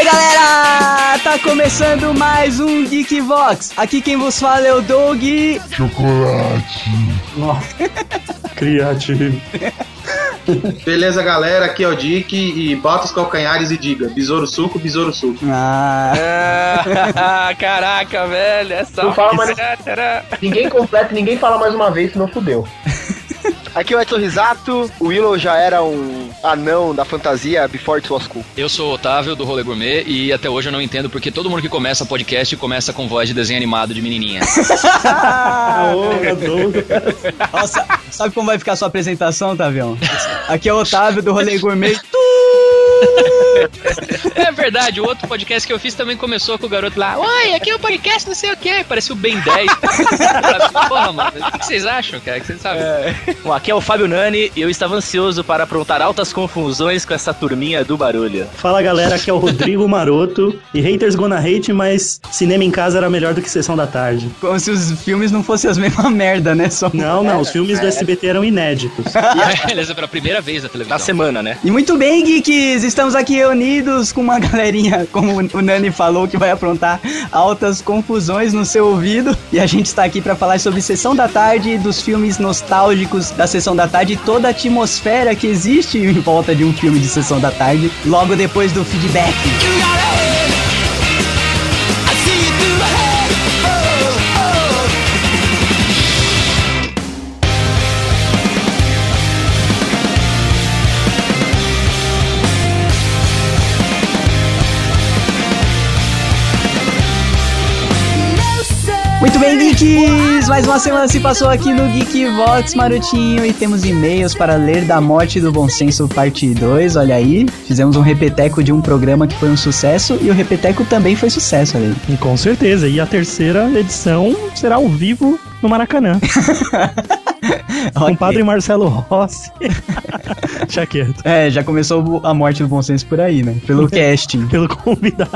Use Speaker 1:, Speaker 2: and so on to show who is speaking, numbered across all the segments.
Speaker 1: Está Tá começando mais um Geek Vox. Aqui quem vos fala é o Doug.
Speaker 2: Chocolate.
Speaker 3: Nossa. Criativo.
Speaker 4: Beleza, galera? Aqui é o Dick e bota os calcanhares e diga: besouro suco, besouro suco.
Speaker 1: Ah.
Speaker 5: Caraca, velho, é só.
Speaker 6: Não fala mais- Ninguém completa, ninguém fala mais uma vez, senão fudeu.
Speaker 7: Aqui é o Edson Risato. O Willow já era um anão da fantasia before it was cool.
Speaker 8: Eu sou o Otávio do Rolê Gourmet e até hoje eu não entendo porque todo mundo que começa podcast começa com voz de desenho animado de menininha.
Speaker 3: É
Speaker 1: Nossa, sabe como vai ficar a sua apresentação, Tavião? Aqui é o Otávio do Rolê Gourmet.
Speaker 8: é verdade, o outro podcast que eu fiz também começou com o garoto lá. Oi, aqui é o podcast não sei o que, parecia o Ben 10. Porra, mano, o que vocês acham, cara? O que vocês sabem?
Speaker 9: Bom, aqui é o Fábio Nani e eu estava ansioso para aprontar altas confusões com essa turminha do barulho.
Speaker 3: Fala galera, aqui é o Rodrigo Maroto. E haters gonna hate, mas cinema em casa era melhor do que sessão da tarde.
Speaker 1: Como se os filmes não fossem as mesmas merda, né? Só...
Speaker 3: Não, não, os filmes do SBT eram inéditos.
Speaker 8: Beleza, pela primeira vez na televisão.
Speaker 9: Na semana, né?
Speaker 1: E muito bem, geeks, estamos aqui reunidos com uma galerinha, como o Nani falou, que vai aprontar altas confusões no seu ouvido. E a gente está aqui para falar sobre Sessão da Tarde, dos filmes nostálgicos da Sessão da Tarde, e toda a atmosfera que existe em volta de um filme de Sessão da Tarde, logo depois do feedback. Muito bem, geeks! Mais uma semana se passou aqui no Geek Vox Marotinho e temos e-mails para ler da Morte do Bom Senso parte 2, olha aí. Fizemos um repeteco de um programa que foi um sucesso e o repeteco também foi sucesso, olha aí.
Speaker 3: E com certeza, e a terceira edição será ao vivo no Maracanã. Com
Speaker 1: Ok.
Speaker 3: o padre Marcelo Rossi. Já quieto.
Speaker 1: É, já começou o- a Morte do Bom Senso por aí, né? Pelo casting.
Speaker 3: Pelo convidado.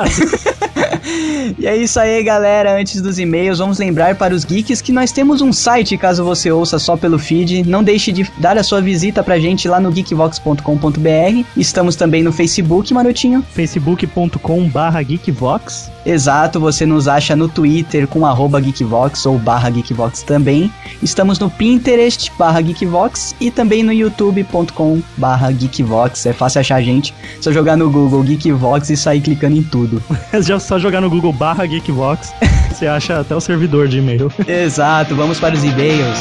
Speaker 1: E é isso aí, galera. Antes dos e-mails, vamos lembrar para os geeks que nós temos um site caso você ouça só pelo feed. Não deixe de dar a sua visita pra gente lá no geekvox.com.br. Estamos também no Facebook, Marotinho.
Speaker 3: facebook.com geekvox.
Speaker 1: Exato, você nos acha no Twitter com arroba geekvox ou barra geekvox também. Estamos no Pinterest, barra geekvox e também no youtube.com barra geekvox. É fácil achar a gente, só jogar no Google geekvox e sair clicando em tudo.
Speaker 3: É já só jogar no Google barra geekvox. Você acha até o servidor de e-mail.
Speaker 1: Exato, vamos para os e-mails.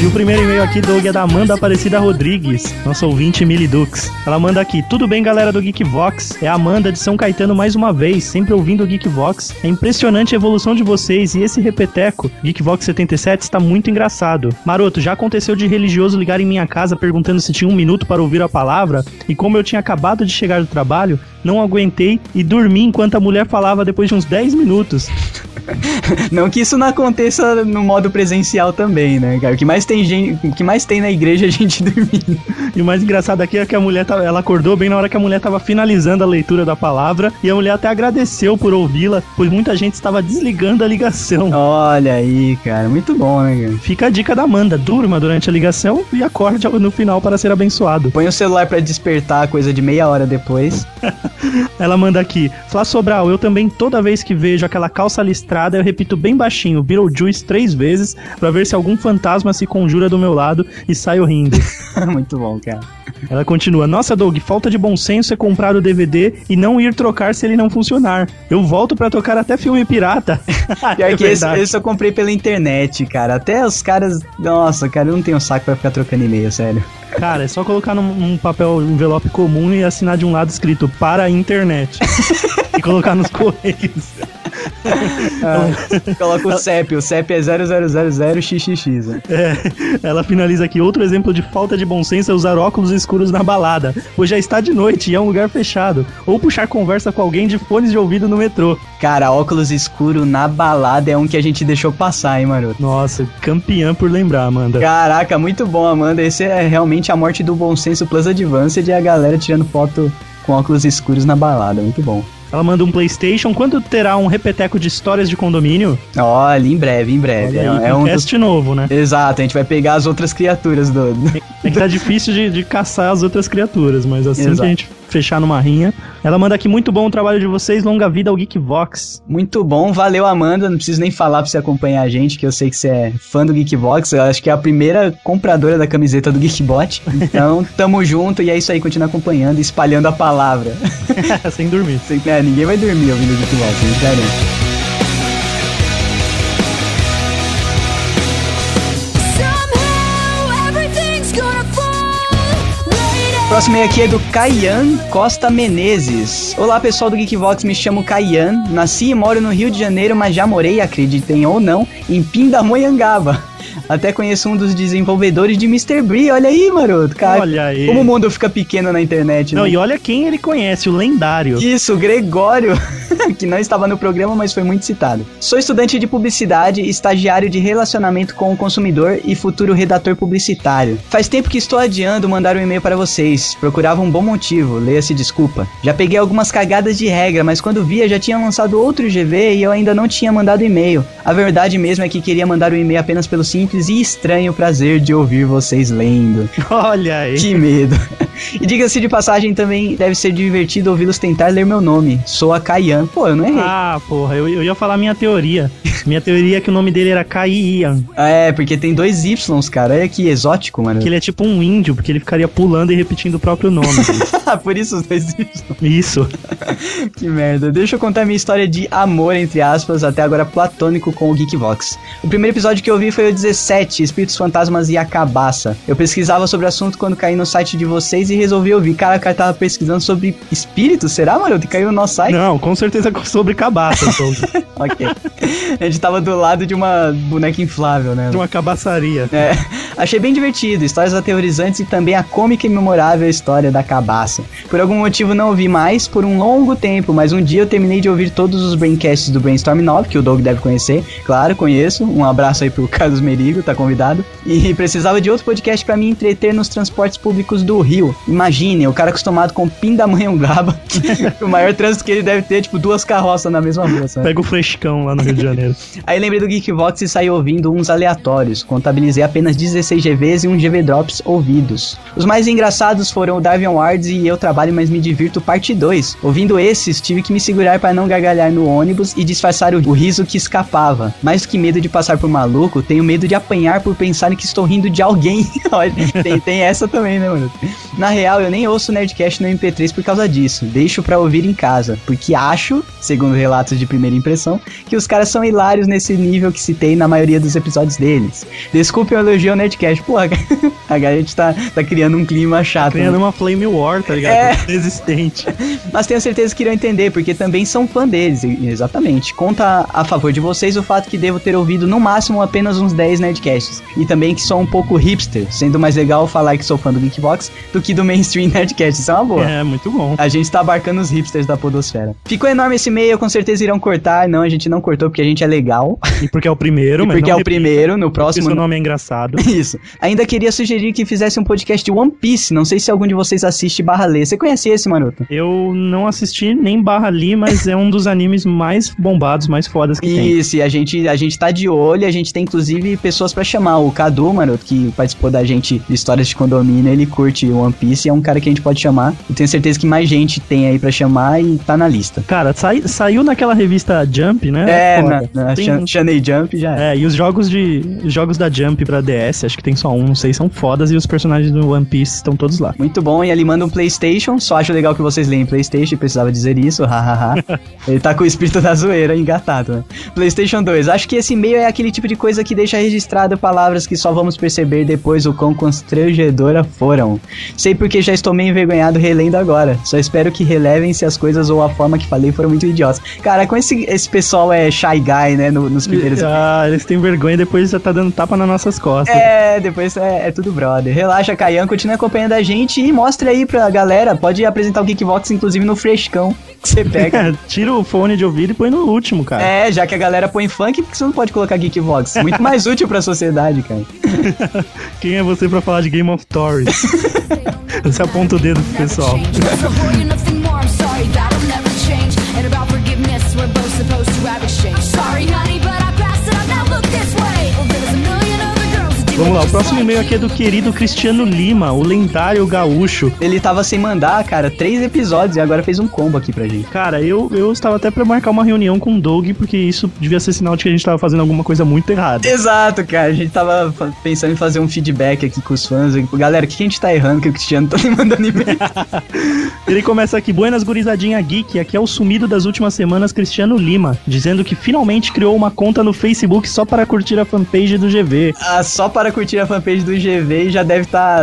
Speaker 3: E o primeiro e-mail aqui, Doug, é da Amanda Aparecida Rodrigues, nossa ouvinte Milidux. Ela manda aqui, tudo bem galera do Geekvox? É a Amanda de São Caetano mais uma vez, sempre ouvindo o Geekvox. É impressionante a evolução de vocês e esse repeteco, Geekvox 77, está muito engraçado. Maroto, já aconteceu de religioso ligar em minha casa perguntando se tinha um minuto para ouvir a palavra? E como eu tinha acabado de chegar do trabalho, não aguentei e dormi enquanto a mulher falava depois de uns 10 minutos.
Speaker 1: Não que isso não aconteça no modo presencial também, né, cara? O que mais tem gente, o que mais tem na igreja é gente dormindo.
Speaker 3: E o mais engraçado aqui é que a mulher tava- ela acordou bem na hora que a mulher tava finalizando a leitura da palavra e a mulher até agradeceu por ouvi-la, pois muita gente estava desligando a ligação.
Speaker 1: Olha aí, cara, muito bom, né, cara?
Speaker 3: Fica a dica da Amanda, durma durante a ligação e acorde ao- no final para ser abençoado.
Speaker 1: Põe o celular pra despertar coisa de meia hora depois.
Speaker 3: Ela manda aqui, Flá Sobral, eu também toda vez que vejo aquela calça listrada, eu repito bem baixinho, Beetlejuice três vezes, pra ver se algum fantasma se conjura do meu lado e saio rindo.
Speaker 1: muito bom, cara.
Speaker 3: Ela continua: Nossa, Doug, falta de bom senso é comprar o DVD e não ir trocar se ele não funcionar. Eu volto pra tocar até filme pirata. É
Speaker 1: Pior que esse,
Speaker 3: verdade.
Speaker 1: esse eu comprei pela internet, cara. Até os caras. Nossa, cara, eu não tenho saco pra ficar trocando e-mail, sério.
Speaker 3: Cara, é só colocar num, num papel, um envelope comum e assinar de um lado escrito para a internet. e colocar nos correios. Ah.
Speaker 1: Então, Coloca o CEP, o CEP é 0000xxx. Né?
Speaker 3: É, ela finaliza aqui: Outro exemplo de falta de bom senso é usar óculos escuros na balada, pois já está de noite e é um lugar fechado. Ou puxar conversa com alguém de fones de ouvido no metrô.
Speaker 1: Cara, óculos escuro na balada é um que a gente deixou passar, hein, maroto?
Speaker 3: Nossa, campeã por lembrar, Amanda.
Speaker 1: Caraca, muito bom, Amanda. Esse é realmente a morte do bom senso plus advanced e a galera tirando foto com óculos escuros na balada. Muito bom.
Speaker 3: Ela manda um PlayStation. Quando terá um repeteco de histórias de condomínio?
Speaker 1: Olha, em breve, em breve.
Speaker 3: Olha aí,
Speaker 1: é, é
Speaker 3: um
Speaker 1: um dos...
Speaker 3: cast novo, né?
Speaker 1: Exato, a gente vai pegar as outras criaturas do.
Speaker 3: É que tá difícil de, de caçar as outras criaturas, mas assim que
Speaker 1: Exato.
Speaker 3: a gente fechar numa rinha. Ela manda aqui muito bom o trabalho de vocês, longa vida ao Geekvox.
Speaker 1: Muito bom, valeu Amanda. Não preciso nem falar pra você acompanhar a gente, que eu sei que você é fã do Geekbox. Eu acho que é a primeira compradora da camiseta do Geekbot. Então, tamo junto e é isso aí. Continua acompanhando e espalhando a palavra.
Speaker 3: Sem dormir.
Speaker 1: Sem- é, ninguém vai dormir ouvindo o Geekbox, né? eu garanto.
Speaker 5: Somehow everything's gonna fall right out.
Speaker 1: Próximo e-mail aqui é do Caian Costa Menezes. Olá pessoal do Geekbox, me chamo Caian. Nasci e moro no Rio de Janeiro, mas já morei, acreditem ou não, em Pindamonhangaba. Até conheço um dos desenvolvedores de Mr. Bree. Olha aí, maroto. Cara,
Speaker 3: Olha aí.
Speaker 1: Como o mundo fica pequeno na internet,
Speaker 3: Não,
Speaker 1: né?
Speaker 3: e olha quem ele conhece, o lendário.
Speaker 1: Isso, Gregório, que não estava no programa, mas foi muito citado. Sou estudante de publicidade, estagiário de relacionamento com o consumidor e futuro redator publicitário. Faz tempo que estou adiando mandar um e-mail para vocês. Procurava um bom motivo, leia-se desculpa. Já peguei algumas cagadas de regra, mas quando via já tinha lançado outro GV e eu ainda não tinha mandado e-mail. A verdade mesmo é que queria mandar um e-mail apenas pelo simples e estranho prazer de ouvir vocês lendo.
Speaker 3: Olha aí.
Speaker 1: Que medo. E diga-se de passagem também, deve ser divertido ouvi-los tentar ler meu nome. Sou a Kayan. Pô, eu não errei.
Speaker 3: Ah, porra, eu, eu ia falar minha teoria. Minha teoria é que o nome dele era Kai Ian,
Speaker 1: É, porque tem dois Ys, cara. Olha que exótico, mano.
Speaker 3: que ele é tipo um índio, porque ele ficaria pulando e repetindo o próprio nome.
Speaker 1: Ah, Por isso os dois Ys.
Speaker 3: Isso.
Speaker 1: Que merda. Deixa eu contar minha história de amor, entre aspas, até agora platônico com o Geekvox. O primeiro episódio que eu vi foi o 17, Espíritos Fantasmas e a Cabaça. Eu pesquisava sobre o assunto quando caí no site de vocês e resolvi ouvir. Cara, o cara tava pesquisando sobre espíritos, será, mano? Caiu no nosso site?
Speaker 3: Não, com certeza sobre cabaça. então,
Speaker 1: Ok. A gente tava do lado de uma boneca inflável, né?
Speaker 3: de uma cabaçaria.
Speaker 1: É, achei bem divertido, histórias aterrorizantes e também a cômica e memorável história da cabaça. Por algum motivo não ouvi mais por um longo tempo, mas um dia eu terminei de ouvir todos os braincasts do Brainstorm 9, que o Doug deve conhecer. Claro, conheço. Um abraço aí pro Carlos Merigo, tá convidado. E precisava de outro podcast pra me entreter nos transportes públicos do Rio. Imagine, o cara acostumado com Pindamonhangaba, um que o maior trânsito que ele deve ter, tipo, duas carroças na mesma rua, sabe?
Speaker 3: Pega o frescão lá no Rio de Janeiro.
Speaker 1: Aí lembrei do Geekbox e saí ouvindo uns aleatórios. Contabilizei apenas 16 GVs e um GV Drops ouvidos. Os mais engraçados foram o Davion Wards e Eu Trabalho Mas Me Divirto Parte 2. Ouvindo esses, tive que me segurar para não gargalhar no ônibus e disfarçar o o riso que escapava. Mais que medo de passar por maluco, tenho medo de apanhar por pensar que estou rindo de alguém. Olha, tem, tem essa também, né, mano? Na real, eu nem ouço Nerdcast no MP3 por causa disso. Deixo pra ouvir em casa, porque acho, segundo relatos de primeira impressão, que os caras são hilários nesse nível que citei na maioria dos episódios deles. Desculpem o elogio ao Nerdcast. Porra, a gente tá, tá criando um clima chato. né?
Speaker 3: Criando uma Flame War, tá ligado?
Speaker 1: É.
Speaker 3: Resistente.
Speaker 1: Mas tenho certeza que irão entender, porque também são fã deles, e- exatamente. Conta a favor de vocês o fato que devo ter ouvido no máximo apenas uns 10 Nerdcasts. E também que sou um pouco hipster, sendo mais legal falar que sou fã do Geekbox do que do mainstream Nerdcast. Isso é uma boa.
Speaker 3: É, muito bom.
Speaker 1: A gente tá abarcando os hipsters da podosfera. Ficou enorme esse e-mail, com certeza irão cortar. Não, a gente não cortou porque a gente é legal.
Speaker 3: E porque é o primeiro,
Speaker 1: E
Speaker 3: mas
Speaker 1: porque é
Speaker 3: não
Speaker 1: o primeiro, no
Speaker 3: porque
Speaker 1: próximo
Speaker 3: seu nome é engraçado.
Speaker 1: isso. Ainda queria sugerir que fizesse um podcast de One Piece. Não sei se algum de vocês assiste barra lê. Você conhece esse, Maroto?
Speaker 3: Eu não assisti nem Barra Lee, mas é um dos animes mais bombados, mais fodas que tem.
Speaker 1: Isso, e a gente, a gente tá de olho, a gente tem inclusive pessoas pra chamar. O Cadu, Maroto, que participou da gente de histórias de condomínio, ele curte One Piece, é um cara que a gente pode chamar. Eu tenho certeza que mais gente tem aí pra chamar e tá na lista.
Speaker 3: Cara, sai- saiu naquela revista Jump, né?
Speaker 1: É,
Speaker 3: Foda.
Speaker 1: na, na
Speaker 3: Tem- um-
Speaker 1: Shan- Shanei Jump já é.
Speaker 3: É, e os jogos de os jogos da Jump pra DS, acho que tem só um, não sei, são fodas e os personagens do One Piece estão todos lá.
Speaker 1: Muito bom, e ele manda um Playstation, só acho legal que vocês leem Playstation, precisava dizer isso, hahaha. ele tá com o espírito da zoeira engatado, né? Playstation 2, acho que esse e-mail é aquele tipo de coisa que deixa registrado palavras que só vamos perceber depois o quão constrangedora foram. Sei porque já estou meio envergonhado relendo agora, só espero que relevem se as coisas ou a forma que falei foram muito idiotas. Cara, com esse, esse pessoal é shy guy, né, no- nos primeiros...
Speaker 3: Ah, eles têm vergonha e depois já tá dando tapa nas nossas costas.
Speaker 1: É, depois é, é tudo brother. Relaxa, Caian, continue acompanhando a gente e mostre aí pra galera. Pode apresentar o Geekbox, inclusive, no frescão que você pega.
Speaker 3: É, Tira o fone de ouvido e põe no último, cara.
Speaker 1: É, já que a galera põe funk, por que você não pode colocar Geekbox? Muito mais útil pra sociedade, cara.
Speaker 3: Quem é você pra falar de Game of Thrones? você aponta o dedo pro
Speaker 5: Never
Speaker 3: pessoal.
Speaker 5: change. Never for you, nothing more. I'm sorry, that'll never change. And Oh,
Speaker 3: Vamos lá, o próximo e-mail aqui é do querido Cristiano Lima, o lendário gaúcho.
Speaker 1: Ele tava sem mandar, cara, três episódios e agora fez um combo aqui pra gente.
Speaker 3: Cara, eu, eu estava até pra marcar uma reunião com o Doug, porque isso devia ser sinal de que a gente tava fazendo alguma coisa muito errada.
Speaker 1: Exato, cara. A gente tava fa- pensando em fazer um feedback aqui com os fãs. Tipo, Galera, o que que a gente tá errando que o Cristiano tá me mandando e-mail?
Speaker 3: Ele começa aqui, Buenas Gurizadinha Geek, aqui é o sumido das últimas semanas, Cristiano Lima, dizendo que finalmente criou uma conta no Facebook só para curtir a fanpage do GV,
Speaker 1: ah, só para curtir a fanpage do GV e já deve tá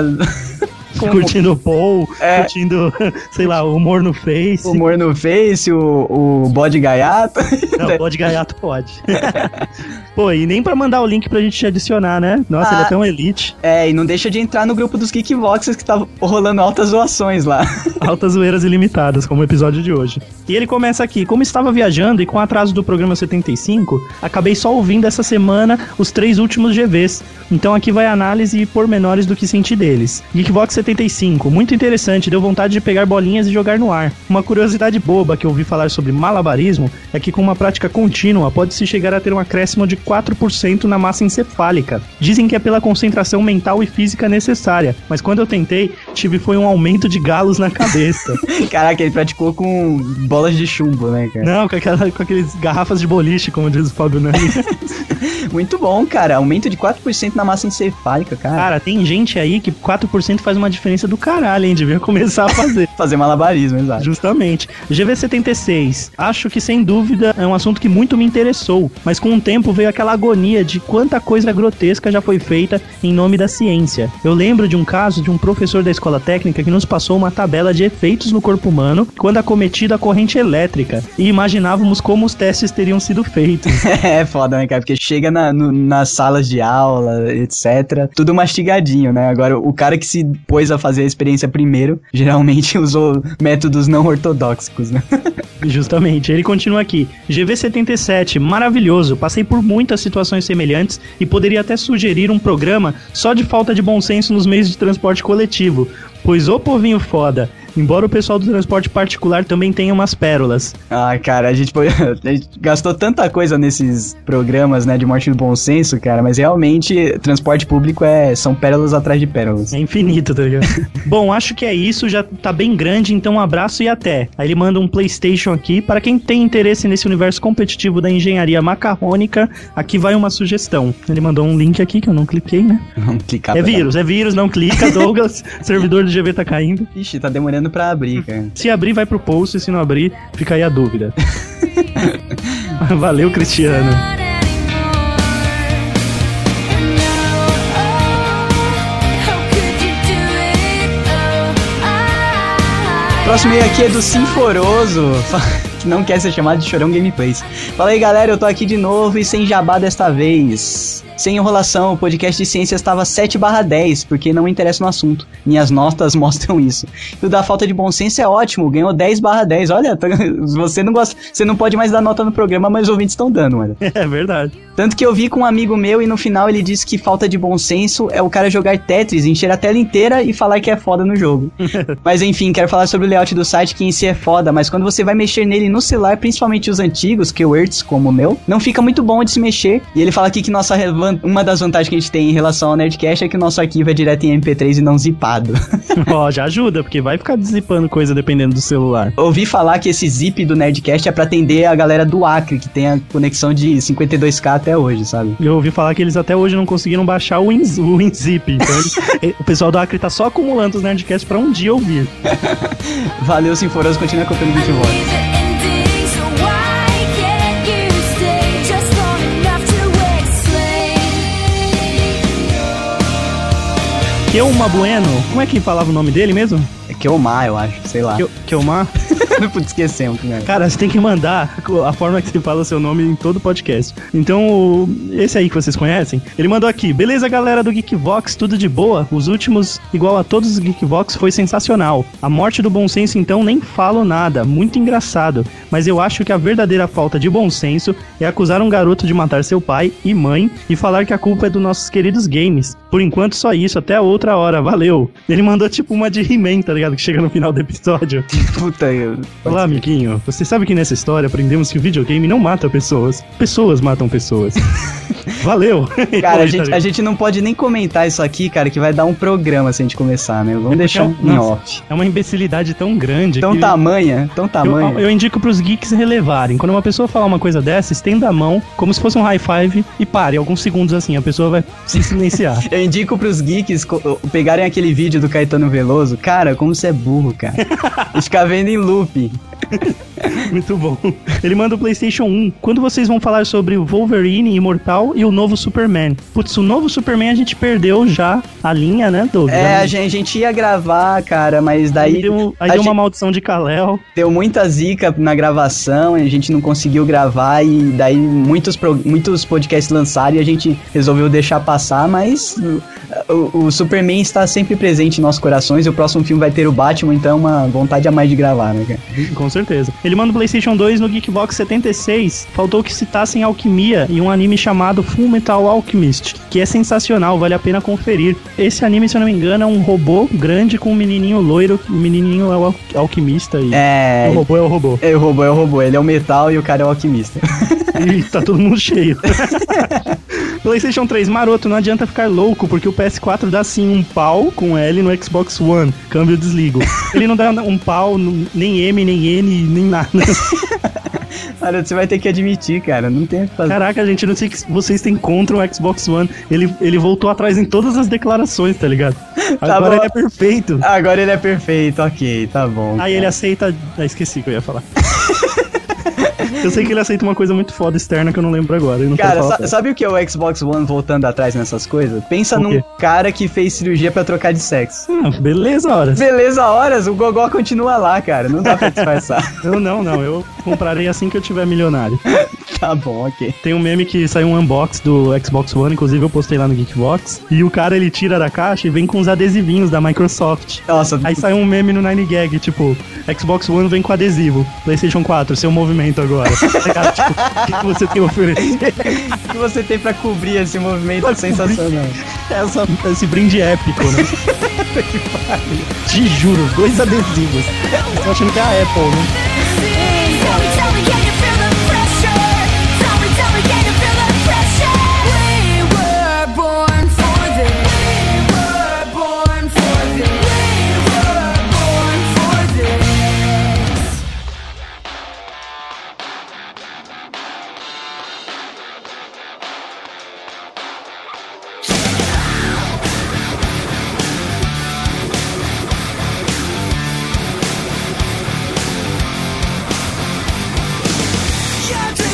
Speaker 1: estar
Speaker 3: curtindo o Paul,
Speaker 1: É.
Speaker 3: curtindo, sei lá, o humor no Face.
Speaker 1: o humor no Face, o, o bode gaiato.
Speaker 3: Não, pode gaiato, pode. Pô, e nem pra mandar o link pra gente te adicionar, né? Nossa, ele é
Speaker 1: Ah.
Speaker 3: tão elite.
Speaker 1: É, e não deixa de entrar no grupo dos Geekboxers que tá rolando altas zoações lá.
Speaker 3: Altas zoeiras ilimitadas, como o episódio de hoje. E ele começa aqui. Como estava viajando e com o atraso do programa 75, acabei só ouvindo essa semana os três últimos GVs. Então aqui vai a análise e pormenores do que senti deles. Geekbox 75, muito interessante, deu vontade de pegar bolinhas e jogar no ar. Uma curiosidade boba que eu ouvi falar sobre malabarismo é que com uma prática contínua pode-se chegar a ter um acréscimo de 4% na massa encefálica. Dizem que é pela concentração mental e física necessária, mas quando eu tentei, tive foi um aumento de galos na cabeça.
Speaker 1: Caraca, ele praticou com bolas de chumbo, né, cara?
Speaker 3: Não, com, aquela, com aqueles garrafas de boliche, como diz o Fábio né? Nani.
Speaker 1: Muito bom, cara. Aumento de 4% na massa encefálica, cara.
Speaker 3: Cara, tem gente aí que 4% faz uma diferença do caralho, hein? Devia começar a fazer.
Speaker 1: Fazer malabarismo, exato.
Speaker 3: Justamente. GV76. Acho que sem dúvida é um assunto que muito me interessou, mas com o tempo veio aquela agonia de quanta coisa grotesca já foi feita em nome da ciência. Eu lembro de um caso de um professor da escola técnica que nos passou uma tabela de efeitos no corpo humano quando acometido a corrente elétrica e imaginávamos como os testes teriam sido feitos.
Speaker 1: É foda, né, cara? Porque chega na- no- nas salas de aula, etc. Tudo mastigadinho, né? Agora, o cara que se pôs a fazer a experiência primeiro, geralmente usou métodos não ortodoxos, né?
Speaker 3: Justamente, ele continua aqui. GV77, maravilhoso. Passei por muitas situações semelhantes e poderia até sugerir um programa só de falta de bom senso nos meios de transporte coletivo. Pois ô povinho foda, embora o pessoal do transporte particular também tenha umas pérolas.
Speaker 1: Ah, cara, a gente, foi- a gente gastou tanta coisa nesses programas, né, de morte do bom senso, cara, mas realmente transporte público é são pérolas atrás de pérolas.
Speaker 3: É infinito, tá ligado? Bom, acho que é isso, já tá bem grande, então um abraço e até. Aí ele manda um PlayStation aqui. Para quem tem interesse nesse universo competitivo da engenharia macarrônica, aqui vai uma sugestão. Ele mandou um link aqui que eu não cliquei, né?
Speaker 1: Vamos clicar.
Speaker 3: É
Speaker 1: pra-
Speaker 3: vírus, é vírus, não clica, Douglas. servidor do GV tá caindo.
Speaker 1: Ixi, tá demorando pra abrir, cara.
Speaker 3: Se abrir, vai pro post, se não abrir, fica aí a dúvida. Valeu, Cristiano.
Speaker 5: Oh,
Speaker 1: Próximo e-mail aqui é do Sinforoso, que não quer ser chamado de Chorão Gameplays. Fala aí galera, eu tô aqui de novo e sem jabá desta vez. Sem enrolação, o podcast de ciências estava 7 10, porque não me interessa no assunto. Minhas notas mostram isso. E o da falta de bom senso é ótimo, ganhou 10 10. Olha, tá- você não gosta, você não pode mais dar nota no programa, mas os ouvintes estão dando, olha.
Speaker 3: É verdade.
Speaker 1: Tanto que eu vi com um amigo meu e no final ele disse que falta de bom senso é o cara jogar Tetris, encher a tela inteira e falar que é foda no jogo. mas enfim, quero falar sobre o layout do site que em si é foda, mas quando você vai mexer nele no celular, principalmente os antigos, que o Ertz como o meu, não fica muito bom de se mexer. E ele fala aqui que nossa revan- uma das vantagens que a gente tem em relação ao Nerdcast é que o nosso arquivo é direto em MP3 e não zipado.
Speaker 3: Ó, já ajuda, porque vai ficar dissipando coisa dependendo do celular.
Speaker 1: Ouvi falar que esse zip do Nerdcast é pra atender a galera do Acre, que tem a conexão de 52k até hoje, sabe?
Speaker 3: Eu ouvi falar que eles até hoje não conseguiram baixar o, Win- o WinZip. Então eles- o pessoal do Acre tá só acumulando os Nerdcasts pra um dia ouvir.
Speaker 1: Valeu, Sinforoso, continua contando o Bitvox.
Speaker 3: Keuma Bueno, como é que falava o nome dele mesmo?
Speaker 1: É Keomar, eu acho, sei lá.
Speaker 3: Keu- Keuma?
Speaker 1: Putz, esquecemos, né?
Speaker 3: Cara, você tem que mandar a forma que você fala o seu nome em todo podcast. Então, o- esse aí que vocês conhecem, ele mandou aqui. Beleza, galera do Geekvox, tudo de boa? Os últimos, igual a todos os Geekvox, foi sensacional. A morte do bom senso, então, nem falo nada. Muito engraçado. Mas eu acho que a verdadeira falta de bom senso é acusar um garoto de matar seu pai e mãe e falar que a culpa é dos nossos queridos games. Por enquanto, só isso. Até outra hora. Valeu. Ele mandou tipo uma de He-Man, tá ligado? Que chega no final do episódio.
Speaker 1: Puta, eu-
Speaker 3: Olá, amiguinho. Você sabe que nessa história aprendemos que o videogame não mata pessoas. Pessoas matam pessoas. Valeu! tá
Speaker 1: Cara, a gente, a gente não pode nem comentar isso aqui, cara, que vai dar um programa se a gente começar, né? Vamos
Speaker 3: É
Speaker 1: deixar
Speaker 3: porque é um-
Speaker 1: em
Speaker 3: nossa.
Speaker 1: off.
Speaker 3: É uma imbecilidade tão grande.
Speaker 1: Tão
Speaker 3: que-
Speaker 1: tamanha, tão tamanha.
Speaker 3: Eu, eu indico pros geeks relevarem. Quando uma pessoa falar uma coisa dessa, estenda a mão, como se fosse um high five, e pare. Alguns segundos assim, a pessoa vai se silenciar.
Speaker 1: Eu indico pros geeks co- pegarem aquele vídeo do Caetano Veloso. Cara, como você é burro, cara. e ficar vendo em loop.
Speaker 3: Muito bom. Ele manda o PlayStation 1. Quando vocês vão falar sobre o Wolverine Imortal e o novo Superman? Putz, o novo Superman a gente perdeu já a linha, né, Doug?
Speaker 1: É,
Speaker 3: Já-
Speaker 1: a gente, a gente ia gravar, cara, mas daí
Speaker 3: Aí deu, um- aí
Speaker 1: a
Speaker 3: deu uma
Speaker 1: gente-
Speaker 3: maldição de Kalel.
Speaker 1: deu muita zica na gravação, e a gente não conseguiu gravar e daí muitos, pro- muitos podcasts lançaram e a gente resolveu deixar passar, mas o, o- o Superman está sempre presente em nossos corações e o próximo filme vai ter o Batman, então é uma vontade a mais de gravar, né, cara?
Speaker 3: Com certeza. Ele manda o PlayStation 2 no Geekbox 76. Faltou que citassem alquimia e um anime chamado Full Metal Alchemist, que é sensacional, vale a pena conferir. Esse anime, se eu não me engano, é um robô grande com um menininho loiro. O menininho é o al- alquimista e
Speaker 1: É.
Speaker 3: o robô é o robô.
Speaker 1: É o robô, é o robô. Ele é o metal e o cara é o alquimista.
Speaker 3: E tá todo mundo cheio. PlayStation 3, maroto, não adianta ficar louco, porque o PS4 dá sim um pau com L no Xbox One. Câmbio desligo. Ele não dá um pau, no- nem M, nem N, nem nada.
Speaker 1: Olha, você vai ter que admitir, cara. Não tem o que fazer.
Speaker 3: Caraca, gente, eu não sei o que vocês têm contra o Xbox One. Ele, ele voltou atrás em todas as declarações, tá ligado? Agora
Speaker 1: bom.
Speaker 3: ele é perfeito.
Speaker 1: Agora ele é perfeito, ok, tá bom.
Speaker 3: Aí ele aceita. Ah, esqueci o que eu ia falar. eu sei que ele aceita uma coisa muito foda externa que eu não lembro agora. Eu não quero
Speaker 1: Cara,
Speaker 3: falar
Speaker 1: sa-
Speaker 3: agora.
Speaker 1: sabe o que é o Xbox One voltando atrás nessas coisas? Pensa
Speaker 3: O
Speaker 1: num
Speaker 3: quê?
Speaker 1: cara que fez cirurgia pra trocar de sexo.
Speaker 3: Ah, beleza, horas.
Speaker 1: Beleza, horas, o Gogó continua lá, cara. Não dá pra disfarçar.
Speaker 3: Eu não, não. Eu comprarei assim que eu tiver milionário.
Speaker 1: tá bom, ok.
Speaker 3: Tem um meme que saiu um unbox do Xbox One, inclusive eu postei lá no Geekbox. E o cara ele tira da caixa e vem com os adesivinhos da Microsoft.
Speaker 1: Nossa,
Speaker 3: Aí saiu um meme no 9gag, tipo, Xbox One vem com adesivo, PlayStation 4, seu movimento agora. Aí, cara, tipo, o que, que você tem a oferecer?
Speaker 1: o que você tem pra cobrir esse movimento
Speaker 3: Pra
Speaker 1: sensacional?
Speaker 3: Essa, esse brinde épico, né? que pariu. Te juro, dois adesivos. Eu tô achando que é a Apple, né?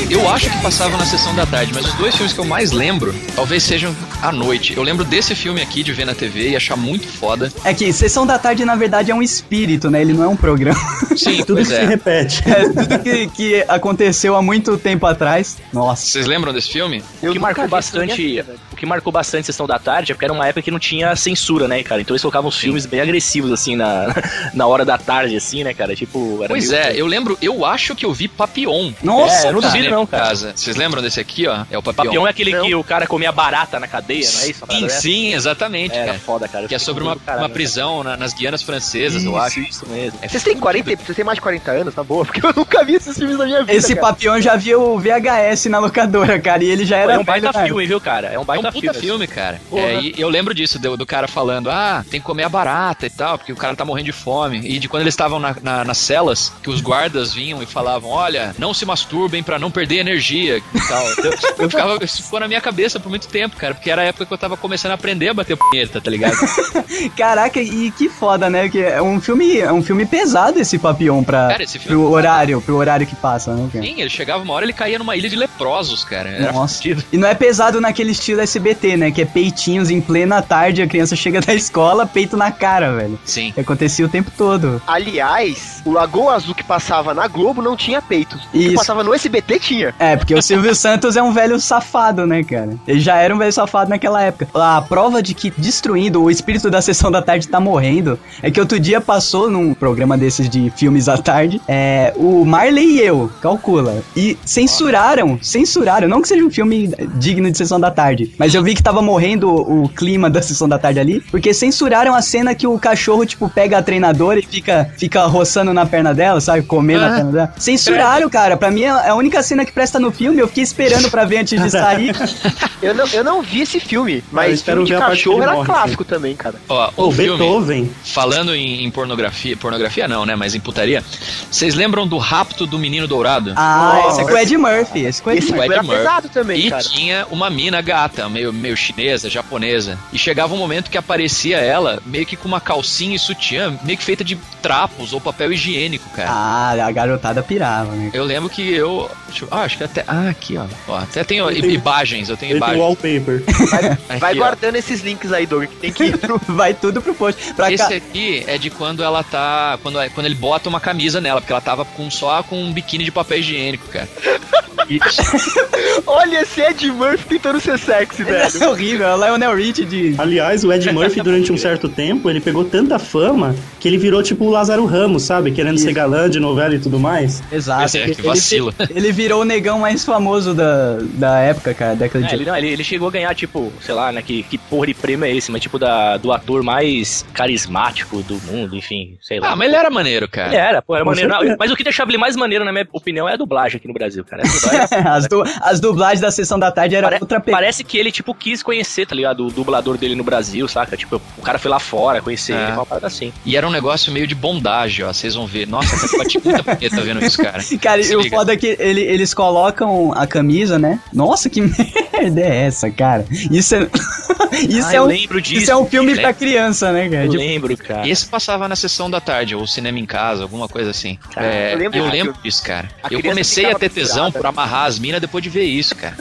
Speaker 8: Eu acho que passava na sessão da tarde, mas os dois filmes que eu mais lembro, talvez sejam à noite. Eu lembro desse filme aqui de ver na TV e achar muito foda.
Speaker 1: É que Sessão da Tarde, na verdade, é um espírito, né? Ele não é um programa.
Speaker 8: Sim,
Speaker 3: Tudo
Speaker 8: pois
Speaker 3: que se
Speaker 8: é.
Speaker 3: repete.
Speaker 1: É tudo que, que aconteceu há muito tempo atrás. Nossa.
Speaker 8: Vocês lembram desse filme?
Speaker 9: O que marcou bastante, o que marcou bastante a sessão da tarde é porque era uma época que não tinha censura, né, cara? Então eles colocavam os filmes bem agressivos assim na, na hora da tarde assim, né, cara? Tipo, era
Speaker 8: Pois
Speaker 9: meio-
Speaker 8: é, eu lembro, eu acho que eu vi Papillon.
Speaker 1: Nossa,
Speaker 9: É, eu não
Speaker 8: cara,
Speaker 9: duvido
Speaker 8: na
Speaker 9: não,
Speaker 8: minha
Speaker 9: cara.
Speaker 8: Casa. Vocês lembram desse aqui, ó? É o Papillon.
Speaker 9: Papião é aquele que o cara comia barata na cadeia, não é isso? Uma parada
Speaker 8: Sim,
Speaker 9: dessa?
Speaker 8: sim, exatamente,
Speaker 9: Era
Speaker 8: cara.
Speaker 9: foda, cara. Eu
Speaker 8: Que é
Speaker 9: fiquei
Speaker 8: sobre
Speaker 9: com
Speaker 8: uma,
Speaker 9: medo do caralho,
Speaker 8: uma prisão na- nas Guianas
Speaker 9: cara.
Speaker 8: Francesas,
Speaker 9: Isso,
Speaker 8: eu acho.
Speaker 9: Isso mesmo.
Speaker 8: É
Speaker 7: Vocês têm 40, e- vocês têm mais de 40 anos, na boa, porque eu nunca vi esses filmes na minha vida.
Speaker 1: Esse
Speaker 7: cara.
Speaker 1: papião já viu o VHS na locadora, cara, e ele já era
Speaker 9: é um baita
Speaker 1: velho, cara.
Speaker 9: filme, viu, cara? É um
Speaker 8: É
Speaker 9: baita
Speaker 8: um puta
Speaker 9: filme.
Speaker 8: filme, cara. É, e eu lembro disso, do, do cara falando, ah, tem que comer a barata e tal, porque o cara tá morrendo de fome. E de quando eles estavam na- na- nas celas, que os guardas vinham e falavam, olha, não se masturbem pra não perder energia e tal. Eu, eu ficava, isso ficou na minha cabeça por muito tempo, cara, porque era a época que eu tava começando a aprender a bater punheta, tá ligado?
Speaker 1: Caraca, e que foda, né? Que é um filme, é um filme pesado esse Papião pra
Speaker 8: Cara, esse filme é
Speaker 1: pro
Speaker 8: pesado.
Speaker 1: horário, pro horário que passa, né, cara?
Speaker 8: Sim, ele chegava uma hora, ele caía numa ilha de leprosos, cara. Era
Speaker 1: Nossa.
Speaker 8: fudido.
Speaker 1: E não é pesado naquele estilo SBT, né? Que é peitinhos em plena tarde, a criança chega da escola, peito na cara, velho.
Speaker 8: Sim.
Speaker 1: Que acontecia o tempo todo.
Speaker 7: Aliás, o Lagoa Azul que passava na Globo não tinha peito. O
Speaker 1: Isso.
Speaker 7: que passava no SBT tinha.
Speaker 1: É, porque o Silvio Santos é um velho safado, né, cara? Ele já era um velho safado naquela época. A prova de que destruindo o espírito da sessão da tarde tá morrendo é que outro dia passou num programa desses de filmes à tarde, é, o Marley e eu, calcula, e censuraram, censuraram, não que seja um filme digno de sessão da tarde, mas eu vi que tava morrendo o, o clima da sessão da tarde ali, porque censuraram a cena que o cachorro, tipo, pega a treinadora e fica, fica roçando na perna dela, sabe? Comendo na perna dela. Censuraram, cara. Pra mim é a única cena que presta no filme. Eu fiquei esperando pra ver antes de sair.
Speaker 7: Eu não, eu não vi esse filme, mas
Speaker 3: espero
Speaker 7: filme de
Speaker 3: ver a parte que
Speaker 7: cachorro
Speaker 3: ele
Speaker 7: era
Speaker 3: morre,
Speaker 7: clássico também, cara.
Speaker 8: Ó, o
Speaker 3: Ô,
Speaker 8: filme,
Speaker 3: Beethoven.
Speaker 8: falando em, em pornografia, pornografia não, né? Mas em putaria. Vocês lembram do rapto do menino dourado?
Speaker 1: Ah,
Speaker 7: Nossa.
Speaker 1: esse é com o Ed Murphy. Esse é com o Ed
Speaker 7: Esse
Speaker 1: Murphy.
Speaker 7: era
Speaker 8: Murphy.
Speaker 7: pesado também,
Speaker 8: E
Speaker 7: cara.
Speaker 8: tinha uma mina gata, meio, meio chinesa, japonesa. E chegava um momento que aparecia ela, meio que com uma calcinha e sutiã, meio que feita de trapos ou papel higiênico, cara.
Speaker 1: Ah, a garotada pirava, né?
Speaker 8: Eu lembro que eu. deixa eu- ah, acho que até. Ah, aqui, ó. Ó, até tenho i- imagens, eu tenho
Speaker 3: Ele tem um
Speaker 8: imagens.
Speaker 3: wallpaper.
Speaker 7: Vai
Speaker 8: Aqui, ó.
Speaker 7: guardando esses links aí, Doug, que tem que ir.
Speaker 1: Vai tudo pro post. Pra
Speaker 8: Esse
Speaker 1: cá.
Speaker 8: aqui é de quando ela tá. Quando, quando ele bota uma camisa nela, porque ela tava com só com um biquíni de papel higiênico, cara.
Speaker 7: Olha esse Ed Murphy tentando ser sexy, velho.
Speaker 1: É horrível, é o Lionel Rich de.
Speaker 3: Aliás, o Ed Murphy, durante um certo tempo, ele pegou tanta fama que ele virou tipo o Lázaro Ramos, sabe? Querendo ser galã de novela e tudo mais.
Speaker 1: Exato.
Speaker 8: Esse é que
Speaker 1: Ele-
Speaker 8: vacila.
Speaker 1: Ele, virou o negão mais famoso da, da época, cara, década
Speaker 9: É,
Speaker 1: de.
Speaker 9: ele, não, ele, ele chegou a ganhar, tipo, sei lá, né? Que, que porra de prêmio é esse, mas tipo, da, do ator mais carismático do mundo, enfim, sei lá.
Speaker 8: Ah, mas ele era maneiro, cara.
Speaker 9: Ele era, pô, era
Speaker 3: Com
Speaker 9: maneiro. Não,
Speaker 3: certeza.
Speaker 9: mas o que deixava ele mais maneiro, na minha opinião, é a dublagem aqui no Brasil, cara. Essa dublagem-
Speaker 1: As, du- as dublagens da sessão da tarde era
Speaker 9: Pare-
Speaker 1: outra pe...
Speaker 9: Parece que ele, tipo, quis conhecer, tá ligado? O dublador dele no Brasil, saca? Tipo, o cara foi lá fora conhecer
Speaker 8: É.
Speaker 9: ele, uma parada assim.
Speaker 8: E era um negócio meio de bondagem, ó. Vocês vão ver. Nossa, cara, eu bati tipo muita punheta vendo isso, cara.
Speaker 1: Cara,
Speaker 8: Se
Speaker 1: e o
Speaker 8: liga.
Speaker 1: foda é que ele- eles colocam a camisa, né? Nossa, que merda é essa, cara? Isso é. isso,
Speaker 9: Ah,
Speaker 1: é
Speaker 9: eu
Speaker 1: um...
Speaker 9: lembro disso.
Speaker 1: isso é um filme
Speaker 8: lembro.
Speaker 1: pra criança, né, cara?
Speaker 9: Eu
Speaker 1: Tipo,
Speaker 9: lembro,
Speaker 7: Tá.
Speaker 9: cara.
Speaker 8: Esse passava na sessão da tarde, ou cinema em casa, alguma coisa assim.
Speaker 9: Cara,
Speaker 7: Tá.
Speaker 8: É,
Speaker 7: eu
Speaker 8: eu
Speaker 7: lembro
Speaker 8: lembro,
Speaker 7: disso.
Speaker 8: disso, cara.
Speaker 7: A
Speaker 8: Eu
Speaker 7: criança
Speaker 8: comecei a
Speaker 7: ficava
Speaker 8: ter tesão
Speaker 7: pendurada.
Speaker 8: por amarrar as minas depois de ver isso, cara.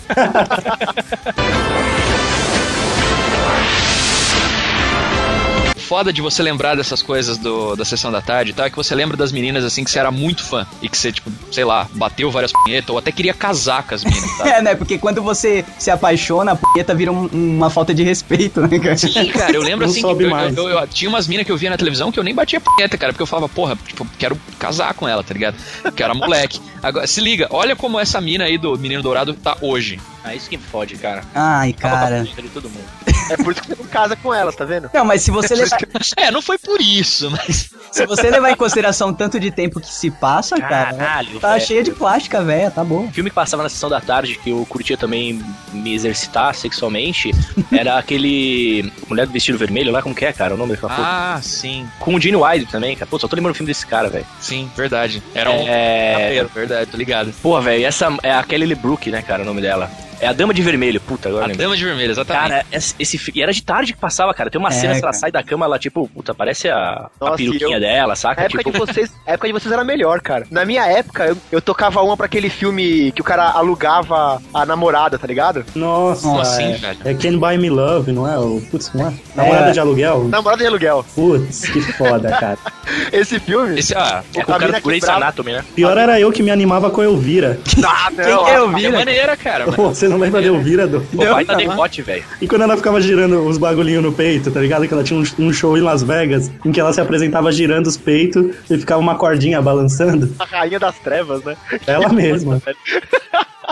Speaker 8: Foda de você lembrar dessas coisas do- da sessão da tarde e tal, é que você lembra das meninas assim que você era muito fã e que você, tipo, sei lá, bateu várias punhetas ou até queria casar com as minas, tá?
Speaker 1: É, né? Porque quando você se apaixona, a punheta vira um- uma falta de respeito, né, cara?
Speaker 8: Sim, cara, eu lembro
Speaker 3: Não
Speaker 8: assim que
Speaker 3: sobe
Speaker 8: eu,
Speaker 3: mais.
Speaker 8: eu- eu- tinha umas minas que eu via na televisão que eu nem batia punheta, cara, porque eu falava, porra, tipo, quero casar com ela, tá ligado? Porque eu era moleque. Agora, se liga, olha como essa mina aí do Menino Dourado tá hoje.
Speaker 9: Ah, isso que me fode, cara.
Speaker 1: Ai,
Speaker 9: Tava
Speaker 1: cara.
Speaker 9: pra frente de todo mundo.
Speaker 7: É por isso que você não casa com elas, tá vendo?
Speaker 1: Não, mas se você, levar,
Speaker 8: É, não foi por isso, mas.
Speaker 1: se você levar em consideração o tanto de tempo que se passa, cara,
Speaker 9: Caralho,
Speaker 1: tá
Speaker 9: velho.
Speaker 1: cheia de plástica, velho, tá bom.
Speaker 9: O filme que passava na sessão da tarde, que eu curtia também me exercitar sexualmente, era aquele. Mulher do vestido vermelho lá, como que é, cara? O nome daquela porra.
Speaker 8: Ah, sim,
Speaker 9: Com o Gene Wilde também, cara. Pô, só tô lembrando o filme desse cara, velho.
Speaker 8: sim, verdade. Era um.
Speaker 9: É.
Speaker 8: Era verdade, tô ligado.
Speaker 9: Porra, velho, essa é a Kelly LeBrook, né, cara, o nome dela. É a Dama de Vermelho, puta, agora eu
Speaker 8: A
Speaker 9: lembrei.
Speaker 8: dama de vermelho, exatamente.
Speaker 9: Cara, esse, esse fi- e era de tarde que passava, cara. Tem uma
Speaker 1: É,
Speaker 9: cena que
Speaker 1: cara.
Speaker 9: ela sai da cama, ela tipo, puta, parece a, a
Speaker 7: Nossa,
Speaker 9: peruquinha
Speaker 7: eu-
Speaker 9: dela,
Speaker 7: A
Speaker 9: saca?
Speaker 7: época,
Speaker 9: Tipo,
Speaker 7: de vocês, a época de vocês era melhor, cara. Na minha época, eu, eu tocava uma pra aquele filme que o cara alugava a namorada, tá ligado?
Speaker 3: Nossa,
Speaker 8: Como assim,
Speaker 3: é,
Speaker 8: velho?
Speaker 3: é Can Buy Me Love, não é? O, putz, não é? Namorada de aluguel?
Speaker 7: Namorada de aluguel.
Speaker 3: Putz, que foda, cara.
Speaker 7: Esse filme.
Speaker 8: Esse, ah,
Speaker 9: é com o
Speaker 7: a
Speaker 9: cara
Speaker 7: mina
Speaker 9: do Grey's
Speaker 7: quebrava-
Speaker 9: Anatomy, né?
Speaker 3: Pior era eu que me animava com a Elvira.
Speaker 7: Ah, não.
Speaker 1: Quem
Speaker 7: ah,
Speaker 1: quer
Speaker 8: é
Speaker 1: ouvir, né?
Speaker 8: maneira, cara. mas-
Speaker 3: Pô, você não lembra da Elvira? Do...
Speaker 9: Pô, vai tá
Speaker 1: não.
Speaker 9: decote, velho.
Speaker 3: E quando ela ficava girando os bagulhinhos no peito, tá ligado? Que ela tinha um, um show em Las Vegas, em que ela se apresentava girando os peitos e ficava uma cordinha balançando.
Speaker 7: A rainha das trevas, né?
Speaker 3: Ela mesma.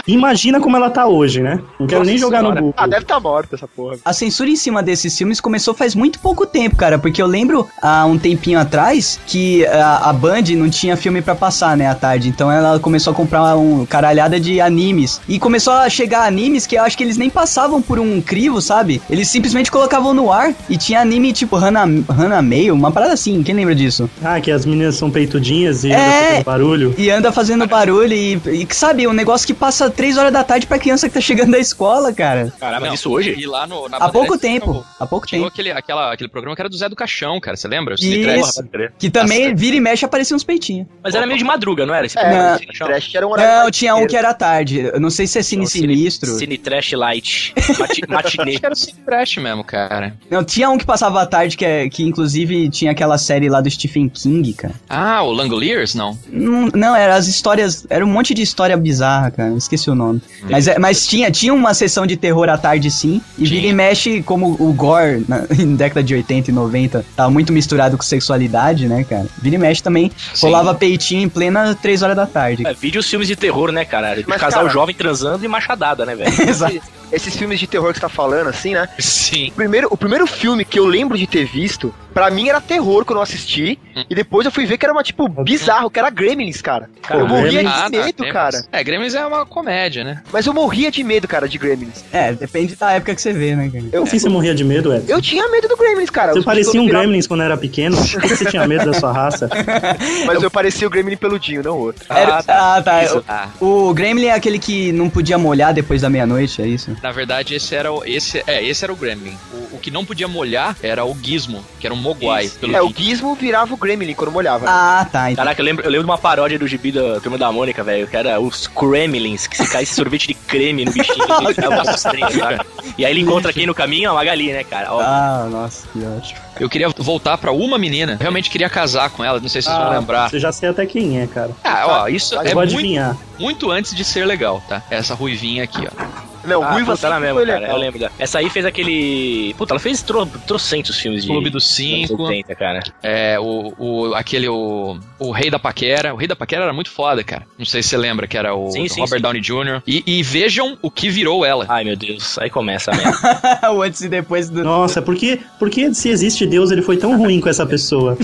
Speaker 3: Imagina como ela tá hoje, né? Não quero
Speaker 9: Nossa
Speaker 3: nem jogar
Speaker 9: senhora.
Speaker 3: no Google.
Speaker 7: Ah, deve tá morta essa porra.
Speaker 1: A censura em cima desses filmes começou faz muito pouco tempo, cara, porque eu lembro há um tempinho atrás que ah, a, a Band não tinha filme pra passar, né, à tarde. Então ela começou a comprar um caralhada de animes. E começou a chegar animes que eu acho que eles nem passavam por um crivo, sabe? Eles simplesmente colocavam no ar e tinha anime tipo Hana, Hana Meio, uma parada assim, quem lembra disso?
Speaker 3: Ah, que as meninas são peitudinhas
Speaker 1: É.
Speaker 3: e ela fazendo barulho.
Speaker 1: E anda fazendo barulho e, e que, sabe, um negócio que passa três horas da tarde pra criança que tá chegando da escola, cara.
Speaker 9: Caramba,
Speaker 8: Não,
Speaker 9: mas isso hoje?
Speaker 8: E lá no, na
Speaker 1: Há pouco
Speaker 8: Bandeirantes,
Speaker 1: tempo,
Speaker 8: acabou.
Speaker 1: há pouco
Speaker 8: Chegou
Speaker 1: tempo.
Speaker 8: aquele, aquela, aquele programa que era do Zé do Caixão, cara, você lembra? Os
Speaker 1: Isso.
Speaker 8: Cinetracks.
Speaker 9: Pode crer.
Speaker 1: Que também vira e mexe apareciam uns peitinhos.
Speaker 9: Mas era meio de madruga, não era? Esse
Speaker 7: É,
Speaker 9: programa?
Speaker 1: não.
Speaker 9: Cine-
Speaker 7: O Trash era um
Speaker 1: Não,
Speaker 7: mais
Speaker 1: tinha um
Speaker 7: inteiro.
Speaker 1: que era tarde. Eu não sei se é Cine
Speaker 9: Não, Cine-
Speaker 1: Sinistro.
Speaker 9: Cine Trash Light. Mati, matinê.
Speaker 8: Acho que era o Cinetrash mesmo, cara.
Speaker 1: Não, tinha um que passava à tarde, que, é- que inclusive tinha aquela série lá do Stephen King, cara.
Speaker 8: Ah, o Langoliers? Não.
Speaker 1: Não, não, era as histórias. Era um monte de história bizarra, cara. Esqueci esqueci o nome. Mas, é- mas tinha, tinha uma sessão de terror à tarde, sim. E
Speaker 8: Tinha.
Speaker 1: vira e mexe, como o gore na, em década de 80 e 90 tava muito misturado com sexualidade, né, cara? Vira e mexe também
Speaker 8: Sim.
Speaker 1: rolava peitinho em plena 3 horas da tarde.
Speaker 9: É, vídeo os filmes de terror, né, cara?
Speaker 7: Mas,
Speaker 9: Casal
Speaker 7: cara-
Speaker 9: jovem transando e machadada, né, velho?
Speaker 1: Exato.
Speaker 7: Esses filmes de terror que você tá falando, assim, né?
Speaker 8: Sim.
Speaker 7: O primeiro, o primeiro filme que eu lembro de ter visto, pra mim era terror quando eu assisti.
Speaker 9: Hum.
Speaker 7: E depois eu fui ver que era uma, tipo,
Speaker 3: Uhum.
Speaker 7: bizarro, que era Gremlins, cara.
Speaker 9: Cara,
Speaker 7: eu morria
Speaker 8: Ah, tá,
Speaker 7: de é medo,
Speaker 8: Gremlins.
Speaker 7: cara.
Speaker 8: É, Gremlins é uma comédia, né?
Speaker 7: Mas eu morria de medo, cara, de Gremlins.
Speaker 1: É, depende da época que você vê, né, cara?
Speaker 7: Eu,
Speaker 3: Como
Speaker 8: É.
Speaker 3: assim você morria de medo, Ed?
Speaker 7: eu tinha medo do Gremlins, cara.
Speaker 3: Você
Speaker 7: Os
Speaker 3: parecia
Speaker 7: bichos
Speaker 3: um
Speaker 7: viravam-
Speaker 3: Gremlins quando era pequeno? Por que você tinha medo da sua raça?
Speaker 8: Ah,
Speaker 7: Mas eu parecia o Gremlin peludinho, não outro.
Speaker 1: Era- ah, tá.
Speaker 8: Isso.
Speaker 1: O-
Speaker 8: Ah,
Speaker 1: O Gremlin é aquele que não podia molhar depois da meia-noite, é isso?
Speaker 8: na verdade, esse era o. Esse, é, esse era o Gremlin. O, o que não podia molhar era o Gizmo, que era um Mogwai. Pelo
Speaker 7: É, o
Speaker 8: que-
Speaker 7: Gizmo virava o Gremlin quando molhava.
Speaker 1: Ah, tá. Então.
Speaker 9: Caraca, eu lembro, eu lembro de uma paródia do gibi da Turma da Mônica, velho, que era os Kremlins, que se caísse sorvete de creme no bichinho, ele dava uns três, saca? E aí ele encontra quem no caminho? A Magali, né, cara? Ó,
Speaker 1: Ah, nossa, que ótimo.
Speaker 8: Eu queria voltar pra uma menina. Realmente queria casar com ela, não sei se vocês
Speaker 7: Ah,
Speaker 8: vão lembrar.
Speaker 3: Você já sei até quem é, cara.
Speaker 8: Ah, ó, isso
Speaker 3: Eu
Speaker 8: é
Speaker 3: vou
Speaker 8: muito,
Speaker 3: adivinhar.
Speaker 8: muito antes de ser legal, tá? Essa ruivinha aqui, ó.
Speaker 7: Não,
Speaker 9: Ah,
Speaker 7: Ruiva
Speaker 9: puta, ela
Speaker 7: sempre
Speaker 9: mesmo,
Speaker 7: foi
Speaker 9: cara. é
Speaker 7: legal.
Speaker 9: Eu lembro dela. Essa aí fez aquele. Puta, ela fez tro... trocentos filmes de.
Speaker 8: Clube dos
Speaker 9: anos
Speaker 8: Cinco.
Speaker 9: 80, cara.
Speaker 8: É, o, o, aquele, o, o Rei da Paquera. O Rei da Paquera era muito foda, cara. Não sei se você lembra, que era o
Speaker 9: Sim, sim,
Speaker 8: Robert
Speaker 9: sim.
Speaker 8: Downey Jr. E, e vejam o que virou ela.
Speaker 9: Ai, meu Deus. Aí começa a merda.
Speaker 1: o antes e depois do.
Speaker 3: Nossa, por que, por que se existe Deus, ele foi tão ruim com essa pessoa?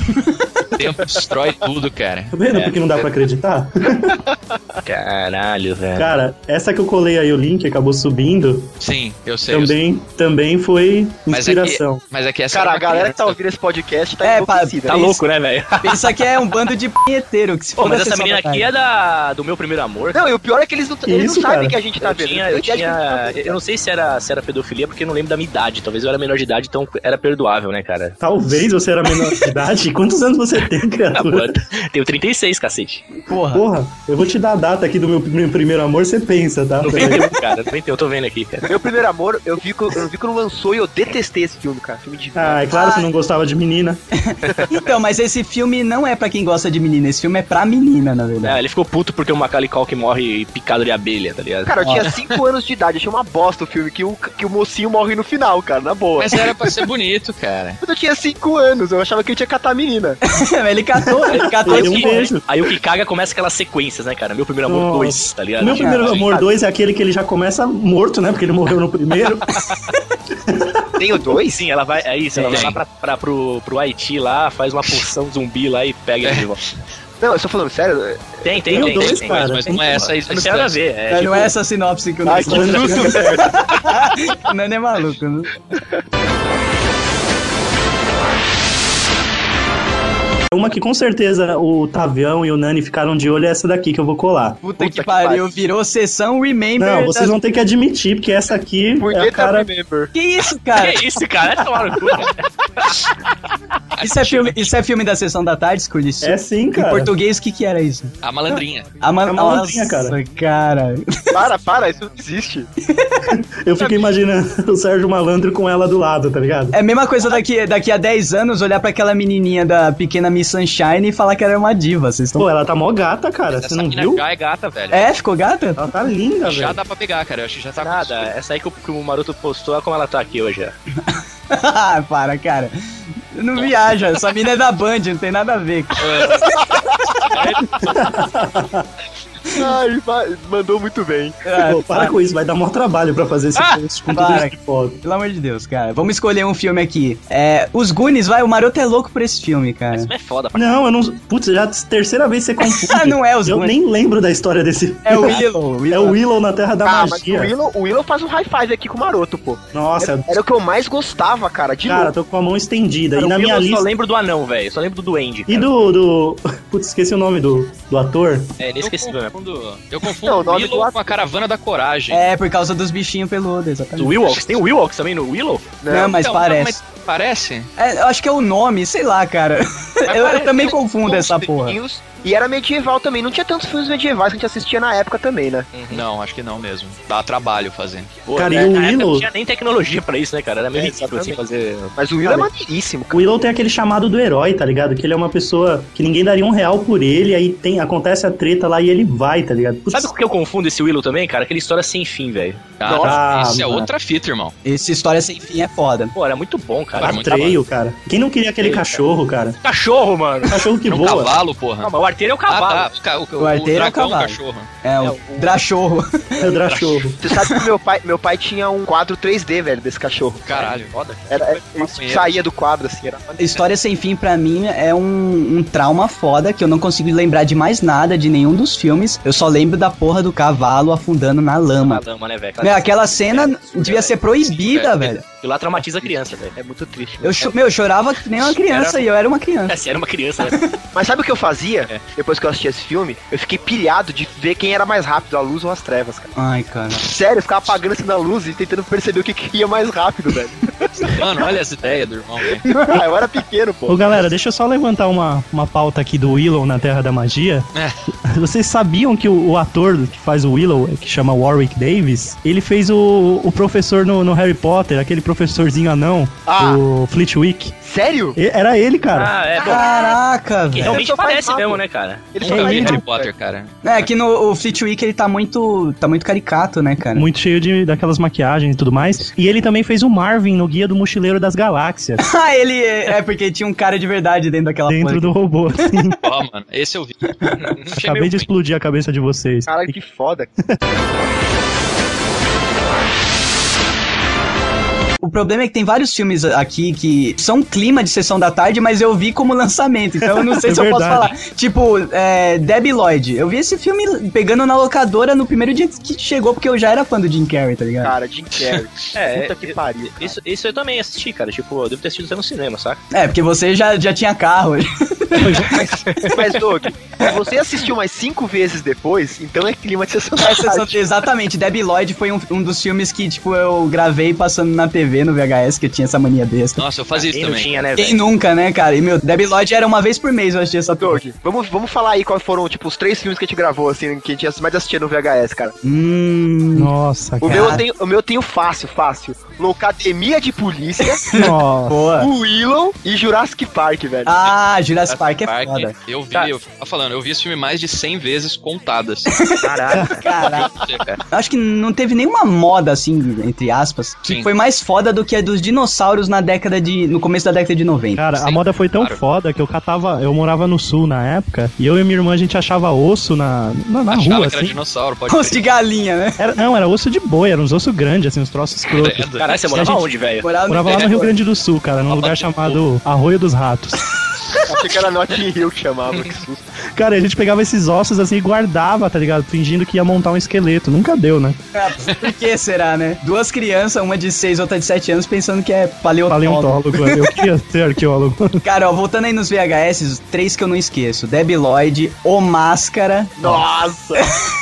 Speaker 8: O tempo destrói tudo, cara.
Speaker 3: Tá vendo porque não dá pra acreditar?
Speaker 9: Caralho,
Speaker 8: É.
Speaker 9: velho.
Speaker 3: Cara, essa que eu colei aí o link, acabou subindo,
Speaker 8: Sim, eu sei. eu sei.
Speaker 3: também, também foi
Speaker 8: Mas é que-
Speaker 3: inspiração.
Speaker 8: Mas é que essa
Speaker 7: Cara,
Speaker 8: era
Speaker 7: a
Speaker 8: uma
Speaker 7: galera que tá
Speaker 8: criança.
Speaker 7: ouvindo esse podcast tá
Speaker 1: É,
Speaker 7: enlouquecida.
Speaker 9: Tá
Speaker 1: isso.
Speaker 9: louco, né, velho?
Speaker 1: Pensa que é um bando de punheteiro que se
Speaker 9: Pô,
Speaker 1: for
Speaker 9: mas
Speaker 1: na
Speaker 9: essa
Speaker 1: sessão
Speaker 9: menina
Speaker 1: da tarde.
Speaker 9: aqui é da, do meu primeiro amor.
Speaker 7: Não, e o pior é que eles não, eles
Speaker 3: um- isso,
Speaker 7: não sabem
Speaker 3: cara?
Speaker 7: que a gente tá
Speaker 9: Eu
Speaker 7: vendo.
Speaker 9: tinha, eu
Speaker 7: Eles acham que a gente tá
Speaker 9: tinha.
Speaker 7: vendo.
Speaker 9: Eu não sei se era, se era pedofilia, porque eu não lembro da minha idade. Talvez eu era menor de idade, então era perdoável, né, cara?
Speaker 3: Talvez você era menor de idade. Quantos anos você
Speaker 8: Tá
Speaker 3: tem,
Speaker 9: Ah, pô,
Speaker 3: criatura?
Speaker 9: Tenho 36, cacete.
Speaker 1: Porra.
Speaker 3: Porra, eu vou te dar a data aqui do meu, meu primeiro amor, você pensa, tá?
Speaker 9: 91, cara. 91, eu tô vendo aqui, cara.
Speaker 7: Meu primeiro amor, eu vi, que, eu vi quando lançou e eu detestei esse filme, cara. Filme de
Speaker 3: Ah, é claro que não gostava de menina.
Speaker 1: Então, mas esse filme não é pra quem gosta de menina, esse filme é pra menina, na verdade.
Speaker 9: Ah, ele ficou puto porque o Macaulay Culkin morre picado de abelha, tá ligado?
Speaker 7: Cara, eu tinha 5 anos de idade, achei uma bosta o filme, que o, que o mocinho morre no final, cara, na boa.
Speaker 8: Mas era pra ser bonito, cara.
Speaker 7: Quando eu tinha 5 anos, eu achava que ele tinha catar a menina.
Speaker 1: ele catou, ele catou
Speaker 3: Ele é um
Speaker 1: esse
Speaker 3: beijo.
Speaker 9: Aí o que caga começa aquelas sequências, né, cara? Meu primeiro amor
Speaker 3: Nossa.
Speaker 9: 2, tá ligado?
Speaker 3: Meu primeiro
Speaker 9: Sim.
Speaker 3: amor 2 é aquele que ele já começa morto, né? Porque ele morreu no primeiro.
Speaker 7: Tem o
Speaker 9: Oi,
Speaker 7: 2?
Speaker 9: sim, ela vai. É isso, ela vai
Speaker 8: Sim.
Speaker 9: lá pra, pra- pro, pro Haiti lá, faz uma porção zumbi lá e pega ele de volta.
Speaker 7: Não, eu tô falando sério. é,
Speaker 9: Tem, tem,
Speaker 3: Tem o
Speaker 9: tem,
Speaker 3: dois,
Speaker 9: tem, tem.
Speaker 3: cara.
Speaker 8: Mas não é essa aí.
Speaker 9: Não tem nada a ver.
Speaker 1: É,
Speaker 9: É, tipo,
Speaker 1: não é essa sinopse que o
Speaker 7: Ai,
Speaker 1: Nunes
Speaker 7: que susto, velho.
Speaker 1: não é nem maluco, né?
Speaker 3: Uma que com certeza o Tavião e o Nani ficaram de olho é essa daqui que eu vou colar.
Speaker 1: Puta, que, pariu, virou sessão Remember.
Speaker 3: Não,
Speaker 1: das-
Speaker 3: vocês vão ter que admitir, porque essa aqui
Speaker 7: Por
Speaker 3: é
Speaker 7: que
Speaker 3: a
Speaker 7: tá
Speaker 3: cara.
Speaker 7: Remember?
Speaker 1: Que isso, cara?
Speaker 9: Que isso, cara? É tomar no cu.
Speaker 1: Isso é filme, isso é filme da sessão da tarde, Sculice?
Speaker 3: É sim,
Speaker 1: Em
Speaker 3: cara.
Speaker 1: português, o que que era isso?
Speaker 8: A malandrinha.
Speaker 1: A, man...
Speaker 3: É uma malandrinha,
Speaker 1: Nossa, cara.
Speaker 7: Para, para, isso não existe.
Speaker 3: Eu fico imaginando o Sérgio Malandro com ela do lado, tá ligado?
Speaker 1: É a mesma coisa daqui, daqui a 10 anos olhar pra aquela menininha da pequena Miss Sunshine e falar que ela é uma diva. Vocês estão.
Speaker 3: Pô, ela tá mó gata, cara. Você
Speaker 8: Essa
Speaker 3: não
Speaker 8: mina
Speaker 3: viu?
Speaker 8: já é gata, velho.
Speaker 1: É, ficou gata?
Speaker 3: Ela tá linda,
Speaker 8: Já
Speaker 3: velho.
Speaker 8: dá pra pegar, cara. Eu acho que já tá com
Speaker 9: Nada, é. essa aí que o, que o Maroto postou, olha como ela tá aqui hoje. ó.
Speaker 1: Ah, Para, cara. Não viaja, essa mina é da Band, não tem nada a ver.
Speaker 7: Ai, ma- mandou muito bem.
Speaker 1: Ah,
Speaker 3: Pô, para com isso, vai dar mó trabalho pra fazer esse post com tudo
Speaker 1: para.
Speaker 3: isso de foto.
Speaker 1: Pelo amor de Deus, cara. Vamos escolher um filme aqui. É, Os Goonies, vai, o Maroto é louco por esse filme, cara.
Speaker 9: Isso é foda pra
Speaker 3: Não, eu não. Putz, já é a terceira vez que você confunde.
Speaker 1: Ah, não é os
Speaker 3: Eu
Speaker 1: Goonies.
Speaker 3: nem lembro da história desse.
Speaker 1: É o Willow.
Speaker 3: É
Speaker 1: Willow.
Speaker 3: o Willow na Terra da
Speaker 7: Ah, mas o
Speaker 3: Magia.
Speaker 7: Willow, o Willow faz um high five aqui com o Maroto, pô.
Speaker 3: Nossa,
Speaker 7: Era o que eu mais gostava, cara, de
Speaker 3: cara,
Speaker 7: novo.
Speaker 3: tô com a mão estendida.
Speaker 9: Cara,
Speaker 3: e
Speaker 9: o
Speaker 3: na minha
Speaker 9: Willow Eu só
Speaker 3: lista.
Speaker 9: lembro do anão, velho. Só lembro do duende.
Speaker 3: E
Speaker 9: cara.
Speaker 3: do, do. Putz, esqueci o nome do, do ator.
Speaker 9: É inesquecível
Speaker 8: Eu
Speaker 9: mesmo.
Speaker 8: confundo, eu confundo
Speaker 7: Não, o
Speaker 8: o
Speaker 7: nome do
Speaker 8: Willow
Speaker 7: ator.
Speaker 8: com a caravana da coragem.
Speaker 1: É, por causa dos bichinhos peludos, exatamente.
Speaker 9: Do Willox? Tem o Willox também no Willow?
Speaker 7: né?
Speaker 1: Não, mas
Speaker 8: Então,
Speaker 1: parece.
Speaker 8: mas Parece?
Speaker 1: É, eu acho que é o nome, sei lá, cara. Eu, eu também confundo essa porra.
Speaker 7: Desenhos. E era medieval também, não tinha tantos filmes medievais que a gente assistia na época também, né?
Speaker 8: Não, acho que não mesmo. Dá trabalho fazer.
Speaker 9: Pô,
Speaker 3: Cara,
Speaker 9: né?
Speaker 3: e o
Speaker 9: Na época
Speaker 3: Willow?
Speaker 9: Não tinha nem tecnologia pra isso, né, cara? Era
Speaker 7: É,
Speaker 9: meio ridículo assim fazer.
Speaker 7: Mas o Will é maneiríssimo,
Speaker 3: O
Speaker 7: cara.
Speaker 3: Willow tem aquele chamado do herói, tá ligado? Que ele é uma pessoa que ninguém daria um real por ele, aí tem, acontece a treta lá e ele vai, tá ligado? Putz,
Speaker 9: Sabe o que eu confundo esse Willow também, cara? Aquela história sem fim, velho.
Speaker 8: Cara,
Speaker 3: Nossa,
Speaker 8: isso é
Speaker 3: mano.
Speaker 8: outra fita, irmão.
Speaker 1: Essa história sem fim é foda.
Speaker 9: Pô, era muito bom, cara.
Speaker 8: Era muito
Speaker 3: Atreio, cara. Quem não queria aquele cachorro, cara?
Speaker 9: Cachorro, mano.
Speaker 3: Cachorro que
Speaker 8: Era um
Speaker 3: voa.
Speaker 8: cavalo, porra.
Speaker 9: Não, mas o arteiro é o
Speaker 8: Ah,
Speaker 9: cavalo.
Speaker 8: tá. O, ca- o, o,
Speaker 1: O arteiro é o
Speaker 8: dragão,
Speaker 1: cavalo.
Speaker 8: cachorro.
Speaker 1: É, o drachorro.
Speaker 3: É o Drachorro.
Speaker 7: Você sabe que meu pai, meu pai tinha um quadro 3D, velho, desse cachorro.
Speaker 8: Caralho. Foda.
Speaker 7: Era, ele
Speaker 8: Maconheiro.
Speaker 7: saía do quadro, assim, era
Speaker 1: História Sem Fim, pra mim, é um, um trauma foda que eu não consigo lembrar de mais nada de nenhum dos filmes. Eu só lembro da porra do cavalo afundando na lama.
Speaker 9: Lama, né, velho?
Speaker 1: Meu, aquela cena devia ser proibida,
Speaker 8: Sim,
Speaker 1: velho.
Speaker 9: E lá traumatiza a criança, velho. É muito triste.
Speaker 1: Eu, cho- meu, eu chorava que nem uma criança e eu era uma criança.
Speaker 9: É, se era uma criança, né?
Speaker 7: Mas sabe o que eu fazia?
Speaker 8: É.
Speaker 7: Depois que eu assisti esse filme, eu fiquei pilhado de ver quem era mais rápido, a luz ou as trevas, cara.
Speaker 1: Ai, cara.
Speaker 7: Sério, eu ficava apagando assim na luz e tentando perceber o que, que ia mais rápido, velho.
Speaker 8: Mano, olha essa ideia do irmão, velho.
Speaker 7: ah, eu era pequeno, pô.
Speaker 3: Ô galera, deixa eu só levantar uma, uma pauta aqui do Willow na Terra da Magia.
Speaker 7: É.
Speaker 3: Vocês sabiam que o, o ator que faz o Willow, que chama Warwick Davis, ele fez o, o professor no, no Harry Potter, aquele professorzinho anão,
Speaker 7: Ah.
Speaker 3: o Flitwick.
Speaker 7: Sério?
Speaker 3: E- era ele, cara.
Speaker 9: Ah, é bom.
Speaker 1: Caraca, velho.
Speaker 7: Ele só
Speaker 9: Que realmente
Speaker 7: faz
Speaker 9: parece
Speaker 7: rápido.
Speaker 9: mesmo, né, cara?
Speaker 7: Ele
Speaker 8: Nunca vi
Speaker 3: ele-
Speaker 8: Harry Potter, cara.
Speaker 1: É, que no o Fleetwick ele tá muito. tá muito caricato, né,
Speaker 7: Ah.
Speaker 1: cara?
Speaker 3: Muito cheio de, daquelas maquiagens e tudo mais. E ele também fez o Marvin no Guia do Mochileiro das Galáxias,
Speaker 1: Ah, ele. É, é porque tinha um cara de verdade dentro
Speaker 7: Ah,
Speaker 1: daquela porra.
Speaker 3: dentro do robô. assim.
Speaker 8: Ó, mano, esse eu vi. Achei
Speaker 3: Acabei
Speaker 8: meio
Speaker 3: de
Speaker 8: ruim.
Speaker 3: explodir a cabeça de vocês.
Speaker 7: Caralho, que foda.
Speaker 1: O problema é que tem vários filmes aqui que são clima de sessão da tarde, mas eu vi como lançamento, então eu não sei
Speaker 3: É
Speaker 1: se eu posso falar.
Speaker 3: verdade.
Speaker 1: Tipo, é, Debbie Lloyd. Eu vi esse filme pegando na locadora no primeiro dia que chegou, porque eu já era fã do Jim Carrey, tá ligado?
Speaker 7: Cara, Jim Carrey.
Speaker 9: É,
Speaker 7: Puta que pariu. cara.
Speaker 9: isso, isso eu também assisti, cara. Tipo, eu devo ter assistido até no cinema, saca?
Speaker 1: É, porque você já, já tinha carro.
Speaker 7: Mas, Doug, você assistiu mais cinco vezes depois, então é clima de sessão da
Speaker 1: Essa sessão-
Speaker 7: tarde.
Speaker 1: Exatamente, Debbie Lloyd foi um, um dos filmes que, tipo, eu gravei passando na TV, no VHS, que eu tinha essa mania besta.
Speaker 8: Nossa, eu fazia isso
Speaker 9: Quem não
Speaker 8: também.
Speaker 9: tinha, né,
Speaker 1: Quem
Speaker 9: velho?
Speaker 1: nunca, né, cara? E, meu, Debbie Lloyd era uma vez por mês eu assistia essa torre.
Speaker 7: Doug, vamos, vamos falar aí quais foram, tipo, os três filmes que a gente gravou, assim, que a gente mais assistia no VHS, cara.
Speaker 1: Hum.
Speaker 3: Nossa,
Speaker 7: O
Speaker 3: cara.
Speaker 7: meu, eu tenho, o meu eu tenho fácil, fácil. Loucademia de Polícia,
Speaker 3: Nossa.
Speaker 9: Tá.
Speaker 1: Boa.
Speaker 7: o Willow e Jurassic Park, velho.
Speaker 1: Ah, Jurassic Park é
Speaker 8: Park,
Speaker 1: foda.
Speaker 8: Eu vi,
Speaker 3: Tá.
Speaker 9: Cara.
Speaker 8: eu tava falando, eu vi esse filme mais de 100 vezes contadas.
Speaker 9: Caraca.
Speaker 1: Caraca. Eu acho que não teve nenhuma moda, assim, entre aspas, que
Speaker 8: Sim.
Speaker 1: foi mais foda do que a dos dinossauros na década de. no começo da década de 90.
Speaker 3: Cara, a
Speaker 8: Sim,
Speaker 3: moda foi tão
Speaker 8: claro.
Speaker 3: foda que eu catava. Eu morava no sul na época, e eu e minha irmã a gente achava osso na, na, na
Speaker 8: Achava
Speaker 3: rua,
Speaker 8: que era
Speaker 3: assim.
Speaker 8: dinossauro, pode
Speaker 1: Osso
Speaker 8: ser.
Speaker 1: de galinha, né?
Speaker 3: Era- não, era osso de boi, era uns ossos grandes, assim, uns troços escrotos.
Speaker 8: Credo.
Speaker 9: Caralho, você
Speaker 3: Se
Speaker 9: morava
Speaker 3: a gente-
Speaker 9: onde, velho?
Speaker 1: Morava
Speaker 3: Morava lá no Rio Grande do Sul, cara, num
Speaker 8: Tava
Speaker 3: lugar
Speaker 8: de
Speaker 3: chamado Arroio dos Ratos.
Speaker 7: Achei que era Notting Hill que chamava, que susto.
Speaker 3: Cara, a gente pegava esses ossos assim e guardava, tá ligado? Fingindo que ia montar um esqueleto. Nunca deu, né?
Speaker 1: Ah, Por que será, né? Duas crianças, uma de 6, outra de 7 anos, pensando que é paleontólogo.
Speaker 3: Paleontólogo, né? eu queria ser arqueólogo.
Speaker 1: Cara, ó, voltando aí nos VHS, os três que eu não esqueço: Debbie Lloyd, O Máscara
Speaker 7: Nossa!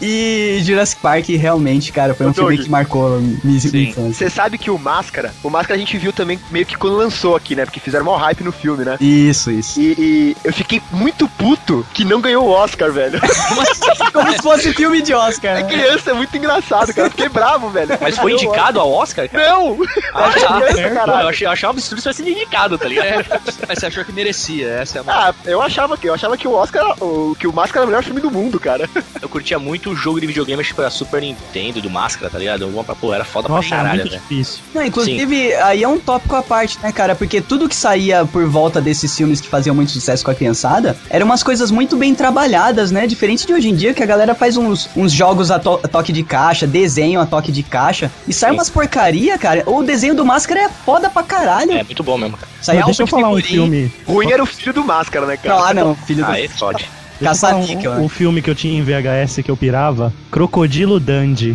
Speaker 1: e Jurassic Park, realmente, cara, foi
Speaker 7: Ô,
Speaker 1: um filme
Speaker 7: Doug.
Speaker 1: que marcou minha minha infância.
Speaker 7: Você sabe que o Máscara, o Máscara a gente viu também meio que quando lançou aqui, né? Porque fizeram maior hype no filme, né?
Speaker 1: Isso, isso.
Speaker 7: E, e eu fiquei muito puto que não ganhou o Oscar, velho.
Speaker 1: Como se fosse filme de Oscar.
Speaker 7: A
Speaker 1: né?
Speaker 7: criança é muito engraçado, cara. Eu fiquei bravo, velho.
Speaker 9: Mas foi indicado ao Oscar, cara?
Speaker 7: Não!
Speaker 9: Ah, tá.
Speaker 7: criança,
Speaker 9: Pô, eu
Speaker 7: caralho.
Speaker 9: achei, eu achei um absurdo se tivesse sido indicado, tá ligado?
Speaker 8: É, mas você achou que merecia, essa é a moda.
Speaker 7: Ah, eu achava que eu achava que o Oscar, o- que o Máscara era o melhor filme do mundo, cara.
Speaker 9: Eu curtia muito o jogo de videogame, acho que era Super Nintendo, do Máscara, tá ligado? Alguma pra porra, era foda
Speaker 3: Nossa,
Speaker 9: pra
Speaker 3: era
Speaker 9: caralho,
Speaker 3: muito
Speaker 9: velho.
Speaker 3: difícil.
Speaker 1: Não, inclusive, aí é um tópico à parte, né, cara? Porque tudo que saía por volta desses filmes que faziam muito sucesso com a criançada eram umas coisas muito bem trabalhadas, né? Diferente de hoje em dia, que a galera faz uns, uns jogos a, to- a toque de caixa, desenho a toque de caixa, e sai
Speaker 9: Sim.
Speaker 1: umas porcaria, cara. O desenho do Máscara é foda pra caralho.
Speaker 9: É, muito bom mesmo, cara.
Speaker 1: Sai
Speaker 3: Mas deixa eu
Speaker 1: álbum de
Speaker 3: falar um
Speaker 1: figurinha.
Speaker 3: filme.
Speaker 7: Ruim era o filho do Máscara, né,
Speaker 1: Não,
Speaker 7: cara?
Speaker 1: ah, não, filho do...
Speaker 9: Aí, fode.
Speaker 3: Deixa eu falar
Speaker 1: Caça-níquel,
Speaker 3: um,
Speaker 1: né?
Speaker 3: um filme que eu tinha em VHS que eu pirava, Crocodilo Dandy.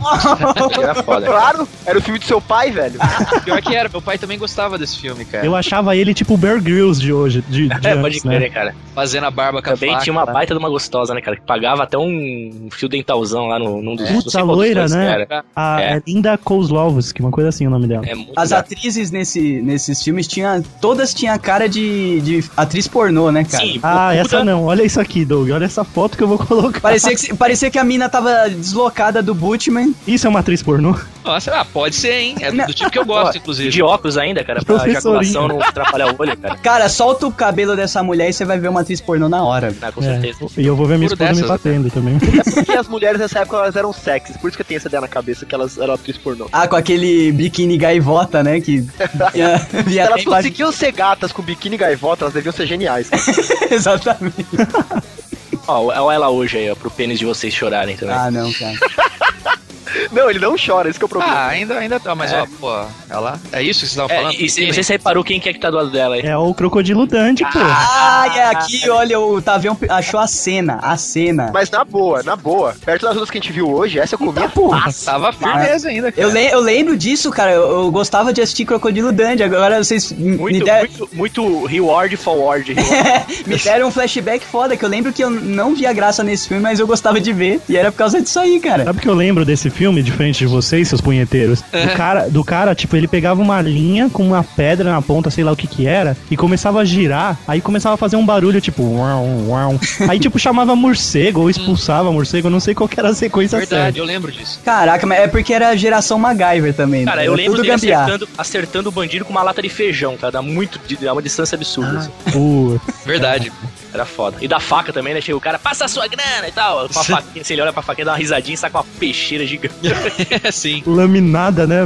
Speaker 9: Era foda. cara.
Speaker 7: Claro, era o filme do seu pai, velho.
Speaker 8: Pior que era, meu pai também gostava desse filme, cara.
Speaker 3: Eu achava ele tipo o Bear Grylls de hoje, de, de
Speaker 9: É,
Speaker 3: antes,
Speaker 9: pode
Speaker 3: né?
Speaker 9: crer, né, cara?
Speaker 8: Fazendo a barba com a
Speaker 9: Também
Speaker 8: faca.
Speaker 9: tinha uma baita de uma gostosa, né, cara? Que pagava até um fio dentalzão lá no, num dos...
Speaker 3: Puta,
Speaker 9: não sei qual dos
Speaker 3: loira,
Speaker 9: dois,
Speaker 3: né?
Speaker 9: cara.
Speaker 3: A
Speaker 9: É.
Speaker 3: é. Linda Kozlovski, uma coisa assim o nome dela.
Speaker 9: É muito
Speaker 1: As
Speaker 9: da-
Speaker 1: atrizes nesse, nesses filmes tinha, todas tinham cara de, de atriz pornô, né, cara?
Speaker 9: Sim,
Speaker 3: Ah,
Speaker 9: puta-
Speaker 3: essa não. Olha isso aqui, Doug. Olha essa foto que eu vou colocar.
Speaker 1: Parecia que, parecia que a mina tava deslocada do Bootman.
Speaker 3: Isso é uma atriz pornô?
Speaker 8: Nossa, ah, pode ser, hein? É do tipo que eu
Speaker 9: Ó,
Speaker 8: gosto, inclusive.
Speaker 9: De óculos ainda, cara, pra
Speaker 3: Professorinha.
Speaker 9: ejaculação não atrapalhar o olho, cara.
Speaker 1: Cara, solta o cabelo dessa mulher e você vai ver uma atriz pornô na hora.
Speaker 9: Ah, com
Speaker 3: É.
Speaker 9: certeza.
Speaker 3: E eu vou ver minha
Speaker 8: Puro
Speaker 3: esposa me
Speaker 8: dessas, né?
Speaker 3: batendo também.
Speaker 7: Porque as mulheres nessa época elas eram sexys, por isso que eu tenho essa ideia na cabeça que elas eram atriz pornô.
Speaker 1: Ah, com aquele biquíni gaivota, né? Que via,
Speaker 7: Se
Speaker 1: via
Speaker 7: elas
Speaker 1: até embaixo-
Speaker 7: conseguiam ser gatas com biquíni e gaivota, elas deviam ser geniais. cara.
Speaker 1: Exatamente.
Speaker 9: Ó, olha ela hoje aí, ó, pro pênis de vocês chorarem também.
Speaker 1: Ah, não, cara.
Speaker 7: Não, ele não chora, esse que é o problema.
Speaker 8: Ah, ainda, ainda tá, mas ó, pô, ela. É isso que vocês estavam
Speaker 9: É,
Speaker 8: falando?
Speaker 9: e se- não sei se você reparou quem que é que tá do lado dela aí.
Speaker 3: É o Crocodilo Dandy, pô.
Speaker 1: Ah, e aqui, olha, o Tavião achou a cena, a cena.
Speaker 7: Mas na boa, na boa. Perto das outras que a gente viu hoje, essa eu comia fácil.
Speaker 8: Tava firmeza ainda, cara.
Speaker 1: Eu, le- eu lembro disso, cara. Eu, eu gostava de assistir Crocodilo Dandy. Agora vocês m- me,
Speaker 9: Muito,
Speaker 1: der-
Speaker 9: muito, muito reward forward. reward.
Speaker 1: me deram um flashback foda, que eu lembro que eu não via graça nesse filme, mas eu gostava de ver. E era por causa disso aí, cara.
Speaker 3: Sabe o que eu lembro desse filme, diferente de vocês, seus punheteiros? Do cara, do cara, tipo, ele pegava uma linha com uma pedra na ponta, sei lá o que que era, e começava a girar, aí começava a fazer um barulho, tipo, uau, uau. Aí, tipo, chamava morcego, ou expulsava morcego, eu não sei qual que era a sequência
Speaker 8: Verdade, eu lembro disso.
Speaker 1: Caraca, mas é porque era a geração MacGyver também.
Speaker 9: Cara,
Speaker 1: né?
Speaker 9: eu
Speaker 1: Era
Speaker 9: lembro
Speaker 1: tudo
Speaker 9: dele
Speaker 1: gambiarra.
Speaker 9: acertando, acertando o bandido com uma lata de feijão, cara. Dá muito. Dá uma distância absurda. assim.
Speaker 3: certa. Pô,
Speaker 8: Verdade.
Speaker 9: Era foda. E da faca também, né? Chega o cara, passa a sua grana e tal. Com a faquinha, se ele olha pra faquinha, dá uma risadinha e saca uma peixeira gigante.
Speaker 8: É sim.
Speaker 3: laminada, né?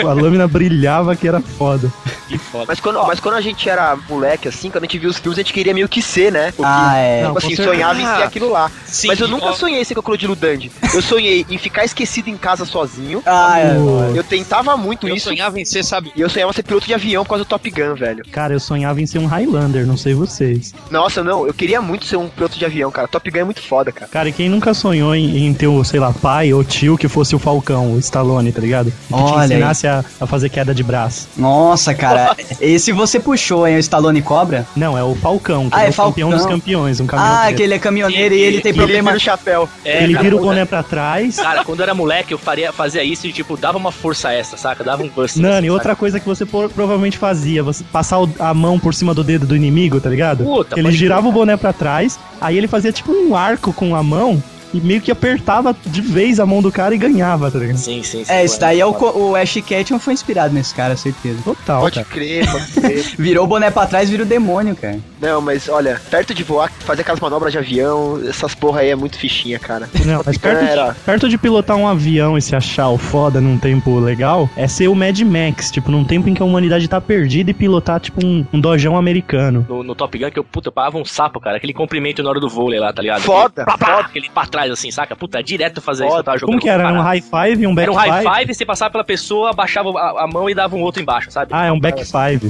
Speaker 3: A lâmina brilhava que era foda.
Speaker 9: Que foda.
Speaker 7: Mas quando, mas quando a gente era moleque, assim, quando a gente via os filmes, a gente queria meio que ser, né? O
Speaker 1: Ah,
Speaker 7: que-
Speaker 1: é.
Speaker 3: Não,
Speaker 7: Tipo
Speaker 3: com
Speaker 7: assim,
Speaker 3: certeza.
Speaker 7: sonhava em ser
Speaker 8: Ah,
Speaker 7: aquilo lá.
Speaker 8: sim.
Speaker 7: Mas eu nunca
Speaker 8: Ó,
Speaker 7: sonhei em ser crocodilo Dandy. Eu sonhei em ficar esquecido em casa sozinho.
Speaker 1: Ah, é.
Speaker 3: Pô,
Speaker 7: Eu tentava muito
Speaker 8: Eu
Speaker 7: isso.
Speaker 8: sonhava em ser, sabe?
Speaker 7: E eu sonhava ser piloto de avião por causa do Top Gun, velho.
Speaker 3: Cara, eu sonhava em ser um Highlander, não sei vocês.
Speaker 7: Nossa, não, eu queria muito ser um piloto de avião, cara. Top Gun é muito foda, cara.
Speaker 3: Cara, e quem nunca sonhou em, em ter, o, sei lá, pai ou tio que fosse o Falcão, o Stallone, tá ligado? Que
Speaker 1: Olha aí.
Speaker 3: te ensinasse a, a fazer queda de braço.
Speaker 1: Nossa, cara. Esse você puxou, hein? O Stallone Cobra?
Speaker 3: Não, é o Falcão, que
Speaker 1: Ah,
Speaker 3: é,
Speaker 1: é
Speaker 3: o
Speaker 1: Falcão.
Speaker 3: campeão dos campeões, um caminhão
Speaker 1: Ah, que
Speaker 3: preto.
Speaker 1: ele é caminhoneiro e,
Speaker 9: E-
Speaker 1: ele tem
Speaker 7: E ele vira
Speaker 1: problema.
Speaker 7: o chapéu.
Speaker 9: É,
Speaker 3: ele
Speaker 9: cara,
Speaker 3: vira o
Speaker 9: quando-
Speaker 3: boné pra trás.
Speaker 9: Cara, quando eu era moleque, eu faria, fazia isso e, tipo, dava uma força extra, saca? Dava um bust.
Speaker 3: Nani,
Speaker 9: assim,
Speaker 3: outra coisa que você por- provavelmente fazia, você passar o- a mão por cima do dedo do inimigo, tá ligado?
Speaker 9: Puta,
Speaker 3: ele
Speaker 9: pode
Speaker 3: girava o boné pra trás, aí ele fazia tipo um arco com a mão e meio que apertava de vez a mão do cara e ganhava, tá ligado?
Speaker 9: saca? Sim, sim, sim.
Speaker 1: É, esse daí é o,
Speaker 9: foda.
Speaker 1: co- o Ash Ketchum foi inspirado nesse cara, certeza.
Speaker 3: Total,
Speaker 7: Pode
Speaker 3: cara.
Speaker 7: crer, pode crer.
Speaker 1: Virou o boné pra trás, vira o demônio, cara.
Speaker 7: Não, mas olha, perto de voar, fazer aquelas manobras de avião, essas porra aí é muito fichinha, cara.
Speaker 3: Não, mas perto,
Speaker 7: Era.
Speaker 3: de, perto de pilotar um avião e se achar o foda num tempo legal, é ser o Mad Max, tipo, num tempo em que a humanidade tá perdida e pilotar, tipo, um, um dojão americano.
Speaker 9: No, no Top Gun que eu, puta, eu pagava um sapo, cara. Aquele comprimento na hora do vôlei lá, tá ligado?
Speaker 7: Foda,
Speaker 9: aquele, plá, plá,
Speaker 7: foda.
Speaker 9: aquele pra trás, assim, saca? Puta, direto fazer
Speaker 7: Foda.
Speaker 9: isso. Eu tava jogando
Speaker 3: Como que era? Era
Speaker 9: com
Speaker 3: um
Speaker 9: o cara.
Speaker 3: high five e um back
Speaker 9: Era um high
Speaker 3: five?
Speaker 9: five, você passava pela pessoa, abaixava a, a mão e dava um outro embaixo, sabe?
Speaker 3: Ah, é um back five.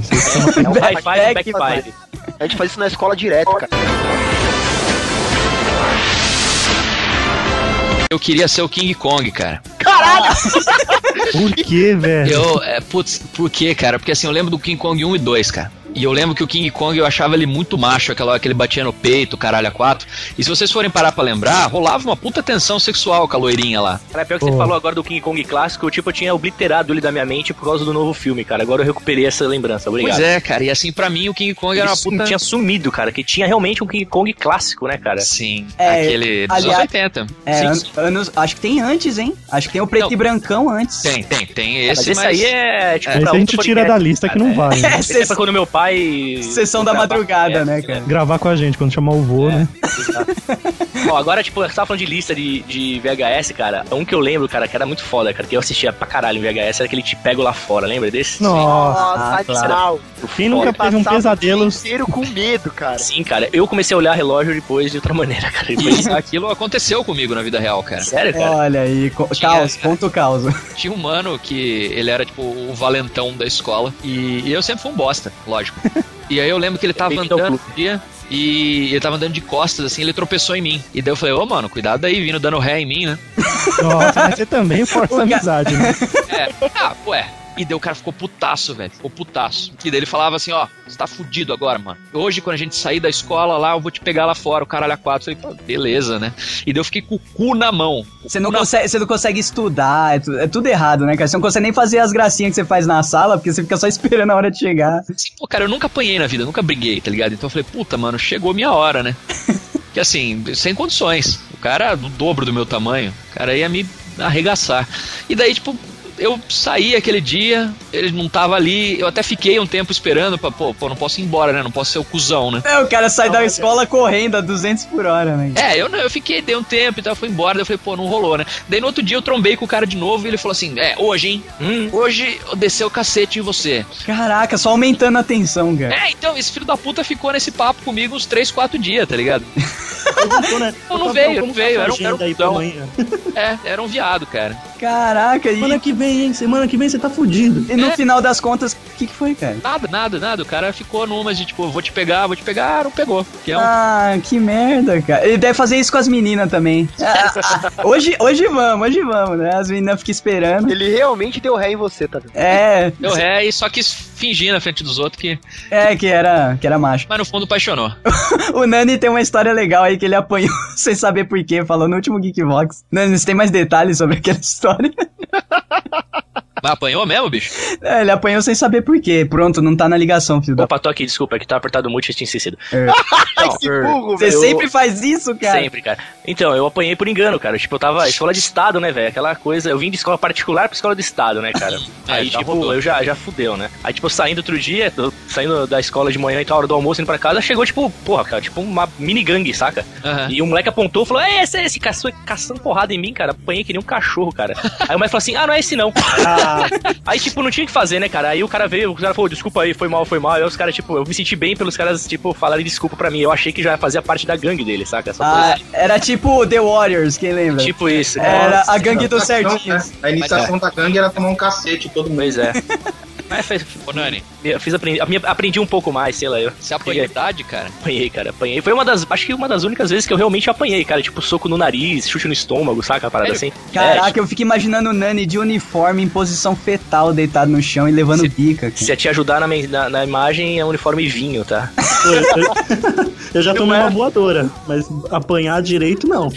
Speaker 9: É um high five e um back
Speaker 7: back
Speaker 9: five.
Speaker 7: A gente faz isso na escola direto, cara.
Speaker 8: Eu queria ser o King Kong, cara.
Speaker 3: Por que, velho?
Speaker 8: Eu, é, putz, por quê, cara? Porque assim, eu lembro do King Kong 1 e 2, cara. E eu lembro que o King Kong eu achava ele muito macho, aquela hora que ele batia no peito, caralho, a quatro. E se vocês forem parar pra lembrar, rolava uma puta tensão sexual com a loirinha lá. tá
Speaker 9: Cara, pior que você
Speaker 3: Pô.
Speaker 9: falou agora do King Kong clássico, eu, tipo, eu tinha obliterado ele da minha mente por causa do novo filme, cara. Agora eu recuperei essa lembrança, obrigado.
Speaker 8: Pois é, cara. E assim, pra mim, o King Kong era uma
Speaker 9: Isso
Speaker 8: puta.
Speaker 9: tinha sumido, cara, que tinha realmente um King Kong clássico, né, cara?
Speaker 8: Sim,
Speaker 1: É,
Speaker 8: assim, aquele dos
Speaker 1: aliás-
Speaker 8: anos 80.
Speaker 1: É,
Speaker 8: Sim,
Speaker 1: an-
Speaker 8: sim.
Speaker 1: anos. Acho que tem antes, hein? Acho que tem o preto
Speaker 8: Não.
Speaker 1: e brancão antes.
Speaker 8: Tem, tem, tem
Speaker 9: Mas
Speaker 8: esse,
Speaker 9: esse
Speaker 8: mas...
Speaker 9: aí é tipo
Speaker 3: Aí
Speaker 9: pra
Speaker 3: a gente
Speaker 9: outro
Speaker 3: tira da
Speaker 9: podcast.
Speaker 3: lista que não vale. Né?
Speaker 1: É,
Speaker 9: Esse é
Speaker 1: sessão,
Speaker 9: pra quando meu pai. É,
Speaker 1: sessão da madrugada, né, cara?
Speaker 3: Gravar com a gente quando chamar o vô, né?
Speaker 9: Bom, agora, tipo, você tava falando de lista de, de VHS, cara. Um que eu lembro, cara, que era muito foda, cara, que eu assistia pra caralho em VHS, era aquele Te Pego Lá Fora, lembra desse?
Speaker 3: Nossa.
Speaker 7: Nossa,
Speaker 1: Ah, claro.
Speaker 7: animal.
Speaker 3: Quem nunca teve um
Speaker 7: Passava o
Speaker 3: pesadelo?
Speaker 7: dia inteiro com medo, cara.
Speaker 9: Sim, cara. Eu comecei a olhar relógio depois de outra maneira, cara. Depois...
Speaker 8: Aquilo aconteceu comigo na vida real, cara.
Speaker 9: Sério, cara?
Speaker 1: Olha aí, co-
Speaker 8: Tinha-
Speaker 1: caos, ponto caos.
Speaker 8: Tinha um mano que ele era, tipo, o valentão da escola. E, e eu sempre fui um bosta, lógico. E aí eu lembro que ele tava
Speaker 9: meio que é o
Speaker 8: andando um dia e ele tava andando de costas, assim, ele tropeçou em mim. E daí eu falei, ô mano, cuidado aí, vindo dando ré em mim, né?
Speaker 3: Nossa, mas você também força a amizade, né?
Speaker 8: É, ah, ué. E daí o cara ficou putaço, velho. Ficou putaço. E daí ele falava assim, ó, você tá fudido agora, mano. Hoje, quando a gente sair da escola lá, eu vou te pegar lá fora, o caralho a quatro. Eu falei, pô, beleza, né? E daí eu fiquei com o cu na mão.
Speaker 1: Você não, consegue, você não consegue estudar, é, tu- é tudo errado, né, cara? Você não consegue nem fazer as gracinhas que você faz na sala, porque você fica só esperando a hora de chegar.
Speaker 8: Assim, pô, cara, eu nunca apanhei na vida, nunca briguei, tá ligado? Então eu falei, puta, mano, chegou minha hora, né? Que assim, sem condições. O cara do dobro do meu tamanho, o cara ia me arregaçar. E daí, tipo, eu saí aquele dia, ele não tava ali, eu até fiquei um tempo esperando pra, pô, pô, não posso ir embora, né? Não posso ser o cuzão, né?
Speaker 1: É, o cara sai da escola correndo a 200 por hora, né?
Speaker 8: É, eu, não- eu fiquei, dei um tempo e tal, fui embora, daí eu falei, pô, não rolou, né? Daí no outro dia eu trombei com o cara de novo e ele falou assim: é, hoje, hein? Hoje eu desceu o cacete em você.
Speaker 1: Caraca, só aumentando a tensão, cara.
Speaker 8: É, então, esse filho da puta ficou nesse papo comigo uns 3, 4 dias, tá ligado?
Speaker 3: Perguntou, né?
Speaker 8: Não, não
Speaker 3: Como
Speaker 8: veio,
Speaker 3: tá
Speaker 8: não veio,
Speaker 3: a
Speaker 8: era um-
Speaker 3: agenda
Speaker 8: era um
Speaker 3: aí pra
Speaker 8: cuzão.
Speaker 3: amanhã?
Speaker 8: É, era um viado, cara.
Speaker 1: Caraca, e,
Speaker 3: Semana que vem, hein? Semana que vem você tá fudido.
Speaker 1: e
Speaker 8: É.
Speaker 1: no final das contas, o que, que foi, cara?
Speaker 8: Nada, nada, nada. O cara ficou numa de tipo, vou te pegar, vou te pegar, não pegou. Que é um...
Speaker 1: Ah, que merda, cara. Ele deve fazer isso com as meninas também. Ah, ah, ah. hoje, hoje vamos, hoje vamos, né? As meninas ficam esperando.
Speaker 7: Ele realmente deu ré em você, tá vendo?
Speaker 1: É,
Speaker 8: Deu ré e só quis fingir na frente dos outros que.
Speaker 1: é que era, que era macho.
Speaker 8: Mas no fundo apaixonou.
Speaker 1: O Nani tem uma história legal aí que ele apanhou sem saber porquê, falou no último Geekbox. Nani, você tem mais detalhes sobre aquela história?
Speaker 8: Mas apanhou mesmo, bicho?
Speaker 1: É, ele apanhou sem saber porquê. Pronto, não tá na ligação, filho da p.
Speaker 9: Opa, tô aqui, desculpa, é que tá apertado muito, eu tinha esquecido.
Speaker 7: Ai, que burro,
Speaker 1: Você
Speaker 9: eu-
Speaker 1: sempre faz isso, cara?
Speaker 9: Sempre, cara. Então, eu apanhei por engano, cara. Tipo, eu tava escola de estado, né, velho? Aquela coisa. Eu vim de escola particular pra escola de estado, né, cara? Aí,
Speaker 8: É, já
Speaker 9: tipo,
Speaker 8: rodou.
Speaker 9: eu já, já fudeu, né? Aí, tipo, saindo outro dia, eu saindo da escola de manhã e tal, hora do almoço, indo pra casa, chegou, tipo, porra, cara, tipo uma mini gangue, saca?
Speaker 8: Aham.
Speaker 9: E o moleque apontou e falou: É esse, é esse, caçou, caçando porrada em mim, cara. Apanhei que nem um cachorro, cara. Aí o moleque falou assim: Ah, não é esse não.
Speaker 8: Ah.
Speaker 9: Aí, tipo, não tinha o que fazer, né, cara? Aí o cara veio, o cara falou, desculpa aí, foi mal, foi mal. Aí os caras, tipo, eu me senti bem pelos caras, tipo, falarem desculpa pra mim. Eu achei que já fazia parte da gangue dele, saca? Só por
Speaker 1: Ah, era tipo The Warriors, quem lembra?
Speaker 9: Tá Tipo isso, cara.
Speaker 1: era a gangue dos
Speaker 4: Então,
Speaker 1: certinhos.
Speaker 4: né, A iniciação da gangue era tomar um cacete todo mundo.
Speaker 9: Pois é. Mas fez-
Speaker 8: Ô, Nani,
Speaker 9: eu fiz aprendi, aprendi- aprendi um pouco mais, sei lá, eu
Speaker 8: você apanhou de idade, cara?
Speaker 9: apanhei, cara, apanhei. Foi uma das, acho que uma das únicas vezes que eu realmente apanhei, cara, tipo soco no nariz, chute no estômago, saca, a parada assim.
Speaker 8: Sério?
Speaker 9: É,
Speaker 1: Caraca, eu fico imaginando o Nani de uniforme em posição fetal, deitado no chão e levando
Speaker 9: Se-
Speaker 1: bica.
Speaker 9: tipo, se
Speaker 1: Cara.
Speaker 9: a te ajudar na, men- na, na imagem, é uniforme vinho, tá?
Speaker 3: Pô, eu- Eu já tomei uma voadora, mas apanhar direito não.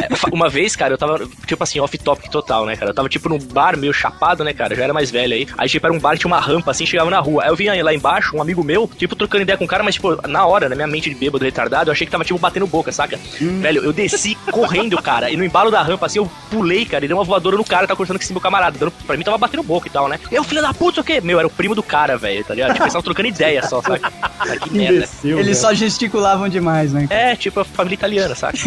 Speaker 9: É, fa- Uma vez, cara, eu tava, tipo assim, off-topic total, né, cara? Eu tava, tipo, num bar meio chapado, né, cara? Eu Já era mais velho aí. Aí, tipo, era um bar, tinha uma rampa, assim, chegava na rua. Aí eu vinha lá embaixo, um amigo meu, tipo, trocando ideia com o cara, mas, tipo, na hora, na minha mente de bêbado, retardado, eu achei que tava, tipo, batendo boca, saca? Velho, eu desci correndo, cara, e no embalo da rampa, assim, eu pulei, cara, e dei uma voadora no cara, tava conversando com esse meu camarada. dando- Pra mim, tava batendo boca e tal, né? Eu, filho da puta, o quê? Meu, era o primo do cara, velho, tá ligado? Tipo, eles tavam trocando ideia só, saca? Ai, que merda.
Speaker 3: Imbecil.
Speaker 1: Eles
Speaker 3: velho.
Speaker 1: só gesticulavam demais, né?
Speaker 9: né? É, tipo, a família italiana, saca?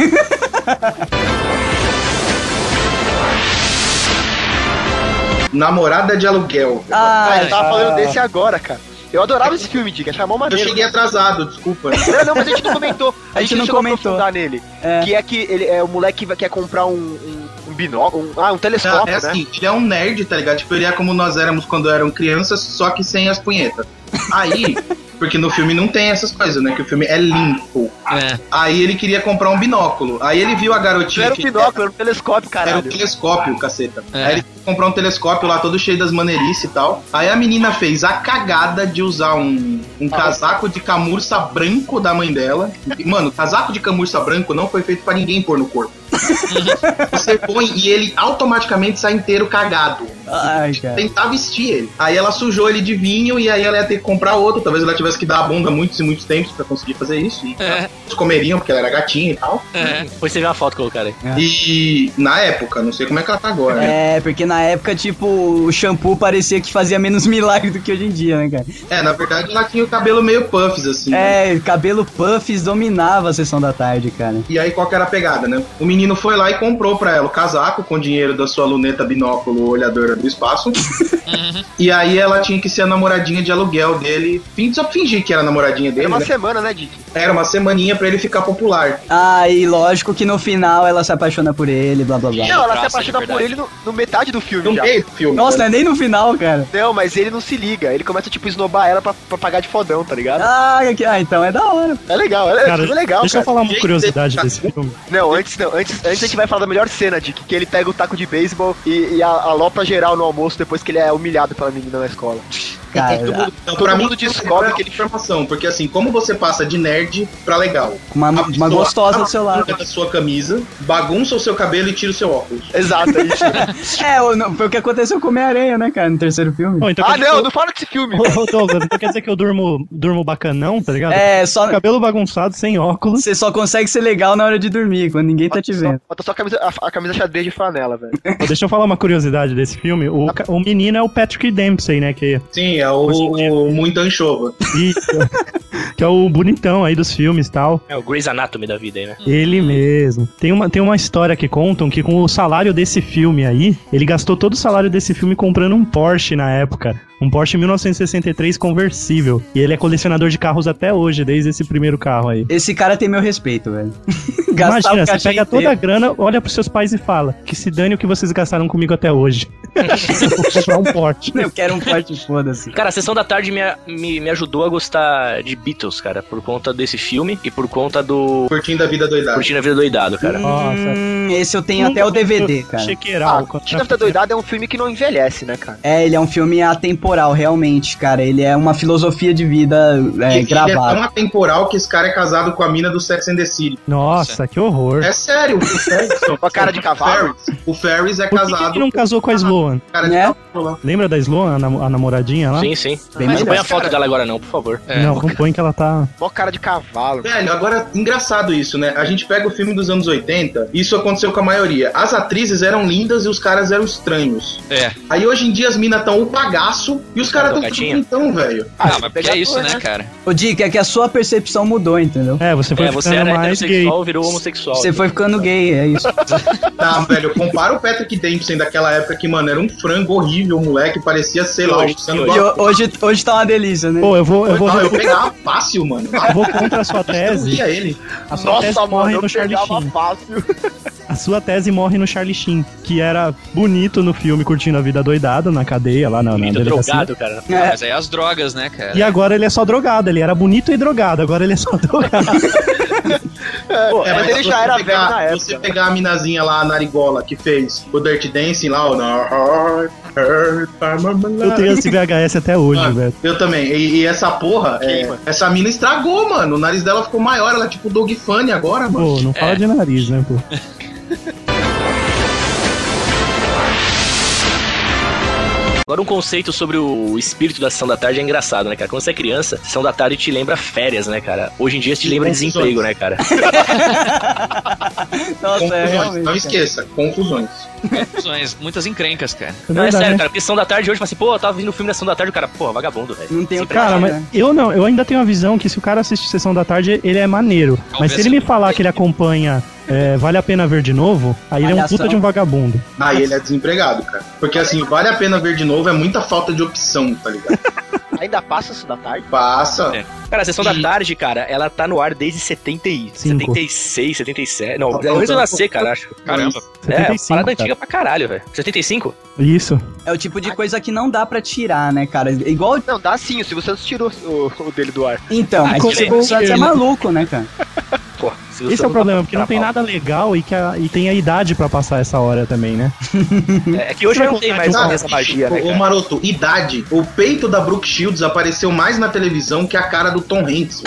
Speaker 4: Namorada de aluguel.
Speaker 9: é,
Speaker 7: Ah, eu
Speaker 1: Ah,
Speaker 7: tava falando desse agora, cara. Eu adorava esse filme, Diga, achava mó
Speaker 4: Eu
Speaker 7: maneiro. É
Speaker 4: cheguei atrasado, desculpa.
Speaker 7: Não, não, mas a gente não comentou.
Speaker 1: A gente não
Speaker 7: chegou a
Speaker 1: comentou.
Speaker 7: aprofundar nele.
Speaker 1: É.
Speaker 7: Que é que ele é o moleque que vai- quer comprar um, um, um binóculo. um- ah, um telescópio,
Speaker 4: É
Speaker 7: né?
Speaker 4: assim, ele é um nerd, tá ligado? Tipo, ele é como nós éramos quando eram crianças, só que sem as punhetas. Aí, porque no filme não tem essas coisas, né? Que o filme é limpo.
Speaker 8: É.
Speaker 4: Aí ele queria comprar um binóculo. Aí ele viu a
Speaker 7: Não
Speaker 4: garotinha.
Speaker 7: era um
Speaker 4: que-
Speaker 7: binóculo, era um telescópio,
Speaker 4: Era um
Speaker 7: caralho.
Speaker 4: telescópio, caceta.
Speaker 8: É.
Speaker 4: Aí ele foi comprar um telescópio lá todo cheio das maneirices e tal. Aí a menina fez a cagada de usar um, um casaco de camurça branco da mãe dela. E, Mano, casaco de camurça branco não foi feito pra ninguém pôr no corpo. Você põe e ele automaticamente sai inteiro cagado.
Speaker 9: é,
Speaker 1: ai, cara.
Speaker 4: Tentar vestir ele. Aí ela sujou ele de vinho e aí ela ia ter que comprar outro. Talvez ela tivesse que dar a bunda muitos e muitos tempos pra conseguir fazer isso. E
Speaker 8: É.
Speaker 4: eles comeriam porque ela era gatinha e tal.
Speaker 9: Depois você vê uma foto com o cara aí.
Speaker 4: E na época, não sei como é que ela tá agora. né?
Speaker 1: É, porque na época, tipo, o shampoo parecia que fazia menos milagre do que hoje em dia, né, cara?
Speaker 4: É, na verdade ela tinha o cabelo meio puffs, assim. né?
Speaker 1: É, cabelo puffs dominava a sessão da tarde, cara.
Speaker 4: E aí qual que era a pegada, né? O menino foi lá e comprou pra ela o casaco com o dinheiro da sua luneta binóculo olhadora Ranger do espaço. E aí ela tinha que ser a namoradinha de aluguel dele. Fin- Só fingir que era a namoradinha dele.
Speaker 7: Era uma
Speaker 4: né?
Speaker 7: semana, né, Dick?
Speaker 4: Era uma semaninha pra ele ficar popular.
Speaker 1: Ah, e lógico que no final ela se apaixona por ele, blá blá blá.
Speaker 7: Não, ela se
Speaker 8: praça, de
Speaker 7: apaixona por
Speaker 8: verdade.
Speaker 7: ele no, no metade do filme
Speaker 4: Não
Speaker 7: já.
Speaker 4: tem um filme. né?
Speaker 1: Nossa, não é nem no final, cara.
Speaker 7: Não, mas ele não se liga. Ele começa, tipo, a esnobar ela pra, pra pagar de fodão, tá ligado?
Speaker 1: Ah, que- ah, então é da hora.
Speaker 7: É legal, é,
Speaker 3: Cara, tá
Speaker 7: é legal,
Speaker 3: deixa eu
Speaker 7: cara.
Speaker 3: falar uma curiosidade desse filme.
Speaker 7: Não, antes não. Antes, antes a gente vai falar da melhor cena, Dick, que ele pega o taco de beisebol e, e a, alopra geral no almoço depois que ele é humilhado pela menina na escola.
Speaker 1: Cara,
Speaker 4: Não,
Speaker 7: todo
Speaker 4: Então, pra mim,
Speaker 7: mundo descobre
Speaker 4: aquele informação, porque assim, como você passa de nerd pra legal?
Speaker 1: uma,
Speaker 4: A
Speaker 1: uma
Speaker 4: pessoa
Speaker 1: gostosa do
Speaker 4: arranca
Speaker 1: seu lado.
Speaker 4: da sua camisa, bagunça o seu cabelo e tira o seu óculos.
Speaker 7: Exato, é isso.
Speaker 1: É, o- não, foi o que aconteceu com o Homem-Aranha, né, cara, no terceiro filme.
Speaker 3: Bom, então
Speaker 7: ah,
Speaker 3: quer dizer
Speaker 7: não,
Speaker 3: que
Speaker 7: não fala desse filme.
Speaker 3: eu- Ô, ô, Douglas, então quer dizer que eu durmo, durmo bacanão, tá ligado?
Speaker 1: É, só.
Speaker 3: Cabelo bagunçado, sem óculos.
Speaker 1: Você só consegue ser legal na hora de dormir, quando ninguém tá te vendo.
Speaker 7: Bota só a camisa, a, a camisa xadrez de flanela, velho.
Speaker 3: Deixa eu falar uma curiosidade desse filme.
Speaker 1: Ah.
Speaker 3: O, ca- o menino é o Patrick Dempsey, né? Que,
Speaker 4: Sim, é o, o muito anchova.
Speaker 3: e- que é o bonitão aí dos filmes e tal.
Speaker 9: É o Grey's Anatomy da vida aí, né?
Speaker 3: Ele mesmo. Tem uma, tem uma história que contam que com o salário desse filme aí, ele gastou todo o salário desse filme comprando um Porsche na época. Um Porsche 1963 conversível. E ele é colecionador de carros até hoje, desde esse primeiro carro aí.
Speaker 1: Esse cara tem meu respeito, velho.
Speaker 3: Imagina, você
Speaker 1: cachê
Speaker 3: pega toda
Speaker 1: inteiro.
Speaker 3: a grana, olha pros seus pais e fala: Que se dane o que vocês gastaram comigo até hoje. Eu vou comprar um Porsche.
Speaker 1: Eu quero um forte foda-se.
Speaker 9: Cara, a sessão da tarde me, me, me ajudou a gostar de Beatles, cara, por conta desse filme e por conta do
Speaker 4: Curtindo a vida doidada.
Speaker 9: Curtindo a Vida Doidado, cara.
Speaker 3: Nossa.
Speaker 1: Hum, esse eu tenho até o DVD, cara.
Speaker 3: Chequeiral.
Speaker 7: Ah, Tina Vida Doidada é um filme que não envelhece, né, cara?
Speaker 1: É, ele é um filme atemporal, realmente, cara. Ele é uma filosofia de vida é,
Speaker 4: Que ele é tão
Speaker 1: gravada.
Speaker 4: atemporal que esse cara é casado com a mina do Sex and the City.
Speaker 3: Nossa, que horror.
Speaker 4: É sério, o Ferris.
Speaker 7: Com a cara de cavalo.
Speaker 4: Ferris- O Ferris é
Speaker 3: Por que que,
Speaker 4: casado
Speaker 3: ele não casou com a Sloan?
Speaker 4: com a cara então. de
Speaker 1: Né?
Speaker 4: cavalo lá.
Speaker 3: Lembra da Sloan, a, namo- a namoradinha lá?
Speaker 9: Sim, sim.
Speaker 1: Bem
Speaker 9: Mas não põe
Speaker 1: melhor.
Speaker 9: a foto dela agora não, por favor.
Speaker 8: É.
Speaker 3: Não, não põe que ela tá.
Speaker 7: Mó cara de cavalo.
Speaker 4: Velho, agora, é engraçado isso, né? A gente pega o filme dos anos 80, e isso aconteceu com a maioria. As atrizes eram lindas e os caras eram estranhos.
Speaker 8: É.
Speaker 4: Aí hoje em dia as minas tão o bagaço e os caras
Speaker 9: Cara do
Speaker 4: tão tudo
Speaker 9: gatinho.
Speaker 4: então, velho.
Speaker 8: Ah, mas porque é isso, né, cara?
Speaker 1: O Dick, é que a sua percepção mudou, entendeu?
Speaker 3: É, você foi
Speaker 9: É, você
Speaker 3: ficando
Speaker 9: era
Speaker 3: mais gay.
Speaker 9: heterossexual, virou homossexual.
Speaker 1: Você foi ficando gay, é isso.
Speaker 4: Tá, velho, compara o Patrick Dempsey daquela época que, mano, era um frango horrível, moleque, parecia, sei lá, o Luciano
Speaker 1: E ho- hoje, hoje tá uma delícia, né?
Speaker 3: Pô, eu vou, eu
Speaker 4: Eu,
Speaker 3: vou,
Speaker 4: não, eu
Speaker 3: eu
Speaker 4: pegava fácil, mano.
Speaker 3: vou contra a sua tese.
Speaker 4: Via ele.
Speaker 3: A sua tese
Speaker 7: Nossa,
Speaker 3: morre
Speaker 7: mano,
Speaker 3: no
Speaker 7: eu
Speaker 3: Charlie
Speaker 7: pegava
Speaker 3: Sheen.
Speaker 7: fácil.
Speaker 3: A sua tese morre no Charlie Sheen, que era bonito no filme Curtindo a Vida Doidado, na cadeia, lá na, na
Speaker 9: Muito
Speaker 3: delegacia.
Speaker 9: é drogado, cara.
Speaker 8: Ah,
Speaker 1: É.
Speaker 8: Mas aí as drogas, né, cara?
Speaker 3: E agora ele é só drogado. Ele era bonito e drogado, agora ele é só drogado.
Speaker 8: É,
Speaker 7: Pô, É, mas ele
Speaker 4: É, se
Speaker 7: já
Speaker 4: você
Speaker 7: era velho
Speaker 4: pegar-
Speaker 7: na
Speaker 4: Se você
Speaker 7: época.
Speaker 4: pegar a minazinha lá, a Narigola, que fez o Dirty Dancing lá, o... Now I hurt my mind.
Speaker 3: Eu tenho esse VHS até hoje,
Speaker 4: Mano,
Speaker 3: velho.
Speaker 4: Eu também. E, e essa porra, é, essa mina estragou, mano. O nariz dela ficou maior. Ela é tipo Dog Funny agora, mano.
Speaker 3: Pô, não fala
Speaker 9: É.
Speaker 3: de nariz, né, pô?
Speaker 9: Agora um conceito sobre o espírito da sessão da tarde é engraçado, né, cara? Quando você é criança, sessão da tarde te lembra férias, né, cara? Hoje em dia te lembra
Speaker 4: Confusões.
Speaker 9: desemprego, né, cara?
Speaker 3: É
Speaker 1: Nossa, é
Speaker 4: confusões.
Speaker 1: realmente.
Speaker 4: não
Speaker 1: cara.
Speaker 4: esqueça, confusões.
Speaker 8: Confusões, Muitas encrencas, cara.
Speaker 3: É
Speaker 9: Não, é
Speaker 3: verdade,
Speaker 9: sério,
Speaker 3: né?
Speaker 9: cara. Porque sessão da tarde hoje, fala assim, pô, eu tava vindo o filme da sessão da tarde, o cara, pô, vagabundo, velho.
Speaker 1: Não tem o
Speaker 3: Cara, mas eu não, eu ainda tenho a visão que se o cara assiste Sessão da Tarde, ele é maneiro. Mas se ele me falar que ele acompanha é, Vale a Pena Ver de Novo, aí ele é um
Speaker 1: Palhação.
Speaker 3: puta de um vagabundo.
Speaker 4: Aí ele é desempregado, cara. Porque assim, vale a pena ver de novo, é muita falta de opção, tá ligado?
Speaker 7: Ainda passa isso da tarde?
Speaker 4: Passa.
Speaker 8: É.
Speaker 9: Cara, a sessão da tarde, cara, ela tá no ar desde 70 e...
Speaker 3: Cinco. um
Speaker 9: 76, 77. Não,
Speaker 4: Tá
Speaker 9: pelo menos eu
Speaker 4: bom.
Speaker 9: nasci, cara, acho.
Speaker 8: Caramba.
Speaker 9: É,
Speaker 3: 75,
Speaker 9: parada
Speaker 3: cara.
Speaker 9: antiga pra caralho, velho. 75?
Speaker 3: Isso.
Speaker 1: É o tipo de coisa que não dá pra tirar, né, cara? Igual.
Speaker 7: Não, dá sim, se você tirou o, o dele do ar.
Speaker 1: Então,
Speaker 9: Ah,
Speaker 1: é
Speaker 9: com
Speaker 1: tipo,
Speaker 9: certeza.
Speaker 1: você é maluco, né, cara?
Speaker 9: Pô, se você
Speaker 3: Esse é o
Speaker 9: não-
Speaker 3: problema, porque não tem
Speaker 9: Carnaval.
Speaker 3: nada legal e, que a- e tem a idade pra passar essa hora também, né?
Speaker 9: É que hoje não tem mais
Speaker 4: Cara,
Speaker 9: essa magia, né,
Speaker 4: Ô, ô
Speaker 9: cara?
Speaker 4: maroto, idade. O peito da Brooke Shields apareceu mais na televisão que a cara do Tom Hanks.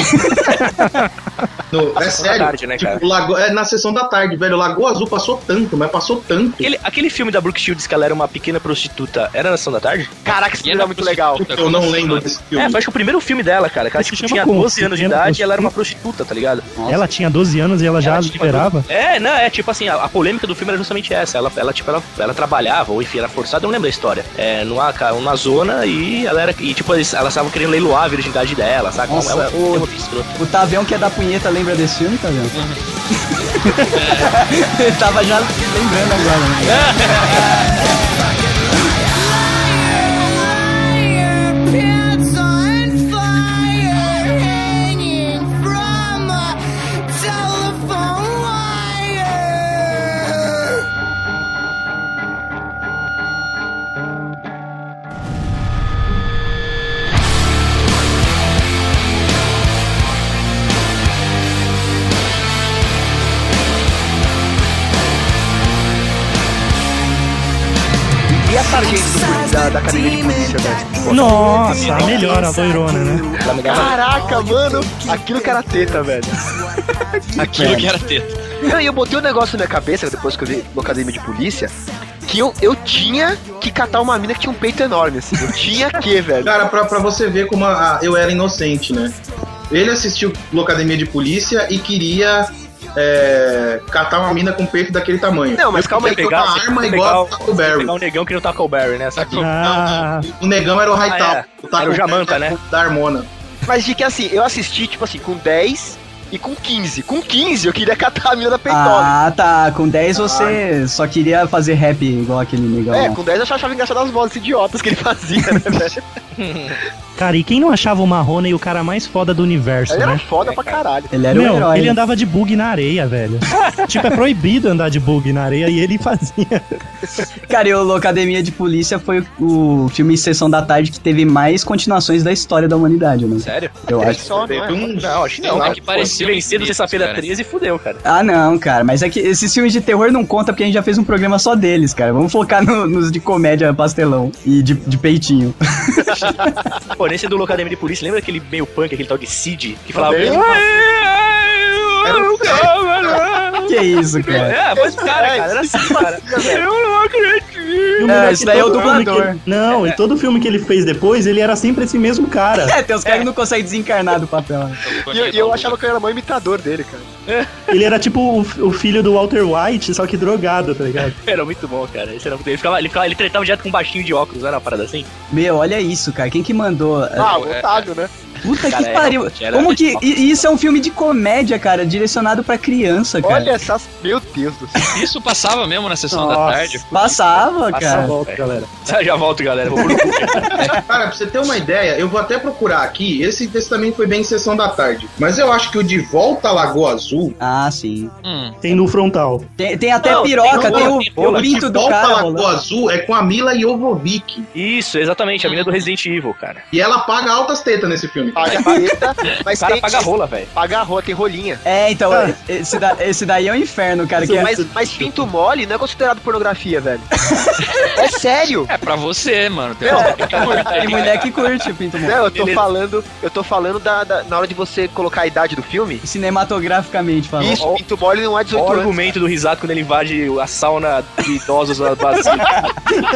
Speaker 4: No- é
Speaker 9: Sessão da
Speaker 4: sério.
Speaker 9: tarde, né, cara?
Speaker 4: tipo, Lago- é na sessão da tarde, velho. Lagoa Azul passou tanto, mas passou tanto.
Speaker 9: Aquele, aquele filme da Brooke Shields que ela era uma pequena prostituta, era na sessão da tarde?
Speaker 7: Caraca, isso
Speaker 8: E
Speaker 7: não é
Speaker 8: era
Speaker 7: muito
Speaker 8: prostituta,
Speaker 7: legal.
Speaker 8: como
Speaker 4: Eu não
Speaker 8: assim,
Speaker 4: lembro
Speaker 8: mano?
Speaker 4: desse
Speaker 9: É,
Speaker 4: filme.
Speaker 9: acho que o primeiro filme dela, cara. que Ela
Speaker 3: Mas se chama
Speaker 9: tipo, tinha
Speaker 3: como?
Speaker 9: 12 anos de
Speaker 3: Pequena
Speaker 9: idade e ela era uma prostituta, tá ligado?
Speaker 3: Ela tinha 12 anos e ela já
Speaker 9: Ela tinha
Speaker 3: liberava.
Speaker 9: É, não, é tipo assim, a, a polêmica do filme era justamente essa. Ela, ela tipo, ela, ela trabalhava, ou enfim, era forçada, eu não lembro da história. É, numa, ca- numa zona e ela era. E tipo, eles- elas estavam querendo leiloar a virgindade dela, saca?
Speaker 1: Nossa,
Speaker 9: ela,
Speaker 1: o-
Speaker 9: ela, ela,
Speaker 1: O Tavião que é da punheta lembra desse filme, Tavião? É. Ele tava já lembrando agora, né?
Speaker 5: pants on fire, hanging from a telephone wire.
Speaker 7: E a sargento do guri- da, da academia de né? polícia, velho?
Speaker 3: Nossa, a melhor, a loirona, né?
Speaker 7: Ela me dava- Caraca, mano, aquilo que era teta, velho.
Speaker 8: Aquilo que era teta.
Speaker 7: Não, e eu botei um negócio na minha cabeça, depois que eu vi no academia de polícia, que eu, eu tinha que catar uma mina que tinha um peito enorme, assim. Eu tinha que, velho.
Speaker 4: Cara, pra, pra você ver como a- a- eu era inocente, né? Ele assistiu Locademia de Polícia e queria é, catar uma mina com peito daquele tamanho.
Speaker 7: Não, mas
Speaker 4: Eu
Speaker 7: calma aí,
Speaker 4: queria
Speaker 9: pegar-
Speaker 4: tocar uma
Speaker 9: você
Speaker 4: arma
Speaker 9: quer
Speaker 4: igual
Speaker 9: pegar
Speaker 4: a Taco Berry.
Speaker 9: Pegar um negão que não tá com o Barry, né? Sabe?
Speaker 3: Ah,
Speaker 4: O negão era o
Speaker 9: Ah,
Speaker 4: Raital.
Speaker 9: é. Era o Jamanta, né?
Speaker 4: Da Harmona.
Speaker 7: Mas de que assim, eu assisti, tipo assim, com 10 e com 15. Com 15 eu queria catar a mina da peitosa.
Speaker 1: Ah, tá. Com 10 você só queria fazer rap igual aquele negão.
Speaker 7: É,
Speaker 1: lá.
Speaker 7: com 10 eu achava engraçado as vozes idiotas que ele fazia, né, velho?
Speaker 3: cara, e quem não achava o Marrone o cara mais foda do universo,
Speaker 7: Ele era
Speaker 3: né?
Speaker 7: foda pra caralho.
Speaker 1: Ele era o
Speaker 3: Meu,
Speaker 1: um herói.
Speaker 3: ele andava de bug na areia, velho. tipo, é proibido andar de bug na areia e ele fazia.
Speaker 1: Cara, e o Academia de Polícia foi o o filme Sessão da Tarde que teve mais continuações da história da humanidade, né?
Speaker 9: Sério?
Speaker 1: Eu
Speaker 7: Ele
Speaker 1: acho.
Speaker 7: só, não é?
Speaker 4: Teve um-
Speaker 9: Não, acho que não.
Speaker 8: Não,
Speaker 9: cara.
Speaker 8: é que parecia
Speaker 9: Se vencer do
Speaker 8: um
Speaker 9: sexta-feira
Speaker 8: cara.
Speaker 9: 13, fudeu, cara.
Speaker 1: Ah, não, cara, mas é que esses filmes de terror não conta porque a gente já fez um programa só deles, cara. Vamos focar no- nos de comédia pastelão e de, de peitinho.
Speaker 9: Pô, nesse do Locademia de Polícia, lembra aquele meio punk, aquele tal de Cid, que falava.
Speaker 4: Também.
Speaker 9: Eu não quero,
Speaker 1: Que isso, cara?
Speaker 9: É, mas o cara, cara, era assim, cara. Eu não acredito.
Speaker 3: E o
Speaker 1: É,
Speaker 3: melhor
Speaker 1: esse
Speaker 3: que
Speaker 1: daí é
Speaker 3: todo
Speaker 1: o
Speaker 3: filme
Speaker 1: dublador.
Speaker 3: que- Não, e todo filme que ele fez depois, ele era sempre esse mesmo cara.
Speaker 1: É, tem os caras que não conseguem desencarnar do papel. né?
Speaker 7: E eu, e eu achava que eu era maior imitador dele, cara.
Speaker 3: Ele era tipo o, o filho do Walter White, só que drogado, tá ligado?
Speaker 9: Era muito bom, cara. Esse era muito... ele, ficava, ele, ficava, ele tretava direto com um baixinho de óculos, não era uma parada assim?
Speaker 1: Meu, olha isso, cara. Quem que mandou?
Speaker 7: Ah, o Otávio, né?
Speaker 1: Puta
Speaker 9: Cara,
Speaker 1: que
Speaker 9: é,
Speaker 1: pariu.
Speaker 9: realmente era-
Speaker 1: Como que. e- Isso é um filme de comédia, cara, direcionado pra criança, é, cara.
Speaker 7: Olha essas. Meu Deus do céu.
Speaker 8: Isso passava mesmo na sessão da
Speaker 3: Nossa.
Speaker 8: tarde.
Speaker 1: Passava,
Speaker 3: Passa a
Speaker 1: cara.
Speaker 3: volta, galera.
Speaker 9: Já, já volto, galera. Vou pro
Speaker 4: Cara, pra você ter uma ideia, eu vou até procurar aqui. Esse texto também foi bem em Sessão da Tarde. Mas eu acho que o De Volta à Lagoa Azul.
Speaker 1: Ah, sim.
Speaker 8: Hum.
Speaker 3: Tem no frontal.
Speaker 1: Tem, tem até
Speaker 9: Não,
Speaker 1: piroca,
Speaker 9: tem um
Speaker 1: tem,
Speaker 9: rola, tem
Speaker 1: o, o
Speaker 9: rola.
Speaker 1: brinco
Speaker 4: de
Speaker 1: do
Speaker 4: Volta à
Speaker 1: cara
Speaker 4: Lagoa
Speaker 1: rolando.
Speaker 4: Azul é com a Mila Jovovic.
Speaker 9: Isso, exatamente, a menina do Resident Evil, cara.
Speaker 4: E ela paga altas tetas nesse filme.
Speaker 7: Paga a paleta, mas
Speaker 9: O cara
Speaker 7: tem.
Speaker 9: paga rola, velho.
Speaker 7: Paga a rola, tem rolinha.
Speaker 1: É, então, esse, da- esse daí é um inferno, cara. Que é-
Speaker 7: Mas, mas pinto mole não é considerado pornografia, velho. É sério.
Speaker 8: É pra você, mano. Tem
Speaker 7: Não, é
Speaker 9: tá
Speaker 1: tem mulher que curte o Pinto Monte.
Speaker 7: Não, eu tô
Speaker 9: Beleza.
Speaker 7: falando, eu tô falando da, da- na hora de você colocar a idade do filme.
Speaker 1: Cinematograficamente falando.
Speaker 7: Isso, pinto mole não é 18
Speaker 9: Olha o
Speaker 7: anos.
Speaker 9: argumento do Risato quando ele invade a sauna de idosos lá do Brasil.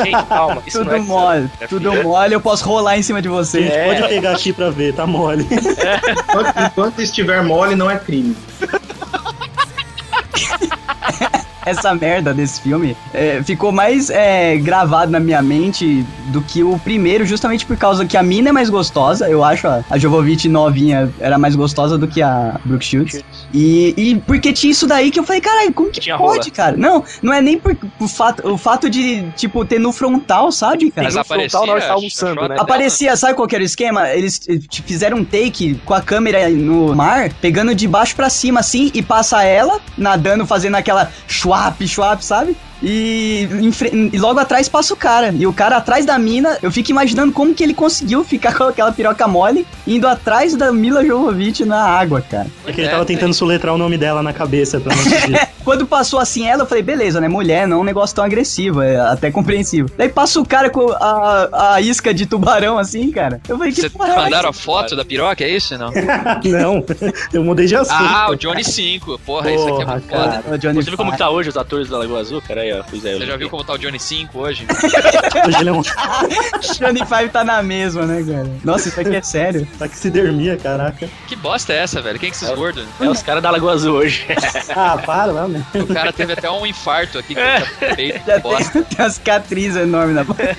Speaker 9: Gente, calma, isso
Speaker 1: tudo
Speaker 9: não é...
Speaker 1: mole,
Speaker 9: é
Speaker 1: tudo
Speaker 9: filha. É.
Speaker 1: mole, eu posso rolar em cima de
Speaker 3: A
Speaker 1: vocês.
Speaker 3: gente
Speaker 8: É.
Speaker 3: pode pegar aqui pra ver, tá mole.
Speaker 4: Enquanto, enquanto estiver mole, não é crime.
Speaker 1: Essa merda desse filme é, ficou mais é, gravado na minha mente do que o primeiro, justamente por causa que a mina é mais gostosa, eu acho a, a Jovovich novinha era mais gostosa do que a Brooke Shields. E, e porque tinha isso daí que eu falei, caralho, como que
Speaker 9: Tinha
Speaker 1: pode,
Speaker 9: rola.
Speaker 1: cara? Não, não é nem por, por fato, o fato de, tipo, ter no frontal, sabe, cara?
Speaker 8: Mas
Speaker 9: no
Speaker 8: aparecia.
Speaker 9: frontal na hora que tá
Speaker 8: acho-
Speaker 9: almoçando,
Speaker 8: acho
Speaker 9: né?
Speaker 8: uma tela.
Speaker 1: Aparecia, sabe qual que era o esquema? Eles eh, te fizeram um take com a câmera no mar, pegando de baixo pra cima assim, e passa ela, nadando, fazendo aquela chuap, chuap, sabe? E, em fre- e logo atrás passa o cara. E o cara atrás da mina, eu fico imaginando como que ele conseguiu ficar com aquela piroca mole, indo atrás da Mila Jovovich na água, cara.
Speaker 3: Porque ele
Speaker 8: né?
Speaker 3: tava tentando soletrar o nome dela na cabeça pra não assistir.
Speaker 1: Quando passou assim ela, eu falei, beleza, né? Mulher, não é um negócio tão agressivo, é até compreensível. Daí passa o cara com a, a isca de tubarão assim, cara. Eu falei, que
Speaker 8: Você
Speaker 1: porra é essa?
Speaker 8: mandaram a foto da piroca, é isso? Não.
Speaker 3: não, eu mudei de assunto.
Speaker 8: Ah, o Johnny 5. Porra, isso aqui é
Speaker 3: Porra,
Speaker 8: muito foda.
Speaker 1: Ô, Johnny
Speaker 9: Você viu como que
Speaker 1: Five.
Speaker 9: tá hoje os atores da Lagoa Azul? Cara, aí, ó, pois é,
Speaker 8: Você
Speaker 9: eu
Speaker 8: já
Speaker 9: lembrei.
Speaker 8: viu como tá o Johnny 5 hoje? Ah.
Speaker 3: Hoje ele é um
Speaker 1: Johnny Five tá na mesma, né, cara? Nossa, isso aqui é sério.
Speaker 3: taxidermia, caraca.
Speaker 8: Que bosta é essa, velho? Quem é que esses gordos?
Speaker 9: É os caras da Lagoa Azul hoje.
Speaker 3: Ah, para lá, né?
Speaker 8: O cara teve até um infarto aqui. Que tá feito,
Speaker 1: Já
Speaker 8: bosta.
Speaker 1: tem, tem uma cicatriz enorme na boca.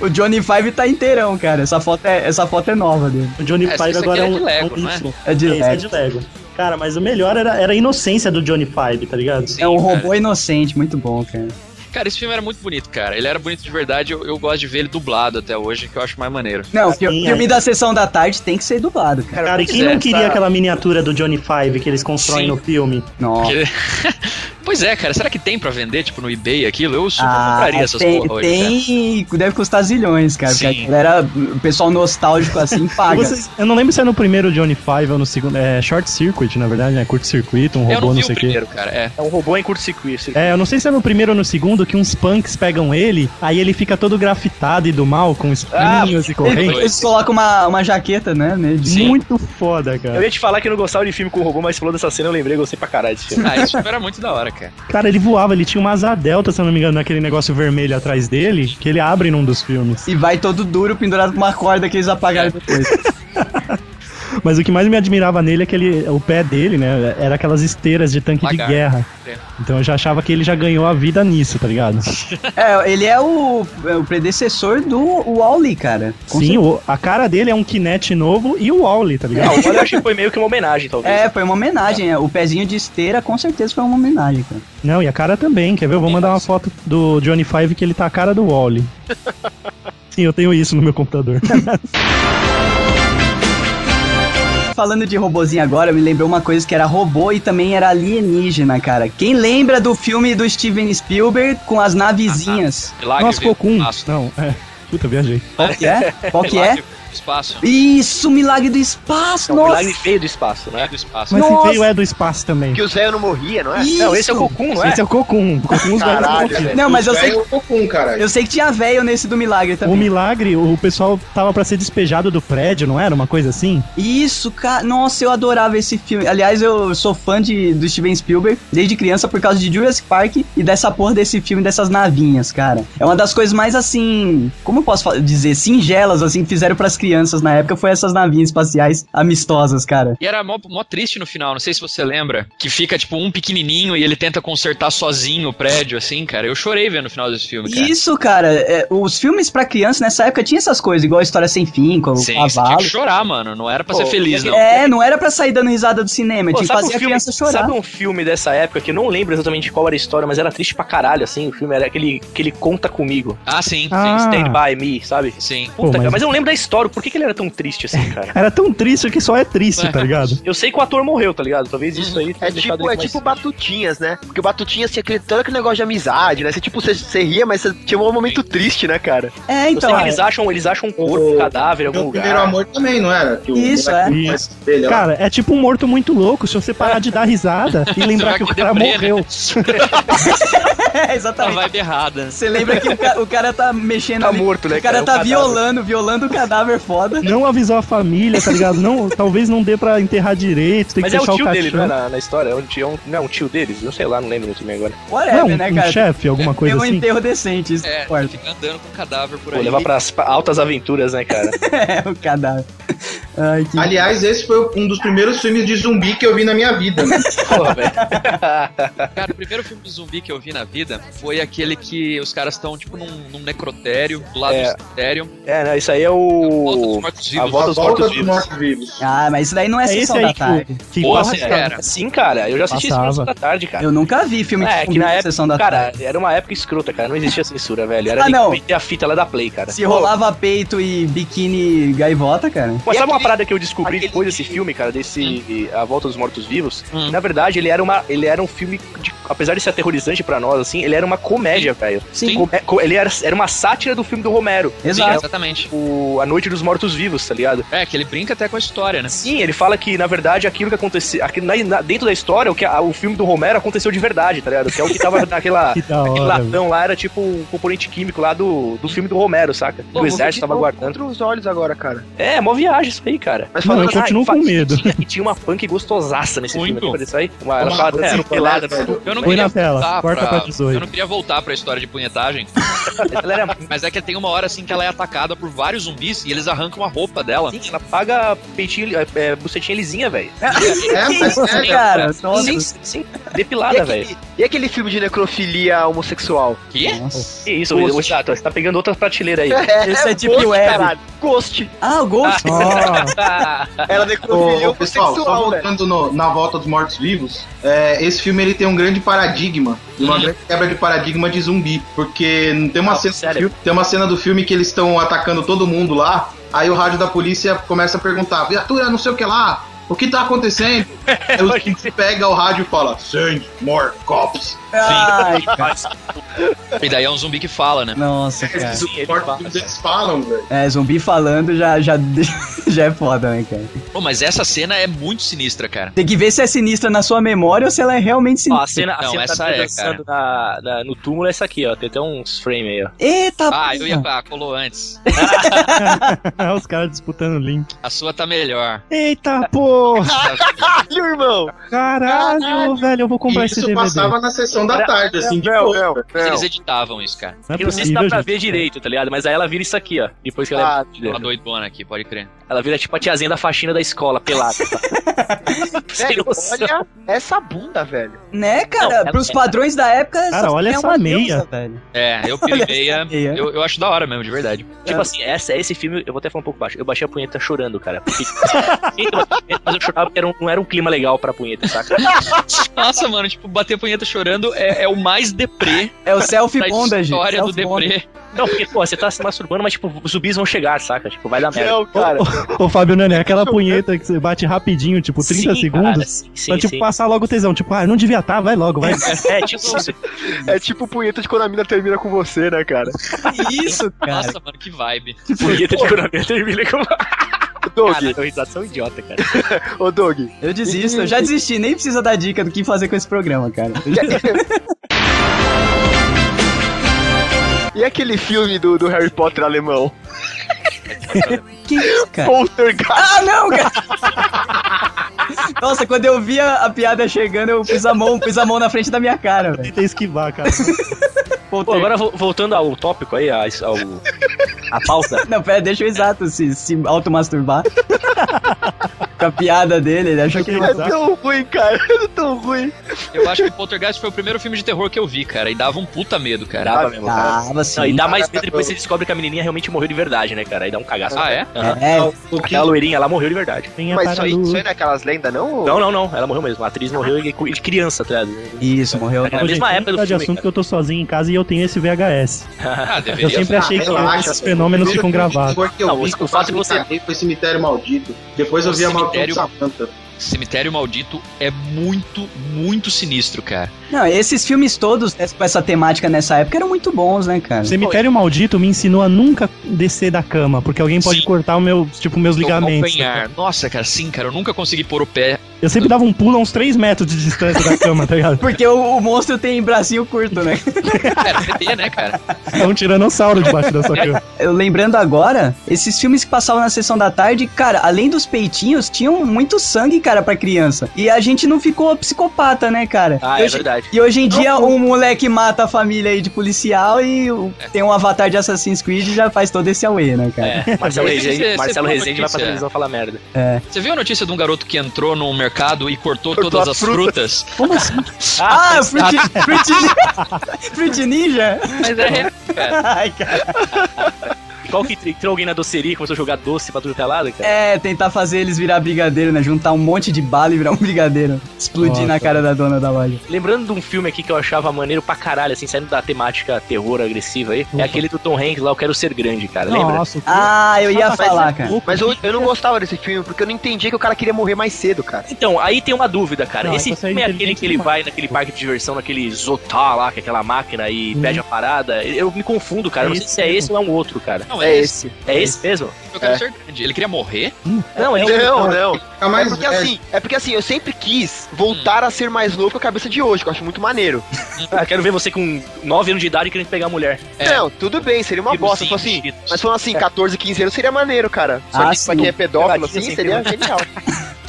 Speaker 1: O Johnny Five tá inteirão, cara. Essa foto é, essa foto é nova dele.
Speaker 3: O Johnny
Speaker 8: É, esse
Speaker 3: Five
Speaker 8: aqui
Speaker 3: agora é
Speaker 8: é de
Speaker 3: um,
Speaker 8: Lego,
Speaker 3: um
Speaker 8: não é?
Speaker 3: Y.
Speaker 1: É de
Speaker 3: É, esse é
Speaker 1: leve.
Speaker 3: de Lego. Cara, mas o melhor era, era a inocência do Johnny Five, tá ligado?
Speaker 8: Sim,
Speaker 1: É um
Speaker 8: cara.
Speaker 1: robô inocente, muito bom, cara.
Speaker 8: Cara, esse filme era muito bonito, cara. Ele era bonito de verdade. Eu, eu gosto de ver ele dublado até hoje, que eu acho mais maneiro.
Speaker 1: Não, fi-
Speaker 3: Sim,
Speaker 1: filme
Speaker 3: é.
Speaker 1: da sessão da tarde tem que ser dublado, cara.
Speaker 3: Cara, e quem
Speaker 8: pois é,
Speaker 3: não queria
Speaker 8: essa-
Speaker 3: aquela miniatura do Johnny Five que eles constroem
Speaker 8: Sim.
Speaker 3: no filme?
Speaker 1: Nossa.
Speaker 8: Porque- pois é, cara. Será que tem pra vender, tipo, no eBay aquilo? Eu super
Speaker 1: Ah,
Speaker 8: compraria essas
Speaker 1: tem,
Speaker 8: porra hoje. cara.
Speaker 1: tem deve custar zilhões, cara. Porque
Speaker 8: Sim.
Speaker 1: a galera, o pessoal nostálgico assim paga.
Speaker 3: Vocês- eu não lembro se é no primeiro Johnny Five ou no segundo. É Short Circuit, na verdade, né? Curto Circuito, um
Speaker 8: Eu não
Speaker 3: robô,
Speaker 8: vi
Speaker 3: não
Speaker 8: o
Speaker 3: sei o quê.
Speaker 8: primeiro, cara. É.
Speaker 9: É um robô em curto-circuito.
Speaker 3: É, eu não sei se é no primeiro ou no segundo que uns punks pegam ele, aí ele fica todo grafitado e do mal, com espinhos e correntes.
Speaker 1: Eles colocam uma, uma jaqueta, né? né, de-
Speaker 8: Sim.
Speaker 3: Muito foda,
Speaker 9: Eu
Speaker 3: cara.
Speaker 9: ia te falar que eu não gostava de filme com robô, mas você falou dessa cena, eu lembrei, eu gostei pra caralho desse filme.
Speaker 8: Ah, esse filme era muito da hora, cara.
Speaker 3: Cara, ele voava, ele tinha uma asa delta, se eu não me engano, naquele negócio vermelho atrás dele, que ele abre num dos filmes.
Speaker 1: E vai todo duro, pendurado com uma corda que eles
Speaker 8: É.
Speaker 1: apagaram depois.
Speaker 3: Mas o que mais me admirava nele é que ele, o pé dele, né, era aquelas esteiras de tanque
Speaker 8: Lagarto.
Speaker 3: de guerra.
Speaker 8: É.
Speaker 3: Então eu já achava que ele já ganhou a vida nisso, tá ligado?
Speaker 1: é, ele é o, é o predecessor do Wally, cara. Com
Speaker 3: Sim, o- a cara dele é um Kinect novo e o Wally, tá ligado?
Speaker 9: Não, eu acho que foi meio que uma homenagem, talvez.
Speaker 1: É, foi uma homenagem. é. O pezinho de esteira com certeza foi uma homenagem, cara.
Speaker 3: Não, e a cara também, quer ver? Eu vou mandar uma foto do Johnny Five que ele tá a cara do Wally. Sim, eu tenho isso no meu computador.
Speaker 1: Falando de robozinho agora, me lembrou uma coisa que era robô e também era alienígena, cara. Quem lembra do filme do Steven Spielberg com as navezinhas?
Speaker 8: Milagre
Speaker 3: Nossa,
Speaker 8: veio do
Speaker 1: um.
Speaker 3: Cocum.
Speaker 8: espaço.
Speaker 3: Não, é. Puta, viajei.
Speaker 1: Qual que é? Qual que é?
Speaker 8: Milagre veio do espaço.
Speaker 1: Isso, Milagre do Espaço!
Speaker 9: É um
Speaker 1: nossa!
Speaker 9: milagre feio do espaço, né?
Speaker 8: Veio do espaço.
Speaker 3: Mas
Speaker 1: Nossa!
Speaker 3: se veio é do espaço também.
Speaker 7: Que o Zé não morria, não é?
Speaker 1: Isso.
Speaker 9: Não, esse é o Goku, não é?
Speaker 3: Esse é o Cocum. O Cocum os velhos
Speaker 7: Caralho,
Speaker 3: morreram.
Speaker 7: velho.
Speaker 1: Não, mas eu sei,
Speaker 4: Velho Cocum, um, cara.
Speaker 1: eu sei que tinha velho nesse do Milagre
Speaker 3: O
Speaker 1: também.
Speaker 3: milagre, o pessoal tava pra ser despejado do prédio, não era? Uma coisa assim?
Speaker 1: Isso, cara. Nossa, eu adorava esse filme. Aliás, eu sou fã de, do Steven Spielberg desde criança por causa de Jurassic Park e dessa porra desse filme, dessas navinhas, cara. É uma das coisas mais assim. Como eu posso fa- dizer? Singelas, assim, que fizeram pras crianças na época foi essas navinhas espaciais amistosas, cara.
Speaker 8: E era mó, mó triste no final, não sei se você lembra. Que fica, tipo, um pequenininho e ele tenta consertar sozinho o prédio, assim, cara. Eu chorei vendo o final desse filme, cara.
Speaker 1: Isso, cara. é, os filmes pra criança nessa época tinha essas coisas, igual a História Sem Fim, com o
Speaker 8: Sim, você tinha
Speaker 1: cavalo.
Speaker 8: que chorar, mano. Não era pra ser
Speaker 9: Pô,
Speaker 8: feliz, não.
Speaker 1: É, não era pra sair dando risada do cinema,
Speaker 9: Pô,
Speaker 1: tinha que
Speaker 9: sabe, um
Speaker 1: fazer a
Speaker 9: filme,
Speaker 1: criança chorar.
Speaker 9: sabe um filme dessa época que eu não lembro exatamente qual era a história, mas era triste pra caralho, assim. O filme era aquele que ele conta comigo.
Speaker 8: Ah, sim,
Speaker 3: Ah.
Speaker 9: Stand by me, sabe? Puta,
Speaker 8: sim, sim.
Speaker 3: Pô,
Speaker 9: cara,
Speaker 3: mas-
Speaker 9: mas... eu não lembro da história. Por que, que ele era tão triste assim, cara?
Speaker 3: Era tão triste que só é triste, tá ligado?
Speaker 9: Eu sei que o ator morreu, tá ligado? Talvez isso aí tenha
Speaker 7: É
Speaker 9: deixado
Speaker 7: tipo,
Speaker 9: ele
Speaker 7: é
Speaker 9: mais-
Speaker 7: tipo Batutinhas, né? Porque o Batutinhas tinha aquele, todo aquele negócio de amizade, né? Você, tipo, você, você ria, mas você tinha um momento triste, né, cara?
Speaker 1: É,
Speaker 9: Eu sei
Speaker 1: então. é.
Speaker 9: que eles acham, eles acham um corpo, um
Speaker 4: O-
Speaker 9: cadáver em algum
Speaker 4: Meu
Speaker 9: lugar.
Speaker 4: primeiro amor também, não era? Que o
Speaker 1: Isso,
Speaker 4: moleque
Speaker 3: é.
Speaker 4: com esse espelho, ó.
Speaker 3: Cara, é tipo um morto muito louco se você parar de dar risada e lembrar
Speaker 8: vai
Speaker 3: que o
Speaker 8: com
Speaker 3: cara
Speaker 8: deprê, né?
Speaker 3: morreu.
Speaker 1: É,
Speaker 9: Tá,
Speaker 8: A
Speaker 1: exatamente.
Speaker 8: vibe
Speaker 9: né?
Speaker 8: errada.
Speaker 1: Você lembra que o, ca- o cara tá mexendo
Speaker 7: Tá
Speaker 1: ali,
Speaker 7: morto, né,
Speaker 1: O cara,
Speaker 7: cara? É um
Speaker 1: tá
Speaker 7: cadáver.
Speaker 1: violando, violando o cadáver foda.
Speaker 3: Não avisou a família, tá ligado? Não, talvez não dê pra enterrar direito, tem
Speaker 9: Mas
Speaker 3: que
Speaker 9: é
Speaker 3: deixar
Speaker 9: o
Speaker 3: o,
Speaker 9: tio
Speaker 3: caixão.
Speaker 9: dele, não é? Na, na história. É um tio, é um- não, é um tio deles? Eu sei lá, não lembro muito bem agora.
Speaker 1: Whatever,
Speaker 3: Não é um,
Speaker 1: né,
Speaker 3: um
Speaker 1: cara?
Speaker 3: chefe, alguma coisa
Speaker 1: Tem um
Speaker 3: assim?
Speaker 1: enterro decente, isso que
Speaker 8: É,
Speaker 1: importa.
Speaker 8: fica andando com o cadáver por
Speaker 9: Pô,
Speaker 8: aí.
Speaker 9: levar pras pra altas aventuras, né, cara?
Speaker 1: É, o cadáver. Ai, que...
Speaker 4: Aliás, esse foi um dos primeiros filmes de zumbi que eu vi na minha vida, né?
Speaker 9: Porra, velho.
Speaker 8: Cara, o primeiro filme de zumbi que eu vi na vida foi aquele que os caras estão, tipo, num, num necrotério, do lado
Speaker 9: É.
Speaker 8: do cemitério.
Speaker 9: É, não, isso aí é
Speaker 8: Volta dos
Speaker 9: o.
Speaker 8: mortos-vivos.
Speaker 9: A volta dos
Speaker 4: Volta dos
Speaker 9: mortos-vivos.
Speaker 4: Mortos-Vivos.
Speaker 1: Ah, mas isso daí não é,
Speaker 3: É
Speaker 1: sessão
Speaker 3: esse
Speaker 1: da
Speaker 3: aí
Speaker 1: tarde.
Speaker 3: que, que
Speaker 8: Boa,
Speaker 3: passa-
Speaker 8: cara.
Speaker 9: Sim, cara, eu já assisti
Speaker 3: Passava.
Speaker 9: isso da tarde, cara.
Speaker 1: Eu nunca vi filme
Speaker 9: É,
Speaker 1: zumbi
Speaker 9: que na
Speaker 1: de
Speaker 9: época,
Speaker 1: sessão da
Speaker 9: cara,
Speaker 1: tarde.
Speaker 9: era uma época escrota, cara, não existia censura, velho. Era
Speaker 1: Ah, não.
Speaker 9: ter a fita lá da Play, cara.
Speaker 1: Se rolava peito e biquíni gaivota, cara.
Speaker 9: Mas
Speaker 7: E
Speaker 9: sabe uma
Speaker 7: aquele-
Speaker 9: parada que eu descobri
Speaker 7: aquele-
Speaker 9: depois desse filme, cara, desse A Volta dos Mortos Vivos?
Speaker 8: Hum.
Speaker 9: que, Na verdade, ele era uma, ele era um filme, de- apesar de ser aterrorizante pra nós, assim, ele era uma comédia, velho.
Speaker 1: Sim.
Speaker 9: Comé- co- ele era, era uma sátira do filme do Romero,
Speaker 8: Sim,
Speaker 1: Exato.
Speaker 8: exatamente.
Speaker 9: o A Noite dos Mortos Vivos, tá ligado?
Speaker 8: É, que ele brinca até com a história, né?
Speaker 9: Sim, ele fala que, na verdade, aquilo que aconteceu. Aquilo, na- na- dentro da história, o, que, a- o filme do Romero aconteceu de verdade, tá ligado? Que é o que tava naquela.
Speaker 3: Que da
Speaker 9: Aquele
Speaker 3: hora. velho.
Speaker 9: latão lá era tipo um componente químico lá do, do filme do Romero, saca? Que
Speaker 7: Pô,
Speaker 9: o
Speaker 7: vou
Speaker 9: exército
Speaker 7: ver de
Speaker 9: tava
Speaker 7: novo
Speaker 9: guardando.
Speaker 7: Contra os olhos agora, cara.
Speaker 9: É, mó viagem isso aí, cara.
Speaker 7: Mas
Speaker 3: Mano,
Speaker 7: falando
Speaker 3: eu continuo
Speaker 9: Ah,
Speaker 3: com
Speaker 9: e fa-
Speaker 3: medo.
Speaker 9: E tinha, e tinha uma punk gostosaça nesse
Speaker 8: Muito.
Speaker 9: filme. Lembra disso aí? Uma, ela
Speaker 4: Uma
Speaker 9: tava
Speaker 4: punk
Speaker 9: dançando pelada.
Speaker 4: gostosa,
Speaker 9: no-
Speaker 8: Eu não
Speaker 3: Põe
Speaker 8: queria
Speaker 3: na tela,
Speaker 8: voltar
Speaker 3: corta pra 18.
Speaker 8: Eu não queria voltar pra história de punhetagem,
Speaker 9: Ela era.
Speaker 8: mas é que tem uma hora assim que ela é atacada por vários zumbis e eles arrancam a roupa dela.
Speaker 9: Sim, tipo, ela paga peitinho, é, é, bucetinha lisinha, velho.
Speaker 3: Ah,
Speaker 4: É, mas
Speaker 1: Isso,
Speaker 4: é,
Speaker 1: cara. Nossa.
Speaker 9: Sim, sim, depilada,
Speaker 3: é
Speaker 9: velho.
Speaker 7: E aquele filme de necrofilia homossexual?
Speaker 8: Que?
Speaker 1: Nossa.
Speaker 9: Que isso, ô, ô, Chato, você tá pegando outra prateleira aí.
Speaker 1: Esse é
Speaker 7: Ghost,
Speaker 1: Deep Web.
Speaker 7: caralho. tipo Ghost.
Speaker 1: Ah, o Ghost.
Speaker 3: Ó,
Speaker 7: Era
Speaker 4: Ô,
Speaker 7: necrofilia
Speaker 4: ô, pessoal, só
Speaker 9: né?
Speaker 7: homossexual, velho.
Speaker 4: voltando no- na volta dos mortos-vivos, é, esse filme ele tem um grande paradigma, uma grande quebra de paradigma de zumbi, porque tem
Speaker 9: Uhum.
Speaker 4: uma,
Speaker 9: Ah,
Speaker 4: cena, do
Speaker 9: sério?
Speaker 4: filme- tem uma cena do filme que eles estão atacando todo mundo lá, aí o rádio da polícia começa a perguntar, viatura, não sei o que lá, o que tá acontecendo?
Speaker 9: É,
Speaker 4: aí o zumbi pega o rádio e fala, send more cops.
Speaker 1: Ai, cara.
Speaker 8: E daí é um zumbi que fala, né?
Speaker 1: Nossa, cara.
Speaker 9: tá-
Speaker 4: Esses corpos eles falam, velho.
Speaker 1: É, zumbi falando já, já, já é foda, né, cara?
Speaker 8: Pô, mas essa cena é muito sinistra, cara.
Speaker 1: Tem que ver se é sinistra na sua memória ou se ela é realmente
Speaker 9: Ó, a
Speaker 1: sinistra.
Speaker 9: cena, a
Speaker 8: Não,
Speaker 9: cena
Speaker 8: essa
Speaker 9: tá
Speaker 8: é,
Speaker 9: dançando na- na- no túmulo é essa aqui, ó. Tem até uns frames aí, ó.
Speaker 1: Eita,
Speaker 8: Ah, eu ia.
Speaker 1: porra.
Speaker 8: Ah, colou antes.
Speaker 3: É Os caras disputando o link.
Speaker 8: A sua tá melhor.
Speaker 3: Eita porra!
Speaker 7: Caralho, irmão!
Speaker 3: Caralho, velho, eu vou comprar
Speaker 4: E
Speaker 3: esse
Speaker 4: isso
Speaker 3: DVD.
Speaker 4: passava na sessão da tarde, assim, de
Speaker 7: Não,
Speaker 4: boa.
Speaker 7: não,
Speaker 8: Eles
Speaker 7: não.
Speaker 8: editavam isso, cara.
Speaker 3: Não é
Speaker 9: Eu não sei se dá
Speaker 3: possível,
Speaker 9: pra
Speaker 3: gente.
Speaker 9: ver direito, tá ligado? Mas aí ela vira isso aqui, ó. Depois que ela. é
Speaker 7: Ah,
Speaker 8: Uma doidona aqui, pode crer.
Speaker 9: Ela vira tipo a tiazinha da faxina da escola, pelada. Sem
Speaker 7: Velho,
Speaker 9: noção.
Speaker 7: olha essa bunda, velho.
Speaker 1: Né,
Speaker 9: Não,
Speaker 1: cara?
Speaker 9: ela-
Speaker 1: Pros padrões da época,
Speaker 3: Cara, olha essa
Speaker 1: uma
Speaker 3: meia.
Speaker 1: deusa, velho.
Speaker 8: É, eu
Speaker 1: Olha essa
Speaker 8: pirei
Speaker 1: meia.
Speaker 8: Eu, eu acho da hora mesmo, de verdade.
Speaker 9: Tipo assim, essa, esse filme, eu vou até falar um pouco baixo. Eu baixei a punheta chorando, cara. Porque, Então, mas eu chorava porque era um- não era um clima legal pra punheta, saca?
Speaker 8: Nossa, mano, tipo, bater punheta chorando é, é o mais deprê
Speaker 1: É o selfie
Speaker 8: da
Speaker 1: bonda, gente. É
Speaker 8: história do
Speaker 1: selfie bondage.
Speaker 8: deprê.
Speaker 9: Não, porque, pô, você tá se masturbando, mas, tipo, os zumbis vão chegar, saca? Tipo, vai dar merda.
Speaker 7: Não, cara.
Speaker 3: Ô, Fábio Nani, é aquela punheta que você bate rapidinho, tipo 30
Speaker 9: Sim, cara,
Speaker 3: segundos.
Speaker 9: sim,
Speaker 3: pra,
Speaker 9: sim,
Speaker 3: tipo,
Speaker 9: sim.
Speaker 3: passar logo o tesão. Tipo, ah, não devia estar, vai logo, vai.
Speaker 9: É, tipo, isso.
Speaker 7: É tipo punheta de quando a mina termina com você, né, cara?
Speaker 1: Que isso, cara?
Speaker 8: Nossa, mano, que vibe.
Speaker 9: punheta de coronavírus termina com uma.
Speaker 7: Ô, Doug,
Speaker 9: Cara, eu risada são idiota, cara.
Speaker 7: ô, Doug.
Speaker 1: Eu desisto, eu já desisti. Nem precisa dar dica do que fazer com esse programa, cara.
Speaker 7: E aquele filme do, do Harry Potter alemão?
Speaker 1: Que isso, cara?
Speaker 7: Poltergeist.
Speaker 1: Ah, não, cara! Nossa, quando eu vi a, a piada chegando, eu pus a mão, pus a mão na frente da minha cara, velho.
Speaker 3: Tentei esquivar, cara.
Speaker 1: Pô,
Speaker 9: Pô, agora vo- voltando ao tópico aí, a- ao, a pauta.
Speaker 1: Não, pera, deixa o exato se, se automasturbar. Com a piada dele, ele achou que ele...
Speaker 7: É tão ruim, cara. É tão ruim.
Speaker 8: Eu acho que Poltergeist foi o primeiro filme de terror que eu vi, cara. E dava um puta medo, cara.
Speaker 9: Dava mesmo, cara.
Speaker 1: Tava
Speaker 9: Não, e
Speaker 1: assim.
Speaker 9: dá mais medo depois que você descobre que a menininha realmente morreu de verdade, né, cara? Aí dá um cagaço.
Speaker 8: Ah, é?
Speaker 9: Aham.
Speaker 1: É,
Speaker 4: O que-
Speaker 9: Aquela loirinha, ela morreu de verdade.
Speaker 3: Tem a
Speaker 7: Mas isso aí,
Speaker 3: parada do-
Speaker 7: isso aí não é aquelas lendas, não?
Speaker 9: Não, não, não. Ela morreu mesmo. A atriz morreu de de criança, tá ligado?
Speaker 1: isso, morreu.
Speaker 9: Na
Speaker 3: Ô,
Speaker 9: mesma
Speaker 3: gente,
Speaker 9: época do
Speaker 3: vamos mudar de
Speaker 9: filme,
Speaker 3: assunto
Speaker 9: cara.
Speaker 3: que eu tô sozinho em casa e eu tenho esse VHS.
Speaker 8: Ah,
Speaker 3: Eu
Speaker 8: deveria.
Speaker 3: sempre achei que
Speaker 4: relaxa,
Speaker 3: esses
Speaker 4: velho.
Speaker 3: fenômenos
Speaker 4: Primeiro
Speaker 3: ficam
Speaker 4: filme
Speaker 3: gravados.
Speaker 4: de terror que eu
Speaker 9: Não,
Speaker 4: vi,
Speaker 9: o
Speaker 4: que eu
Speaker 9: fato é que
Speaker 4: quase
Speaker 9: você-
Speaker 4: caguei foi Cemitério Maldito. Depois eu
Speaker 8: O
Speaker 4: vi a Maldição de
Speaker 8: Cemitério-
Speaker 4: Samanta.
Speaker 8: Cemitério Maldito é muito, muito sinistro, cara.
Speaker 1: Não, esses filmes todos né, com essa temática nessa época eram muito bons, né, cara?
Speaker 3: Cemitério Maldito me ensinou a nunca descer da cama, porque alguém pode
Speaker 8: Sim.
Speaker 3: cortar o meu, tipo, meus ligamentos.
Speaker 8: Calcanhar. Nossa, cara, sim, cara. Eu nunca consegui pôr o pé.
Speaker 3: Eu sempre dava um pulo a uns 3 metros de distância da cama, tá ligado?
Speaker 1: Porque o, o monstro tem bracinho curto, né?
Speaker 8: Era bebê, né, cara?
Speaker 3: É um tiranossauro debaixo da sua cama.
Speaker 1: Eu lembrando agora, esses filmes que passavam na sessão da tarde, cara, além dos peitinhos, tinham muito sangue, cara, pra criança. E a gente não ficou psicopata, né, cara?
Speaker 9: Ah,
Speaker 1: e,
Speaker 9: é
Speaker 1: hoje,
Speaker 9: verdade.
Speaker 1: e hoje em dia, um moleque mata a família aí de policial e o- tem um avatar de Assassin's Creed e já faz todo esse away, né, cara?
Speaker 9: É, Marcelo
Speaker 8: Você- você
Speaker 9: Rezende, Marcelo
Speaker 8: viu a
Speaker 9: Rezende vai
Speaker 8: notícia?
Speaker 9: pra televisão falar merda.
Speaker 8: Você viu a notícia de um garoto que entrou num mercado e cortou,
Speaker 7: Cortou
Speaker 8: todas
Speaker 7: a
Speaker 8: as
Speaker 7: fruta.
Speaker 8: frutas?
Speaker 1: Ah, Fruit, Fruit, Ninja- Fruit Ninja?
Speaker 8: Mas é real.
Speaker 1: Ai, cara.
Speaker 9: Qual que entrou alguém na doceria e começou a jogar doce pra tudo que é lado, cara?
Speaker 1: É, tentar fazer eles virar brigadeiro, né? Juntar um monte de bala e virar um brigadeiro. Explodir
Speaker 3: Nossa.
Speaker 1: na cara da dona da loja.
Speaker 9: Lembrando de um filme aqui que eu achava maneiro pra caralho, assim, saindo da temática terror agressiva aí, é aquele do Tom Hanks lá, Eu Quero Ser Grande, cara, lembra?
Speaker 3: Nossa,
Speaker 1: Ah, eu ia
Speaker 7: Mas-
Speaker 1: falar, cara.
Speaker 7: Mas eu, eu não gostava desse filme, porque eu não entendia que o cara queria morrer mais cedo, cara.
Speaker 9: Então, aí tem uma dúvida, cara.
Speaker 3: Não,
Speaker 9: Esse
Speaker 3: essa aí
Speaker 9: filme é
Speaker 3: inteligente
Speaker 9: aquele que ele
Speaker 3: demais.
Speaker 9: vai naquele parque de diversão, naquele Zotar lá, com aquela máquina e
Speaker 3: Uhum.
Speaker 9: pede a parada. Eu me confundo, cara. Eu não sei se é esse ou é um outro, cara.
Speaker 8: Não,
Speaker 7: É
Speaker 8: é esse.
Speaker 7: esse.
Speaker 9: É esse mesmo?
Speaker 8: Eu quero
Speaker 7: É.
Speaker 8: ser grande. Ele queria morrer?
Speaker 9: Não, é um.
Speaker 7: Não, não.
Speaker 4: Fica
Speaker 7: É
Speaker 4: mais
Speaker 7: porque,
Speaker 4: velho.
Speaker 7: assim, é porque assim, eu sempre quis voltar a ser mais novo com a cabeça de hoje, que eu acho muito maneiro.
Speaker 9: Ah, quero ver você com 9 anos de idade querendo pegar a mulher.
Speaker 8: É.
Speaker 7: Não, tudo bem, seria uma
Speaker 9: Tipo,
Speaker 7: bosta.
Speaker 9: sim,
Speaker 7: Só assim,
Speaker 9: Cheetos.
Speaker 7: mas falando assim, 14, 15 anos seria maneiro, cara. Só
Speaker 1: Ah,
Speaker 7: que pra
Speaker 1: sim.
Speaker 7: quem é pedófilo,
Speaker 9: Peladinha
Speaker 7: assim,
Speaker 9: sem
Speaker 7: seria genial.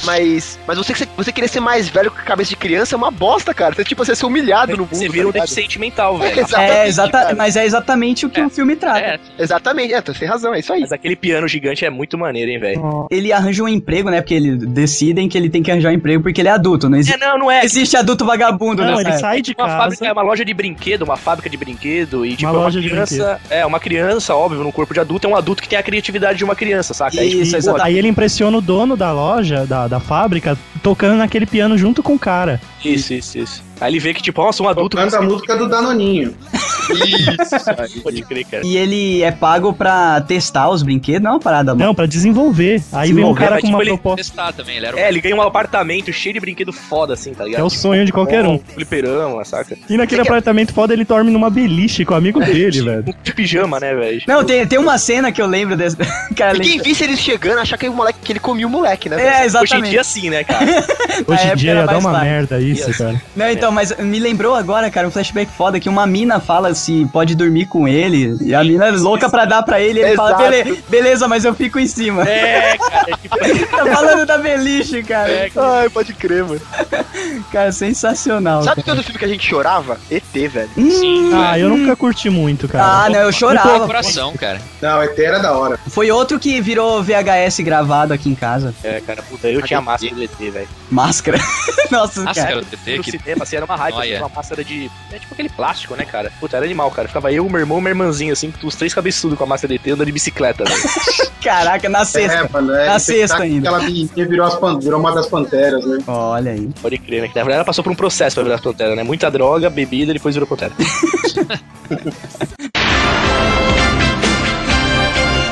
Speaker 7: Mas, mas você, você querer ser mais velho com a cabeça de criança é uma bosta, cara. Você, tipo, você ser humilhado no mundo.
Speaker 9: Você vira um
Speaker 7: tá ligado?
Speaker 9: deficiente mental, velho.
Speaker 7: Exatamente,
Speaker 1: É, exata,
Speaker 7: cara.
Speaker 1: mas é exatamente o que o filme trata.
Speaker 8: É.
Speaker 7: Exatamente, é, você tem razão, é isso aí.
Speaker 9: Mas aquele piano gigante é muito maneiro, hein, velho.
Speaker 1: Ele arranja um emprego, né? Porque ele decidem que ele tem que arranjar um emprego porque ele é adulto. Não
Speaker 9: É,
Speaker 1: existe,
Speaker 9: não, não é.
Speaker 1: não existe adulto vagabundo,
Speaker 3: Não,
Speaker 1: né?
Speaker 3: ele sai de
Speaker 9: Uma
Speaker 3: casa.
Speaker 9: fábrica, é uma loja de brinquedo, uma fábrica de brinquedo e tipo, é
Speaker 3: loja de
Speaker 9: criança, é uma criança, óbvio, no corpo de adulto é um adulto que tem a criatividade de uma criança, saca? Aí,
Speaker 1: Isso,
Speaker 9: tipo,
Speaker 1: exatamente.
Speaker 3: Aí ele impressiona o dono da loja, da, da fábrica, tocando naquele piano junto com o cara.
Speaker 9: Isso, isso, isso. Aí ele vê que, tipo, nossa, um adulto.
Speaker 4: Tocando a música do Danoninho.
Speaker 9: Isso, pode crer, cara.
Speaker 1: E ele é pago pra testar os brinquedos? Não, é uma parada louca.
Speaker 3: Não, pra desenvolver. Aí vem um
Speaker 9: Desenvolver,
Speaker 3: cara
Speaker 9: mas,
Speaker 3: com uma
Speaker 9: tipo, ele-
Speaker 3: proposta.
Speaker 8: Testar também, ele era um-
Speaker 9: É, ele ganha um apartamento cheio de brinquedo foda, assim, tá
Speaker 3: que É
Speaker 9: ligado?
Speaker 3: o sonho de qualquer um.
Speaker 9: Fliperama, saca?
Speaker 3: E naquele apartamento foda ele dorme numa beliche com o amigo dele, velho.
Speaker 9: Um de pijama, né, velho?
Speaker 1: Não, tem, tem uma cena que eu lembro desse. Cara,
Speaker 7: E quem visse eles chegando, achar que, o moleque, que ele comia o moleque, né? velho?
Speaker 1: É,
Speaker 9: Hoje em
Speaker 1: exatamente.
Speaker 9: dia, sim, né, cara?
Speaker 1: Na
Speaker 3: Hoje em
Speaker 1: época
Speaker 3: dia
Speaker 1: era
Speaker 3: ia dar
Speaker 1: mais
Speaker 3: uma
Speaker 1: fácil.
Speaker 3: merda isso,
Speaker 9: Yes.
Speaker 3: cara.
Speaker 1: Não, então, mas me lembrou agora, cara, um flashback foda que uma mina fala se pode dormir com ele. E a mina é louca pra dar pra ele e ele fala,
Speaker 7: Exato.
Speaker 1: "Bele- beleza, mas eu fico em cima.
Speaker 9: É, cara, é tipo,
Speaker 1: tá falando da beliche, cara.
Speaker 9: É,
Speaker 7: Ai, pode crer, mano.
Speaker 1: Cara, sensacional.
Speaker 7: Sabe todo filme que a gente chorava? ET, velho.
Speaker 1: Hum,
Speaker 8: Sim,
Speaker 3: Ah,
Speaker 8: velho.
Speaker 3: eu nunca curti muito,
Speaker 1: Ah,
Speaker 3: cara.
Speaker 1: não, eu
Speaker 8: Pô,
Speaker 1: chorava.
Speaker 8: coração, cara.
Speaker 4: Não, ET era da hora.
Speaker 1: Foi outro que virou VHS gravado aqui em casa.
Speaker 9: é, cara, puta, eu tinha a máscara do ET, velho.
Speaker 1: Máscara. Nossa,
Speaker 8: Nossa,
Speaker 1: cara.
Speaker 8: cara, o TT
Speaker 9: No
Speaker 8: que
Speaker 9: cinema, assim, era uma raiva,
Speaker 8: Olha.
Speaker 9: assim, uma máscara de... É tipo aquele plástico, né, cara? Puta, era animal, cara. Ficava eu, meu irmão e minha irmãzinha, assim, os três cabeçudos com a máscara do ET andando de bicicleta, velho.
Speaker 1: Caraca, na sexta.
Speaker 4: É, mano. É,
Speaker 1: Na
Speaker 4: tem que
Speaker 1: sexta
Speaker 4: tá-
Speaker 1: ainda.
Speaker 4: Aquela menininha virou, as pan- virou uma das panteras, né?
Speaker 1: Olha aí.
Speaker 9: Pode crer, né? Na verdade, ela passou por um processo pra virar Pantera, né? Muita droga, bebida, depois virou Pantera.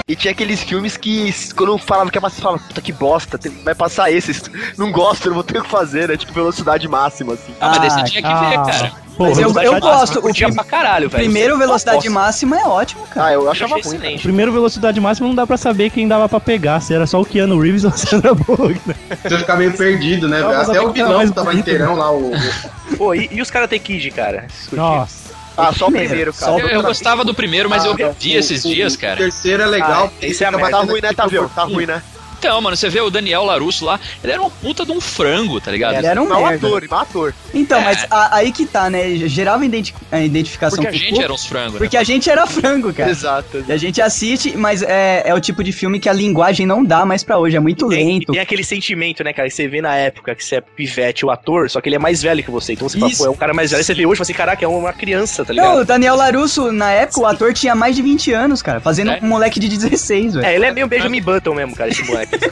Speaker 7: E tinha aqueles filmes que, quando eu falava que é a massa falava, puta que bosta, tem- vai passar esses. Não gosto, não vou ter o que fazer, né? Tipo, velocidade máxima, assim.
Speaker 8: Ah, mas
Speaker 1: Ah,
Speaker 8: desse eu tinha que ver, cara.
Speaker 3: Porra,
Speaker 1: Mas eu-
Speaker 3: Velocidade
Speaker 1: eu
Speaker 3: Máxima.
Speaker 1: gosto. O
Speaker 9: Podia
Speaker 1: prim-
Speaker 9: pra caralho, velho.
Speaker 1: Primeiro, velocidade
Speaker 9: máxima.
Speaker 1: máxima é ótimo, cara.
Speaker 7: Ah, eu
Speaker 9: Eu
Speaker 7: achava
Speaker 9: achava
Speaker 7: ruim.
Speaker 9: excelente.
Speaker 3: Primeiro velocidade máxima não dá pra saber quem dava pra pegar, se era só o Keanu Reeves ou a Sandra Bullock. né?
Speaker 4: Você fica meio perdido, né,
Speaker 3: Não,
Speaker 4: velho?
Speaker 3: mas
Speaker 4: Até
Speaker 3: a
Speaker 4: o
Speaker 3: Pantera
Speaker 4: vilão
Speaker 3: mais
Speaker 4: que né? tava
Speaker 3: bonita,
Speaker 4: inteirão lá, o.
Speaker 9: Ah, Pô, e, e os Karate Kid, cara?
Speaker 3: Nossa.
Speaker 7: Ah, só o primeiro, cara.
Speaker 1: Só o
Speaker 8: Eu, eu gostava do primeiro, mas eu
Speaker 4: Ah,
Speaker 8: perdi
Speaker 4: o-
Speaker 8: esses
Speaker 4: o-
Speaker 8: dias,
Speaker 4: o
Speaker 8: cara.
Speaker 4: terceiro é legal.
Speaker 9: Ah, esse é a
Speaker 4: Fica
Speaker 9: merda.
Speaker 7: Tá
Speaker 4: batendo
Speaker 7: ruim, né,
Speaker 4: aqui
Speaker 7: tá
Speaker 4: no
Speaker 7: vendo? Tá
Speaker 4: corpinho.
Speaker 7: ruim, né?
Speaker 8: Então, mano, você vê o Daniel Larusso lá, ele era uma puta de um frango, tá ligado?
Speaker 1: Ele era um
Speaker 7: Mal
Speaker 1: merda.
Speaker 7: ator, mal ator.
Speaker 1: Então,
Speaker 8: É.
Speaker 1: mas a- aí que tá, né? Gerava identi- a identificação
Speaker 8: Porque a
Speaker 1: com o
Speaker 8: gente
Speaker 1: público,
Speaker 8: era uns frangos, né?
Speaker 1: um porque a gente era frango, cara.
Speaker 7: Exato.
Speaker 1: E a gente assiste, mas é, é o tipo de filme que a linguagem não dá mais pra hoje. É muito
Speaker 9: Tem,
Speaker 1: lento.
Speaker 9: tem aquele sentimento, né, cara, que você vê na época que você é pivete, o ator, só que ele é mais velho que você. Então você
Speaker 1: Isso.
Speaker 9: fala, pô, é um cara mais velho. Aí Você vê hoje e fala assim, caraca, é uma criança, tá ligado?
Speaker 1: Não, o Daniel Larusso, na época, o ator tinha mais de 20 anos, cara, fazendo
Speaker 8: Sério?
Speaker 1: um moleque de 16, velho.
Speaker 9: É, ele é meio Benjamin Button mesmo, cara, esse moleque. hoje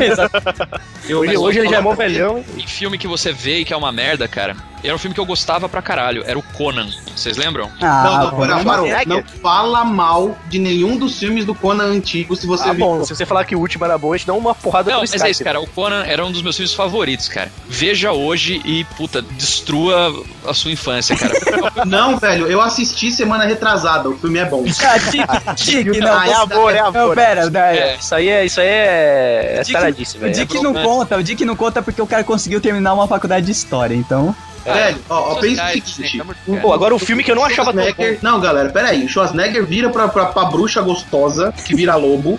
Speaker 8: mas
Speaker 9: hoje ele já é mó
Speaker 8: falando
Speaker 9: velhão.
Speaker 8: Em filme que você vê e que é uma merda, cara, era um filme que eu gostava pra caralho, era o Conan. Vocês lembram?
Speaker 4: É. Não,
Speaker 1: Ah,
Speaker 4: não, parou, parou. Não fala mal de nenhum dos filmes do Conan antigo se você
Speaker 9: Ah,
Speaker 4: viu.
Speaker 9: bom, se você falar que o último era bom, a gente dá uma porrada
Speaker 8: Não,
Speaker 9: no
Speaker 8: mas é isso, cara. O Conan era um dos meus filmes favoritos, cara. Veja hoje e, puta, destrua a sua infância, cara.
Speaker 4: Não, velho, eu assisti semana retrasada, o filme é bom.
Speaker 1: cara, tique, tique, não.
Speaker 7: Ah, é amor, é
Speaker 1: Não,
Speaker 7: amor.
Speaker 1: pera, não, é.
Speaker 8: É,
Speaker 9: Isso aí é, isso aí é, é
Speaker 1: Dick-
Speaker 9: saradice,
Speaker 1: O
Speaker 9: velho.
Speaker 1: Dick
Speaker 8: é
Speaker 1: não
Speaker 8: bromance.
Speaker 1: conta, o Dick não conta porque o cara conseguiu terminar uma faculdade de história, então.
Speaker 9: É.
Speaker 4: velho, ó, ó, pensa o
Speaker 8: sociais,
Speaker 4: seguinte.
Speaker 8: né? Tá muito-
Speaker 9: Pô, agora o filme que eu não achava
Speaker 8: é
Speaker 9: tão bom.
Speaker 4: Schwarzenegger- Não, galera, peraí. O Schwarzenegger vira pra, pra, pra bruxa gostosa, que vira lobo,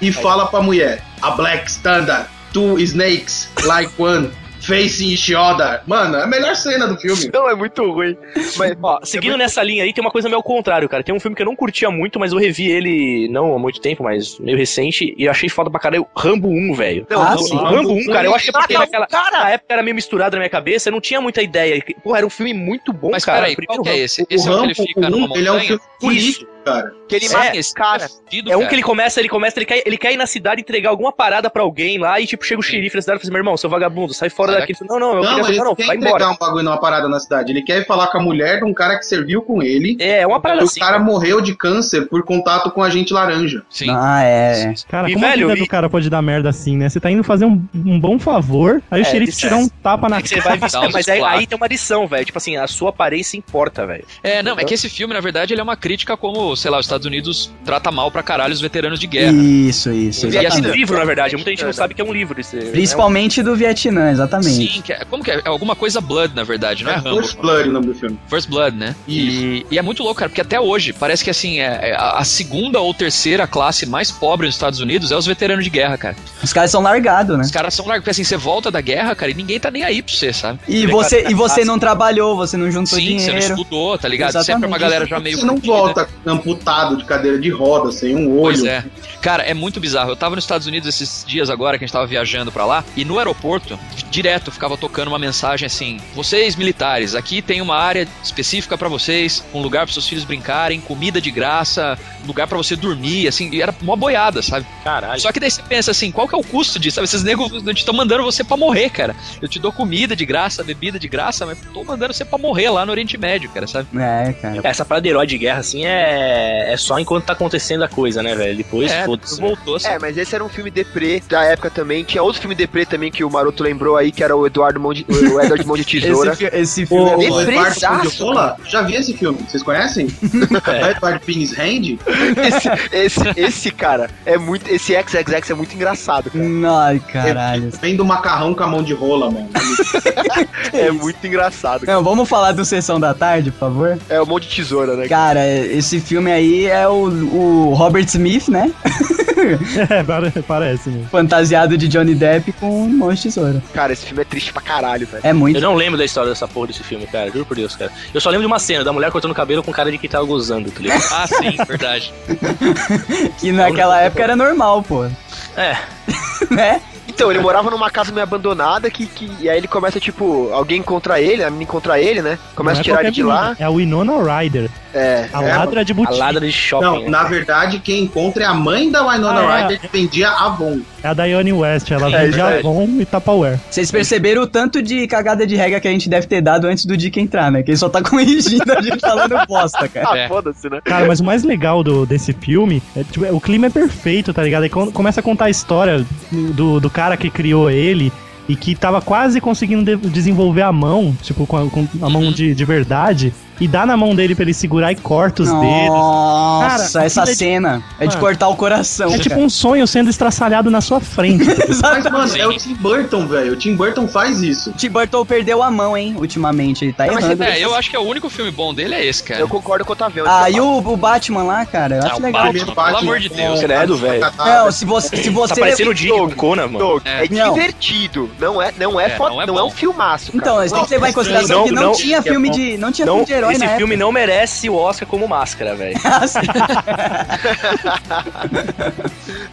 Speaker 4: e fala pra mulher: A black standard, two snakes, like one, facing each other. Mano, é a melhor cena do filme.
Speaker 7: Não, é muito ruim. Mas,
Speaker 9: Ó, seguindo
Speaker 8: É,
Speaker 9: nessa linha aí, tem uma coisa meio ao contrário, cara. Tem um filme que eu não curtia muito, mas eu revi ele, não há muito tempo, mas meio recente, e eu achei foda pra caralho. Rambo 1, velho.
Speaker 1: Ah,
Speaker 9: Rambo-
Speaker 1: sim.
Speaker 9: Rambo 1, cara, eu achei porque
Speaker 7: Cara,
Speaker 9: naquela, na época era meio misturado na minha cabeça, eu não tinha muita ideia. Porra, era um filme muito bom,
Speaker 8: Mas
Speaker 9: cara.
Speaker 8: peraí, qual
Speaker 9: Primeiro
Speaker 8: que é
Speaker 9: Rambo.
Speaker 8: esse? Esse é o
Speaker 4: o
Speaker 8: que
Speaker 4: Rambo,
Speaker 8: ele fica numa
Speaker 4: um, ele é um
Speaker 8: montanha?
Speaker 4: filme político, cara.
Speaker 7: que ele
Speaker 8: Sim,
Speaker 7: mata
Speaker 8: esse
Speaker 7: cara.
Speaker 8: fudido,
Speaker 9: É um
Speaker 8: cara.
Speaker 9: que ele começa, ele começa, ele quer, ele quer ir na cidade entregar alguma parada pra alguém lá e tipo, chega o xerife da cidade e fala assim, meu irmão, seu vagabundo, sai fora
Speaker 8: Será
Speaker 9: daqui. é Ele fala, Não, não, eu
Speaker 4: Não,
Speaker 9: queria
Speaker 4: ele
Speaker 9: não,
Speaker 4: quer
Speaker 9: vai
Speaker 4: entregar
Speaker 9: embora.
Speaker 4: um bagulho numa parada na cidade. Ele quer ir falar com a mulher de um cara que serviu com ele.
Speaker 9: É, é uma
Speaker 4: E
Speaker 9: parada
Speaker 4: o
Speaker 9: assim.
Speaker 4: cara morreu de câncer por contato com agente laranja.
Speaker 8: Sim.
Speaker 1: Ah, é.
Speaker 3: Cara,
Speaker 9: E,
Speaker 3: como
Speaker 9: velho,
Speaker 3: a vida
Speaker 9: e-
Speaker 3: do cara pode dar merda assim, né? Você tá indo fazer um, um bom favor, aí o
Speaker 9: É,
Speaker 3: xerife
Speaker 9: isso
Speaker 3: te dá
Speaker 9: é.
Speaker 3: um tapa na
Speaker 9: que você vai
Speaker 8: Dá
Speaker 9: visitar,
Speaker 8: uns
Speaker 9: mas aí,
Speaker 8: plásticos.
Speaker 9: aí tem uma lição, velho. Tipo assim, a sua aparência importa, velho.
Speaker 8: É, não, é que esse filme, na verdade, ele é uma crítica a como, sei lá, os Estados Unidos trata mal pra caralho os veteranos de guerra.
Speaker 1: Isso, isso.
Speaker 8: E
Speaker 9: E é um
Speaker 8: assim,
Speaker 9: livro, na verdade. Muita gente não sabe que é um livro. Esse,
Speaker 1: Principalmente do Vietnã, exatamente.
Speaker 8: Sim, que é- como que é? É alguma coisa Blood, na verdade, não é, Rambo.
Speaker 4: First Blood o nome do filme.
Speaker 8: First Blood, né? E, e é muito louco, cara, porque até hoje parece que assim, é, é a a segunda ou terceira classe mais pobre nos Estados Unidos é os veteranos de guerra, cara.
Speaker 1: Os caras são largados, né?
Speaker 8: Os caras são largos, porque assim, você volta da guerra, cara, e ninguém tá nem aí pra você, sabe?
Speaker 1: E você, e você não trabalhou, você não juntou
Speaker 8: é Sim, você não
Speaker 1: dinheiro.
Speaker 8: estudou, tá ligado?
Speaker 1: Exatamente.
Speaker 8: Sempre uma galera já meio.
Speaker 4: Você não
Speaker 8: fudida.
Speaker 4: volta amputado sentado, de cadeira de roda, sem um olho.
Speaker 8: Pois é. Cara, é muito bizarro. Eu tava nos Estados Unidos esses dias agora, que a gente tava viajando pra lá, e no aeroporto, direto ficava tocando uma mensagem assim: Vocês militares, aqui tem uma área específica pra vocês, um lugar pros seus filhos brincarem, comida de graça, lugar pra você dormir, assim, e era uma boiada, sabe?
Speaker 9: Caralho.
Speaker 8: Só que daí você pensa assim: qual que é o custo disso? Sabe? Esses negros estão mandando você pra morrer, cara. Eu te dou comida de graça, bebida de graça, mas tô mandando você pra morrer lá no Oriente Médio, cara, sabe?
Speaker 1: É, cara.
Speaker 9: Essa parada de herói de guerra, assim, é, é só enquanto tá acontecendo a coisa, né, velho? Depois,
Speaker 8: é,
Speaker 9: foda-se.
Speaker 8: voltou, sabe?
Speaker 7: É, mas esse era um filme deprê da época também. Tinha outro filme deprê também que o Maroto lembrou aí, que era o Eduardo Mão de, o Edward Mão de Tesoura.
Speaker 8: né?
Speaker 1: Esse, fi- esse filme é
Speaker 4: O
Speaker 1: bom.
Speaker 7: Depressaço,
Speaker 4: Eduardo
Speaker 7: cara.
Speaker 4: Pondiola, já vi esse filme, vocês conhecem?
Speaker 9: É.
Speaker 4: Edward Penis Hand?
Speaker 7: esse, esse, esse, cara, é muito. Esse XXX é muito engraçado,
Speaker 1: Hum.
Speaker 7: cara.
Speaker 1: Ai, caralho.
Speaker 4: Vem do macarrão com a mão de rola, mano.
Speaker 7: É muito engraçado. cara.
Speaker 1: Não, vamos falar do Sessão da Tarde, por favor?
Speaker 7: É o Mão de Tesoura, né?
Speaker 1: Cara, esse filme aí é o, o Robert Smith, né?
Speaker 3: É, pare- parece né? mesmo.
Speaker 1: Fantasiado de Johnny Depp com um monte de tesoura.
Speaker 7: Cara, esse filme é triste pra caralho, velho.
Speaker 1: É muito.
Speaker 9: Eu não lembro da história dessa porra desse filme, cara. Juro por Deus, cara. Eu só lembro de uma cena da mulher cortando o cabelo com cara de que tava gozando, tá ligado?
Speaker 8: Ah, sim, verdade.
Speaker 1: Que
Speaker 8: é
Speaker 1: naquela época era normal, pô.
Speaker 9: É.
Speaker 1: Né?
Speaker 7: Então, ele morava numa casa meio abandonada que, que. E aí ele começa, tipo, alguém encontra ele, a menina encontra ele, né? Começa
Speaker 3: Não
Speaker 7: a
Speaker 3: é
Speaker 7: tirar ele
Speaker 3: qualquer
Speaker 7: de
Speaker 3: menina,
Speaker 7: lá.
Speaker 3: É a Winona Ryder,
Speaker 7: É.
Speaker 3: a
Speaker 4: É,
Speaker 3: ladra de
Speaker 9: A
Speaker 3: boutique.
Speaker 9: ladra de
Speaker 4: Não,
Speaker 9: shopping. né?
Speaker 4: na verdade, quem encontra é a mãe da Winona
Speaker 3: Ah, é.
Speaker 4: Ryder que vendia Avon.
Speaker 3: É a Diane West, ela
Speaker 7: É,
Speaker 3: vende
Speaker 7: verdade.
Speaker 3: Avon e Tupperware.
Speaker 1: Vocês perceberam o tanto de cagada de regra que a gente deve ter dado antes do Dick entrar, né? Que ele só tá corrigindo a gente falando bosta, cara.
Speaker 7: Ah,
Speaker 8: É.
Speaker 7: foda-se, né?
Speaker 3: Cara, mas o mais legal do, desse filme é tipo, é, o clima é perfeito, tá ligado? Aí quando começa a contar a história do, do cara que criou ele e que tava quase conseguindo de- desenvolver a mão, tipo, com a, com a mão de, de verdade, e dá na mão dele pra ele segurar e corta os dedos.
Speaker 1: Nossa,
Speaker 3: Cara,
Speaker 1: essa
Speaker 3: aquilo é de-
Speaker 1: cena é de
Speaker 3: Mano.
Speaker 1: cortar o coração.
Speaker 3: É tipo um sonho sendo estraçalhado na sua frente.
Speaker 4: Mas,
Speaker 1: Exato.
Speaker 4: mano, é o Tim Burton, velho. O Tim Burton faz isso.
Speaker 1: Tim Burton perdeu a mão, hein, ultimamente. Ele tá
Speaker 7: Não, mas
Speaker 1: errando.
Speaker 8: É, eu acho que é o único filme bom dele é esse, cara.
Speaker 7: Eu concordo com o é um Otavião.
Speaker 1: Ah, e o, o Batman lá, cara? Eu acho
Speaker 8: Ah, o
Speaker 1: legal.
Speaker 8: Batman. pelo amor de Deus.
Speaker 3: Tá
Speaker 7: né?
Speaker 9: Credo,
Speaker 7: É.
Speaker 3: É,
Speaker 9: velho.
Speaker 1: Não, se você. Se
Speaker 9: Tá
Speaker 1: você
Speaker 9: parecendo o Dick com Conan, mano.
Speaker 7: Doug, é,
Speaker 8: É.
Speaker 1: Não.
Speaker 7: divertido. Não é, não é,
Speaker 8: É,
Speaker 7: fo-
Speaker 8: não é
Speaker 7: não é um
Speaker 8: bom.
Speaker 7: filmaço. Cara.
Speaker 1: Então, você tem que levar em consideração
Speaker 9: Não,
Speaker 1: que não,
Speaker 9: não,
Speaker 1: tinha
Speaker 9: que é
Speaker 1: filme
Speaker 9: bom.
Speaker 1: de. Não tinha
Speaker 9: Não,
Speaker 1: filme de herói,
Speaker 9: esse
Speaker 1: né?
Speaker 9: filme não merece o Oscar como máscara, velho.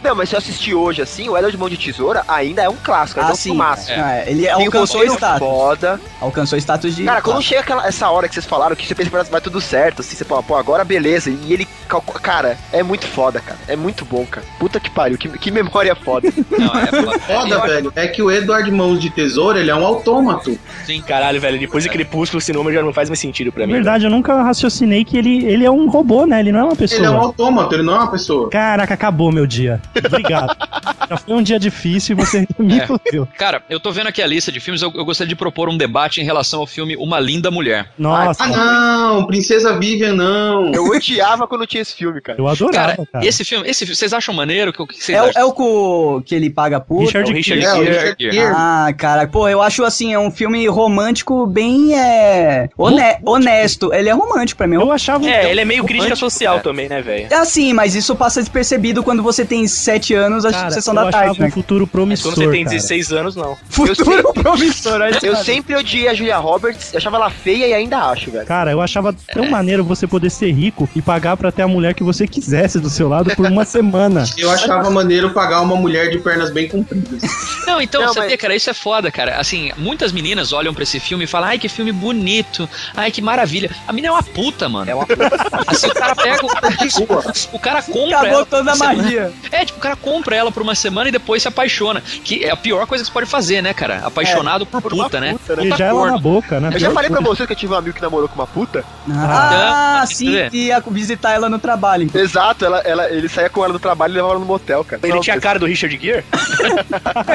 Speaker 7: Não, mas se eu assistir hoje assim, o Ela de Mão de Tesoura ainda é um clássico, ainda é um
Speaker 1: sim.
Speaker 7: filmaço.
Speaker 1: Não, é, Ele
Speaker 7: Tem um
Speaker 1: alcançou o
Speaker 7: roteiro
Speaker 1: status.
Speaker 7: Foda.
Speaker 1: Alcançou o status de. Ah,
Speaker 7: Cara, quando chega aquela, essa hora que vocês falaram, que você pensa que vai tudo certo, assim, você fala, pô, agora beleza. E ele calcula. Cara, é muito foda, cara. É muito bom, cara. Puta que pariu, que, que memória foda.
Speaker 8: Não, é foda.
Speaker 4: Foda, velho. É que o Edward Mãos de Tesoura, ele é um autômato.
Speaker 9: Sim, caralho, velho. Depois de Crepúsculo, esse nome já não faz mais sentido pra
Speaker 3: Na
Speaker 9: mim.
Speaker 3: verdade, eu nunca raciocinei que ele, ele é um robô, né? Ele não é uma pessoa.
Speaker 4: Ele é um autômato, ele não é uma pessoa.
Speaker 3: Caraca, acabou meu dia. Obrigado. Já foi um dia difícil e você me
Speaker 8: É.
Speaker 3: fodeu.
Speaker 8: Cara, eu tô vendo aqui a lista de filmes, eu, eu gostaria de propor um debate em relação ao filme Uma Linda Mulher.
Speaker 4: Ah,
Speaker 3: Nossa,
Speaker 4: não, Princesa Vivian, não.
Speaker 7: Eu odiava quando tinha esse filme, cara.
Speaker 3: eu adorava,
Speaker 8: Cara,
Speaker 3: cara.
Speaker 8: esse filme, esse filme, vocês acham maneiro? O que, o que vocês
Speaker 1: É, o-
Speaker 8: acham?
Speaker 1: é o co- que ele paga por.
Speaker 3: Richard,
Speaker 9: É o Richard
Speaker 3: Gere.
Speaker 4: É, o Richard
Speaker 8: Gere.
Speaker 4: Gere.
Speaker 1: Ah, cara, pô, eu acho assim, é um filme romântico bem é, hone- honesto. Ele é romântico pra mim.
Speaker 3: Eu achava um
Speaker 9: É, ele é meio crítica
Speaker 8: Romântico,
Speaker 9: social
Speaker 8: cara.
Speaker 9: também, né, velho?
Speaker 1: É assim, mas isso passa despercebido quando você tem 7 anos, a
Speaker 3: Cara,
Speaker 1: é sessão
Speaker 3: eu
Speaker 1: da tarde,
Speaker 3: achava um
Speaker 1: né?
Speaker 3: futuro
Speaker 9: Mas
Speaker 3: promissor.
Speaker 9: quando você tem
Speaker 3: cara.
Speaker 9: 16 anos, não.
Speaker 1: Futuro promissor, olha
Speaker 7: Eu
Speaker 1: só.
Speaker 7: sempre odiei a Julia Roberts, eu achava ela feia e ainda acho, velho.
Speaker 3: Cara, eu achava tão maneiro você poder ser rico e pagar pra ter a mulher que você quisesse do seu lado por uma semana.
Speaker 4: Eu achava maneiro pagar uma mulher de pernas bem compridas.
Speaker 8: Não, então,
Speaker 7: Não,
Speaker 8: sabia,
Speaker 7: mas-
Speaker 8: cara, isso é foda, cara. Assim, muitas meninas olham pra esse filme e falam, ai, que filme bonito, ai, que maravilha. A menina é uma puta, mano.
Speaker 7: É uma
Speaker 8: Assim, o cara pega, o, o cara compra
Speaker 1: Acabou
Speaker 8: ela por
Speaker 1: toda a
Speaker 8: uma semana.
Speaker 1: magia.
Speaker 8: É, tipo, o cara compra ela por uma semana e depois se apaixona. Que é a pior coisa que você pode fazer, né, cara? Apaixonado por,
Speaker 7: uma
Speaker 8: puta, né?
Speaker 7: puta, né?
Speaker 3: Beijar ela na boca, né?
Speaker 7: Eu já falei pra você que eu tive um amigo que namorou com uma puta.
Speaker 1: Ah,
Speaker 8: Ah,
Speaker 1: sim,
Speaker 8: quer dizer-
Speaker 1: que ia visitar ela no trabalho.
Speaker 7: Exato, ela, ela, ele saía com ela do trabalho e levava ela no motel, cara.
Speaker 9: Ele
Speaker 7: Não,
Speaker 9: tinha a cara do Richard Gere?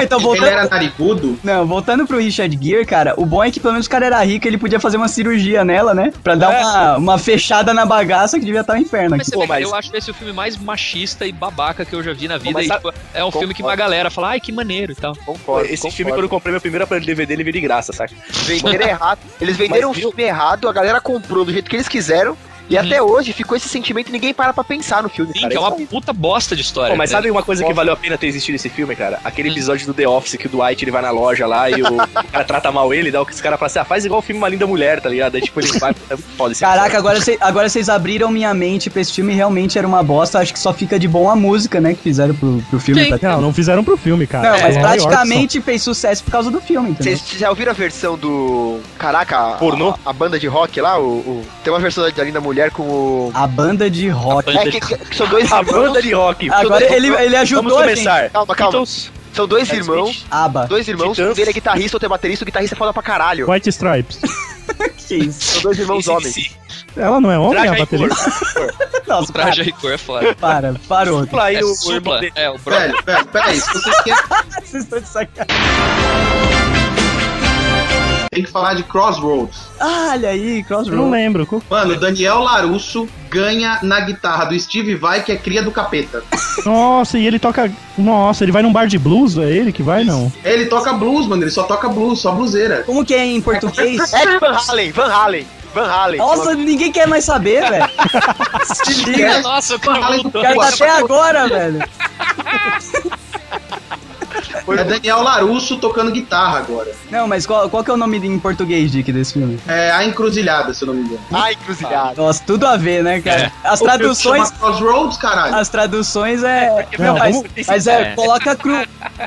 Speaker 1: Então,
Speaker 4: Ele era
Speaker 1: voltando...
Speaker 4: narigudo,
Speaker 1: Não, voltando pro Richard Gere, cara, o bom é que pelo menos o cara era rico, ele podia fazer uma cirurgia nela, né? Pra dar
Speaker 9: É.
Speaker 1: uma, uma fechada na bagaça que devia estar um inferno
Speaker 8: Mas
Speaker 1: aqui.
Speaker 8: você
Speaker 9: Pô,
Speaker 8: vê, cara,
Speaker 9: mas-
Speaker 8: eu acho esse o filme mais machista e babaca que eu já vi na vida.
Speaker 9: mas
Speaker 8: e,
Speaker 9: sabe-
Speaker 8: tipo, é um filme que uma
Speaker 7: Concordo.
Speaker 8: galera fala, ai, que maneiro e tal.
Speaker 7: Concordo,
Speaker 9: Esse
Speaker 7: concordo.
Speaker 9: filme, quando eu comprei meu primeiro aparelho DVD, ele veio de graça, saca?
Speaker 7: Venderam errado. Eles venderam o
Speaker 9: Mas viu? Uhum.
Speaker 7: filme errado, a galera comprou do jeito que eles quiseram. E até hoje ficou esse sentimento e ninguém para pra pensar no filme,
Speaker 8: Sim,
Speaker 7: cara.
Speaker 8: que é
Speaker 7: Isso
Speaker 8: uma
Speaker 7: aí.
Speaker 8: puta bosta de história.
Speaker 9: Pô, mas
Speaker 8: né?
Speaker 9: sabe uma coisa que valeu a pena ter existido esse filme, cara? Aquele episódio do The Office que o Dwight ele vai na loja lá e o, o cara trata mal ele, dá o que os caras falam assim, ah, faz igual o filme Uma Linda Mulher, tá ligado? Aí tipo, ele vai. É muito foda esse
Speaker 1: Caraca, agora, cê- agora vocês abriram minha mente pra esse filme, realmente era uma bosta. Acho que só fica de bom a música, né? Que fizeram pro, pro filme.
Speaker 8: Sim.
Speaker 1: praticamente.
Speaker 3: Não, não fizeram pro filme, cara. É,
Speaker 1: Não, mas
Speaker 3: Fizeram pro Yorkson.
Speaker 1: praticamente fez sucesso por causa do filme, entendeu?
Speaker 7: Vocês já ouviram a versão do. Caraca, a,
Speaker 9: né? Pornô?
Speaker 7: A, a banda de rock lá? O, o- Tem uma versão da- da Linda Mulher com o.
Speaker 1: A banda de rock.
Speaker 7: É que, que- que são dois
Speaker 9: A
Speaker 7: irmãos.
Speaker 9: banda de rock.
Speaker 1: Agora ele, ele
Speaker 9: Vamos
Speaker 1: ajudou a gente.
Speaker 9: começar. Então,
Speaker 7: Calma, calma.
Speaker 9: Beatles,
Speaker 7: São dois
Speaker 9: Ed
Speaker 7: irmãos.
Speaker 9: é Smith,
Speaker 1: Aba.
Speaker 7: Dois irmãos. Um
Speaker 9: Titãs.
Speaker 7: dele é guitarrista, outro é baterista. O guitarrista é foda pra caralho.
Speaker 3: White Stripes.
Speaker 1: Que isso?
Speaker 7: São dois irmãos
Speaker 9: AC/DC,
Speaker 7: homens.
Speaker 3: Ela não é homem,
Speaker 9: Traje
Speaker 3: a
Speaker 9: Rigor.
Speaker 3: bateria?
Speaker 1: Nossa, para,
Speaker 8: Traje a cor é foda.
Speaker 1: para, parou.
Speaker 9: Supla aí
Speaker 8: É,
Speaker 9: o- o irmão
Speaker 8: supla.
Speaker 9: dele.
Speaker 8: É, o Bro.
Speaker 4: Velho, velho, peraí, se vocês querem,
Speaker 1: Vocês estão de sacanagem.
Speaker 4: tem que falar de Crossroads.
Speaker 1: Ah, olha aí,
Speaker 3: Eu não é.
Speaker 1: Crossroads.
Speaker 3: lembro. co-
Speaker 4: Mano, o Daniel Larusso ganha na guitarra do Steve Vai, que é cria do capeta.
Speaker 3: Nossa, e ele toca. Nossa, ele vai num bar de blues? É ele que vai, não?
Speaker 4: Ele toca blues, mano, ele só toca blues, só bluseira.
Speaker 1: Como que é em português?
Speaker 7: Ed Van Halen, Van Halen. Van Halen.
Speaker 1: Nossa, ninguém quer mais saber, velho. Se liga.
Speaker 8: É, Nossa, o
Speaker 4: Van
Speaker 8: cara
Speaker 4: Halen
Speaker 8: voltou.
Speaker 4: com
Speaker 1: O cara tá até agora, velho.
Speaker 4: É Daniel Larusso tocando guitarra agora.
Speaker 1: Não, mas qual, qual que é o nome em português, Dick, desse filme?
Speaker 4: É a encruzilhada, se eu não me engano.
Speaker 7: Ai, encruzilhada.
Speaker 1: Nossa, tudo a ver, né, cara? As
Speaker 4: O filme
Speaker 1: traduções...
Speaker 4: chama Crossroads, caralho.
Speaker 1: As traduções é...
Speaker 3: Não,
Speaker 1: mas,
Speaker 3: vamos-
Speaker 1: mas é,
Speaker 8: É.
Speaker 1: coloca cru...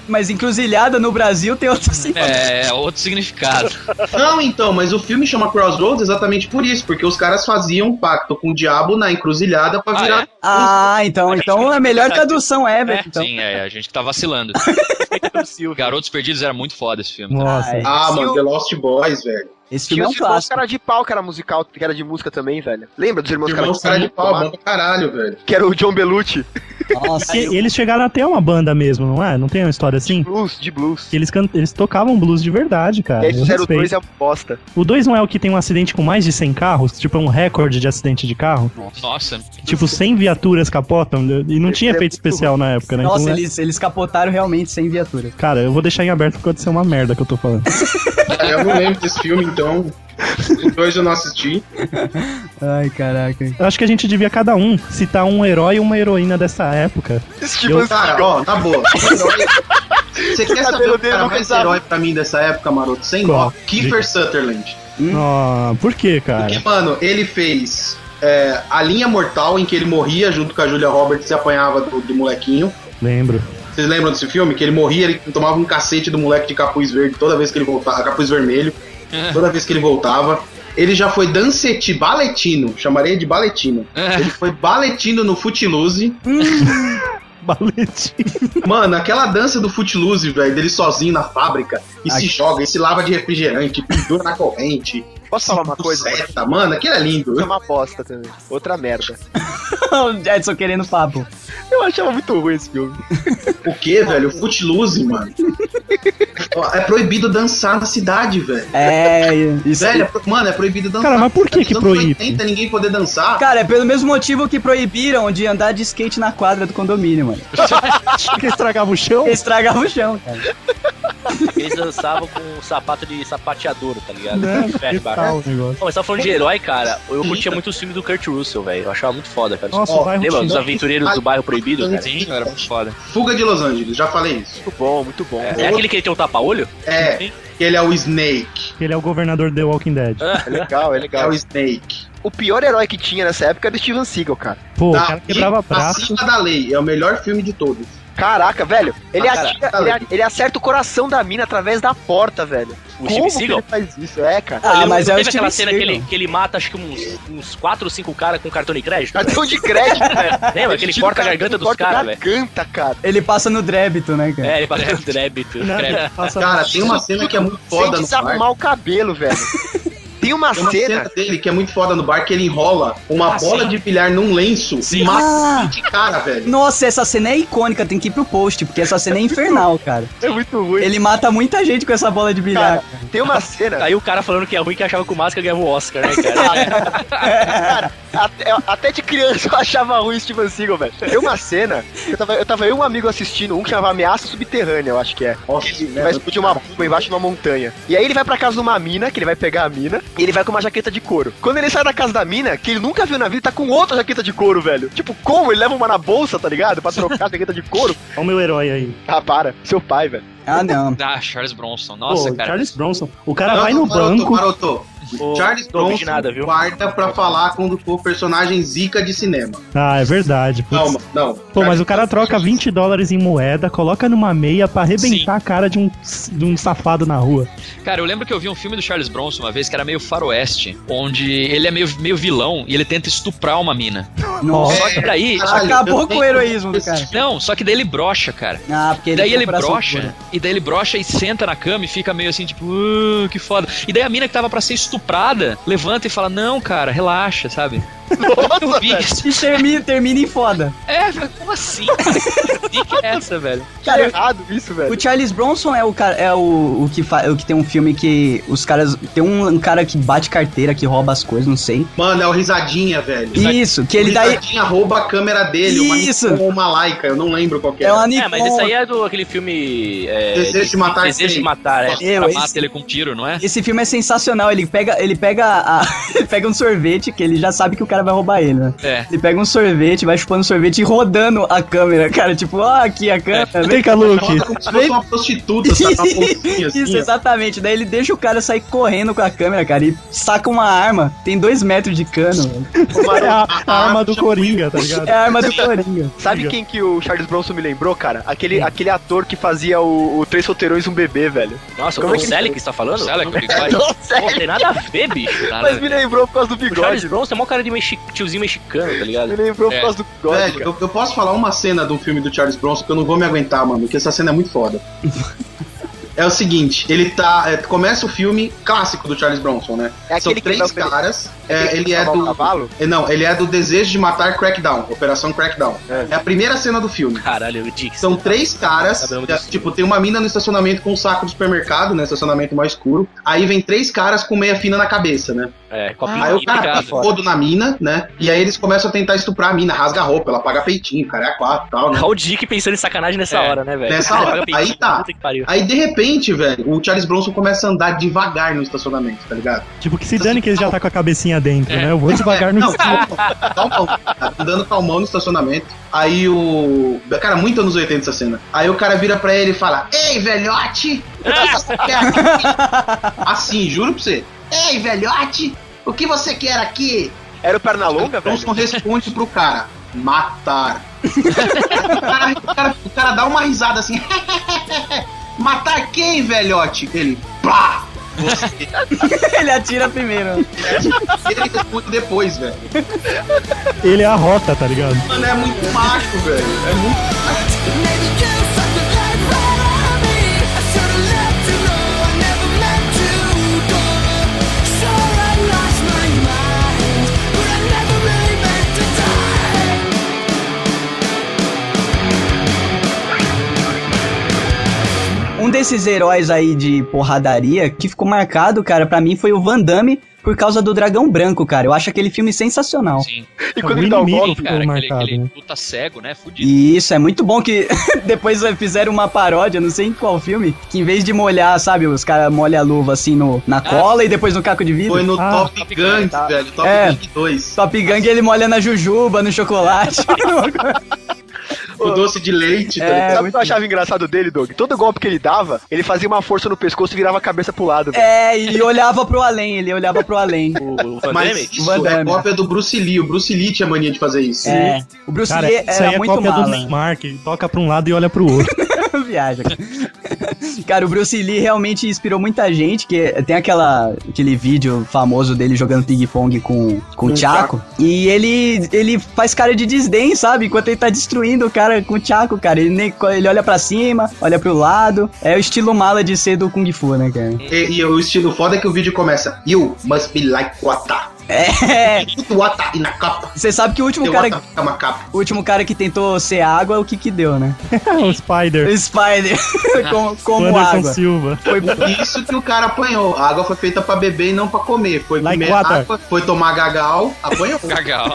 Speaker 1: Mas encruzilhada no Brasil tem outro significado.
Speaker 8: É, é outro significado.
Speaker 4: Não, então, mas o filme chama Crossroads exatamente por isso, porque os caras faziam um pacto com o diabo na encruzilhada pra
Speaker 8: Ah,
Speaker 4: virar.
Speaker 8: é?
Speaker 1: Ah, então, então a melhor tradução é, velho. Então.
Speaker 8: Sim, é, a gente tá vacilando.
Speaker 9: Então,
Speaker 8: Garotos Perdidos era muito foda esse filme.
Speaker 3: Nossa.
Speaker 1: Ai.
Speaker 4: Ah,
Speaker 7: Sim,
Speaker 4: mano,
Speaker 7: o-
Speaker 4: The Lost Boys, velho.
Speaker 1: Esse filme
Speaker 7: Tinha
Speaker 1: é um
Speaker 7: os irmãos
Speaker 1: clássico.
Speaker 7: cara de pau, que era musical, que era de música também, velho. Lembra dos irmãos,
Speaker 4: Irmãos
Speaker 7: cara
Speaker 4: cara
Speaker 7: de
Speaker 4: de pau, bom pra caralho, velho.
Speaker 7: Que era o John Belushi.
Speaker 1: Nossa,
Speaker 3: E eles chegaram a ter uma banda mesmo, não é? Não tem uma história assim?
Speaker 7: Blues, de blues.
Speaker 3: Que eles, can- eles tocavam blues de verdade, cara.
Speaker 7: E aí
Speaker 3: Eu
Speaker 7: fizeram o
Speaker 3: respeito.
Speaker 7: 2 é uma bosta.
Speaker 3: O 2 não é o que tem um acidente com mais de 100 carros? Tipo, é um recorde de acidente de carro?
Speaker 8: Nossa,
Speaker 3: Tipo, 100 viaturas capotam? né? E não tinha
Speaker 7: é
Speaker 3: efeito
Speaker 7: muito
Speaker 3: especial na época, né?
Speaker 1: Nossa,
Speaker 3: Então, é-
Speaker 1: eles, eles capotaram realmente sem viatura.
Speaker 3: Cara, eu vou deixar em aberto porque pode ser uma merda que eu tô falando.
Speaker 4: Eu não lembro desse filme, então. Os dois eu não assisti.
Speaker 1: Ai, caraca.
Speaker 3: Eu acho que a gente devia cada um citar um herói e uma heroína dessa época.
Speaker 7: Steven
Speaker 4: Cara,
Speaker 7: Seagal.
Speaker 4: ó, na boa. Você quer saber
Speaker 7: cabelo
Speaker 4: o
Speaker 7: dele
Speaker 4: cara
Speaker 7: não
Speaker 4: mais
Speaker 7: pesava.
Speaker 4: herói pra mim dessa época, maroto? Sem
Speaker 3: Qual?
Speaker 4: nó. Kiefer Sutherland.
Speaker 3: Ah, por que, cara?
Speaker 4: Porque, mano, ele fez é, a linha mortal em que ele morria junto com a Julia Roberts e apanhava do, do molequinho.
Speaker 3: Lembro.
Speaker 4: Vocês lembram desse filme? Que ele morria, ele tomava um cacete do moleque de capuz verde toda vez que ele voltava. Capuz vermelho. Toda vez que ele voltava. Ele já foi dancete, baletino. Chamaria de baletino. Ele foi baletino no Footloose.
Speaker 3: Balete.
Speaker 4: Mano, aquela dança do Footloose, velho, dele sozinho na fábrica, e se joga, e se lava de refrigerante, pendura na corrente,
Speaker 7: Posso falar uma coisa? Isso
Speaker 4: seta, mano, aquilo é
Speaker 7: é
Speaker 4: lindo.
Speaker 7: uma bosta também. Outra merda.
Speaker 1: o Edson querendo papo.
Speaker 7: Eu achava muito ruim esse filme.
Speaker 4: O que, velho? Footloose, mano. Ó, É proibido dançar na cidade, velho.
Speaker 1: É, isso.
Speaker 4: Velho, é pro- mano, é proibido dançar.
Speaker 3: Cara, mas por que
Speaker 4: Nos
Speaker 3: que
Speaker 4: anos
Speaker 3: proíbe?
Speaker 4: 80 ninguém poder dançar.
Speaker 1: Cara, é pelo mesmo motivo que proibiram de andar de skate na quadra do condomínio, mano.
Speaker 3: Porque estragava o chão?
Speaker 1: Estragava o chão, cara.
Speaker 9: Eles dançavam com um sapato de sapateador, tá ligado?
Speaker 3: Né?
Speaker 9: Fat
Speaker 3: Que
Speaker 9: bar.
Speaker 3: tal o negócio?
Speaker 9: Bom, mas tava falando de herói, cara. Eu curtia muito os filmes do Kurt Russell, velho. Eu achava muito foda, cara.
Speaker 3: Nossa,
Speaker 4: Ó,
Speaker 3: vai
Speaker 9: Lembra
Speaker 3: rotinar.
Speaker 9: dos aventureiros do bairro proibido, cara?
Speaker 8: sim, era muito foda.
Speaker 4: Fuga de Los Angeles, já falei isso.
Speaker 7: Muito bom, muito bom.
Speaker 9: É aquele que ele tem um tapa-olho?
Speaker 4: É, que ele é o Snake.
Speaker 3: Ele é o governador de The Walking Dead.
Speaker 7: É legal, é
Speaker 4: É
Speaker 7: legal.
Speaker 4: o Snake.
Speaker 7: O pior herói que tinha nessa época era o Steven Seagal, cara.
Speaker 3: Pô, o
Speaker 4: Tá
Speaker 3: cara
Speaker 4: aqui,
Speaker 3: quebrava braço.
Speaker 4: acima da lei. É o melhor filme de todos.
Speaker 7: Caraca, velho. Ele,
Speaker 4: Ah, cara,
Speaker 7: atira-
Speaker 4: tá
Speaker 7: ele a-
Speaker 4: louco.
Speaker 7: ele acerta o coração da mina através da porta, velho.
Speaker 9: O
Speaker 7: Como
Speaker 9: Steve
Speaker 7: que
Speaker 9: Seagal?
Speaker 7: ele faz isso? É, cara.
Speaker 1: Ah,
Speaker 9: Ele
Speaker 1: mas é
Speaker 9: não
Speaker 1: o
Speaker 9: teve aquela
Speaker 1: Steven
Speaker 9: cena que ele,
Speaker 1: Seagal.
Speaker 9: que ele mata, acho que uns, uns 4 ou 5 caras com cartão de crédito. velho.
Speaker 7: Cartão de crédito, velho.
Speaker 9: Lembra? Que ele corta a garganta dos
Speaker 7: Corta
Speaker 9: caras,
Speaker 7: a
Speaker 9: velho.
Speaker 7: garganta, cara.
Speaker 1: Ele passa no débito, né, cara?
Speaker 9: É, ele bateu no débito.
Speaker 3: Nada, passa-
Speaker 4: Cara, tem uma cena que é muito foda
Speaker 7: Sem
Speaker 4: no bar.
Speaker 7: desarrumar o cabelo, velho. Tem uma,
Speaker 4: Tem uma
Speaker 7: cena.
Speaker 4: cena dele que é muito foda no bar, que ele enrola uma
Speaker 9: Ah,
Speaker 4: bola
Speaker 9: sim.
Speaker 4: de bilhar num lenço e
Speaker 1: Ah.
Speaker 4: mata assim de cara, velho.
Speaker 1: Nossa, essa cena é icônica, tem que ir pro post, porque essa cena é infernal, cara.
Speaker 7: É muito ruim.
Speaker 1: Ele mata muita gente com essa bola de bilhar.
Speaker 7: Tem uma cena. Ah,
Speaker 9: Aí o cara falando que é ruim que achava que o Máscara ganhava o Oscar, né, cara?
Speaker 7: Cara, Até, eu- até de criança eu achava ruim o Steven Seagal, velho. Tem uma cena, eu tava, eu tava eu e um amigo assistindo, um que chamava Ameaça Subterrânea, eu acho que é.
Speaker 4: Nossa,
Speaker 7: Que
Speaker 4: né?
Speaker 7: vai explodir uma bomba embaixo de uma montanha. E aí ele vai pra casa de uma mina, que ele vai pegar a mina, e ele vai com uma jaqueta de couro. Quando ele sai da casa da mina, que ele nunca viu na vida, ele tá com outra jaqueta de couro, velho. Tipo, como? Ele leva uma na bolsa, tá ligado? Pra trocar a jaqueta de couro.
Speaker 3: Olha o meu herói aí.
Speaker 7: Ah, para. Seu pai, velho.
Speaker 1: Ah, não.
Speaker 8: Ah, Charles Bronson. Nossa,
Speaker 3: Pô,
Speaker 8: cara.
Speaker 3: Charles Bronson. O cara vai
Speaker 4: Maroto,
Speaker 3: no banco.
Speaker 4: Maroto, Maroto.
Speaker 9: Ô,
Speaker 4: Charles
Speaker 9: não ouvi de
Speaker 4: Bronson
Speaker 9: nada, viu?
Speaker 4: guarda pra falar quando for personagem zica de cinema.
Speaker 3: Ah, é verdade. putz.
Speaker 4: Calma, não.
Speaker 3: Pô, mas o cara troca 20 dólares em moeda, coloca numa meia pra arrebentar a cara de um, de um safado na rua.
Speaker 8: Cara, eu lembro que eu vi um filme do Charles Bronson uma vez que era meio faroeste, onde ele é meio, meio vilão e ele tenta estuprar uma mina.
Speaker 1: Nossa.
Speaker 8: Só que daí. só que-
Speaker 1: Acabou
Speaker 4: eu
Speaker 1: com o
Speaker 4: tenho-
Speaker 1: heroísmo do cara.
Speaker 8: não, só que daí ele brocha, cara.
Speaker 1: Ah, porque
Speaker 8: E
Speaker 1: ele
Speaker 8: daí
Speaker 1: tem
Speaker 4: um
Speaker 8: ele
Speaker 1: coração
Speaker 8: brocha,
Speaker 1: puro.
Speaker 8: e daí ele brocha e senta na cama e fica meio assim, tipo, "Uh, que foda. E daí a mina que tava pra ser estuprada levanta e fala: Não, cara, relaxa, sabe? eu vi isso.
Speaker 1: E termina, termina em foda.
Speaker 8: É, velho, como assim? cara? Que que é essa, velho?
Speaker 1: Cara,
Speaker 7: errado isso, velho.
Speaker 1: O Charles Bronson é o cara é o, o que fa, o que tem um filme que os caras tem um, um cara que bate carteira, que rouba as coisas, não sei.
Speaker 4: Mano, é o Risadinha, velho.
Speaker 1: Isso, que ele
Speaker 4: o
Speaker 1: daí
Speaker 4: Risadinha rouba a câmera dele, uma
Speaker 1: Isso.
Speaker 4: Nikon ou uma Laika, eu não lembro qual que
Speaker 1: é
Speaker 4: era.
Speaker 1: uma
Speaker 9: É,
Speaker 1: Nikon.
Speaker 9: mas isso aí é do aquele filme. É,
Speaker 4: Desejo de matar
Speaker 9: Desejo de
Speaker 4: sim.
Speaker 9: matar, é.
Speaker 1: Meu,
Speaker 8: Ela
Speaker 1: esse-
Speaker 8: mata ele com um tiro, não é?
Speaker 1: Esse filme é sensacional, ele pega, ele pega a- ele pega um sorvete que ele já sabe que o cara vai roubar ele, né?
Speaker 8: É.
Speaker 1: Ele pega um sorvete, vai chupando sorvete e rodando a câmera, cara, tipo, ó, aqui a câmera. né?
Speaker 3: Vem
Speaker 1: vem
Speaker 3: cá, Luke.
Speaker 4: Ela tá como se fosse uma prostituta, sabe? Uma bolsinha assim.
Speaker 1: Isso,
Speaker 4: ó.
Speaker 1: exatamente. Daí ele deixa o cara sair correndo com a câmera, cara, e saca uma arma. Tem dois metros de cano. velho.
Speaker 3: É a, a arma do Coringa, tá
Speaker 1: É
Speaker 3: ligado?
Speaker 1: a arma do Coringa.
Speaker 7: Sabe quem que o Charles Bronson me lembrou, cara? Aquele,
Speaker 3: Hum.
Speaker 7: aquele ator que fazia o, o Três Solteirões e um Bebê, velho.
Speaker 9: Nossa,
Speaker 7: Como
Speaker 9: o
Speaker 7: é que ele-
Speaker 9: Selig que você tá falando?
Speaker 8: Selig, o bigode.
Speaker 9: Não, Selig. Pô, tem nada a ver, bicho.
Speaker 8: Nada a
Speaker 7: Mas
Speaker 8: ver.
Speaker 7: me lembrou por causa do
Speaker 9: O Charles
Speaker 7: bigode.
Speaker 9: Bronson é mó cara de mexi- tiozinho mexicano, tá
Speaker 7: Me
Speaker 9: ligado?
Speaker 7: lembrou
Speaker 8: É.
Speaker 7: por causa do bigode,
Speaker 4: Velho,
Speaker 7: cara.
Speaker 4: eu, eu posso falar uma cena do filme do Charles Bronson que eu não vou me aguentar, mano, porque essa cena é muito foda. É o seguinte, ele tá. é, começa o filme clássico do Charles Bronson, né?
Speaker 7: É
Speaker 4: São
Speaker 7: aquele que
Speaker 4: três
Speaker 7: não- ele-
Speaker 4: caras.
Speaker 7: é
Speaker 4: é,
Speaker 7: aquele que
Speaker 4: ele é
Speaker 7: cavalo
Speaker 4: do.
Speaker 7: cavalo?
Speaker 4: é, Não, ele é do Desejo de Matar Crackdown, Operação Crackdown. É, a primeira cena do filme.
Speaker 9: Caralho, o Dick.
Speaker 4: São três caras.
Speaker 9: Cada um
Speaker 4: é,
Speaker 9: desse-
Speaker 4: tipo, tem uma mina no estacionamento com um saco do supermercado, né? Estacionamento mais escuro. Aí vem três caras com meia fina na cabeça, né?
Speaker 8: Ah,
Speaker 9: É, copinho
Speaker 4: Aí o
Speaker 9: de
Speaker 4: cara tá
Speaker 9: picado.
Speaker 4: todo na mina, né? E aí eles começam a tentar estuprar a mina, rasga a roupa, ela paga peitinho, cara, é a quatro e tal, né?
Speaker 9: Olha o Dick pensando em sacanagem nessa
Speaker 8: É,
Speaker 9: hora, né, velho?
Speaker 4: nessa
Speaker 9: Cara,
Speaker 4: hora.
Speaker 9: paga
Speaker 4: Aí
Speaker 9: pedido,
Speaker 4: tá.
Speaker 9: puta que pariu.
Speaker 4: Aí de repente, velho, o Charles Bronson começa a andar devagar no estacionamento, tá ligado?
Speaker 3: Tipo, que se dane que ele já tá com a cabecinha dentro, né? Eu vou devagar no
Speaker 4: É, Não,
Speaker 3: estilo.
Speaker 4: calmão, calmão, tá andando calmão no estacionamento. Aí o. Cara, muito anos 80 essa cena. Aí o cara vira pra ele e fala: Ei, velhote! o que você quer aqui?" assim, juro pra você. Ei, velhote! O que você quer aqui?
Speaker 7: Era o Pernalonga,
Speaker 4: Então
Speaker 7: Tá velho?
Speaker 4: Bronson responde pro cara: matar. o, cara, o cara- o cara dá uma risada assim: matar quem, velhote? Ele, pá! Você.
Speaker 1: ele atira primeiro.
Speaker 4: Ele responde depois, velho.
Speaker 3: Ele é a rota, tá ligado?
Speaker 4: Mano, é muito macho, velho. É muito
Speaker 1: Um desses heróis aí de porradaria que ficou marcado, cara, pra mim foi o Van Damme por causa do Dragão Branco, cara. Eu acho aquele filme sensacional.
Speaker 8: Sim.
Speaker 7: E
Speaker 3: o
Speaker 7: quando ele dá o
Speaker 3: inimigo
Speaker 7: golpe,
Speaker 3: ficou
Speaker 8: Cara, aquele,
Speaker 3: marcado, né?
Speaker 8: aquele puta cego, né? Fudido.
Speaker 1: E isso é muito bom que depois fizeram uma paródia, não sei em qual filme, que em vez de molhar, sabe, os caras molham a luva assim no, na cola e depois no caco de vidro.
Speaker 4: Foi no
Speaker 3: Ah,
Speaker 4: Top
Speaker 8: Top
Speaker 4: Gun,
Speaker 8: Gun,
Speaker 1: tá.
Speaker 4: velho. Top
Speaker 1: É.
Speaker 4: Gun 2.
Speaker 1: Top Gun que ele molha na jujuba, no chocolate.
Speaker 4: O doce de leite. tá ligado?
Speaker 1: É,
Speaker 7: Sabe o
Speaker 1: muito
Speaker 7: que eu achava engraçado dele, Doug? Todo golpe que ele dava, ele fazia uma força no pescoço e virava a cabeça pro lado. velho.
Speaker 1: é, e olhava pro além, ele olhava pro além.
Speaker 9: O, o Van Damme?
Speaker 4: Mas isso
Speaker 1: Van
Speaker 4: é
Speaker 1: Damme.
Speaker 4: cópia do Bruce Lee. O Bruce Lee tinha mania de fazer isso.
Speaker 1: É, o Bruce
Speaker 3: Cara,
Speaker 1: Lee
Speaker 3: isso aí
Speaker 1: era
Speaker 3: é
Speaker 1: muito
Speaker 3: cópia do
Speaker 1: mala.
Speaker 3: Neymar, que toca pra um lado e olha pro outro.
Speaker 1: Viaja. cara. Cara, o Bruce Lee realmente inspirou muita gente, que tem aquela, aquele vídeo famoso dele jogando ping-pong com, com o Chaco, e ele, ele faz cara de desdém, sabe? Enquanto ele tá destruindo o cara com o Chaco, cara. Ele, nem, ele olha pra cima, olha pro lado. É o estilo mala de ser do Kung Fu, né, cara?
Speaker 4: E, e o estilo foda é que o vídeo começa. You must be like Wata.
Speaker 1: É.
Speaker 4: Ituata Inacapa.
Speaker 1: Você sabe que o último cara,
Speaker 4: Teuata Macapa.
Speaker 1: o último cara que tentou ser água, o que que deu, né?
Speaker 3: É o Spider.
Speaker 1: Spider, como, como
Speaker 3: Anderson
Speaker 1: água.
Speaker 3: Silva.
Speaker 4: Isso que o cara apanhou. A água foi feita pra beber e não pra comer. Foi
Speaker 3: Like
Speaker 4: comer
Speaker 3: water.
Speaker 4: água, foi tomar gagal, apanhou.
Speaker 8: Gagal.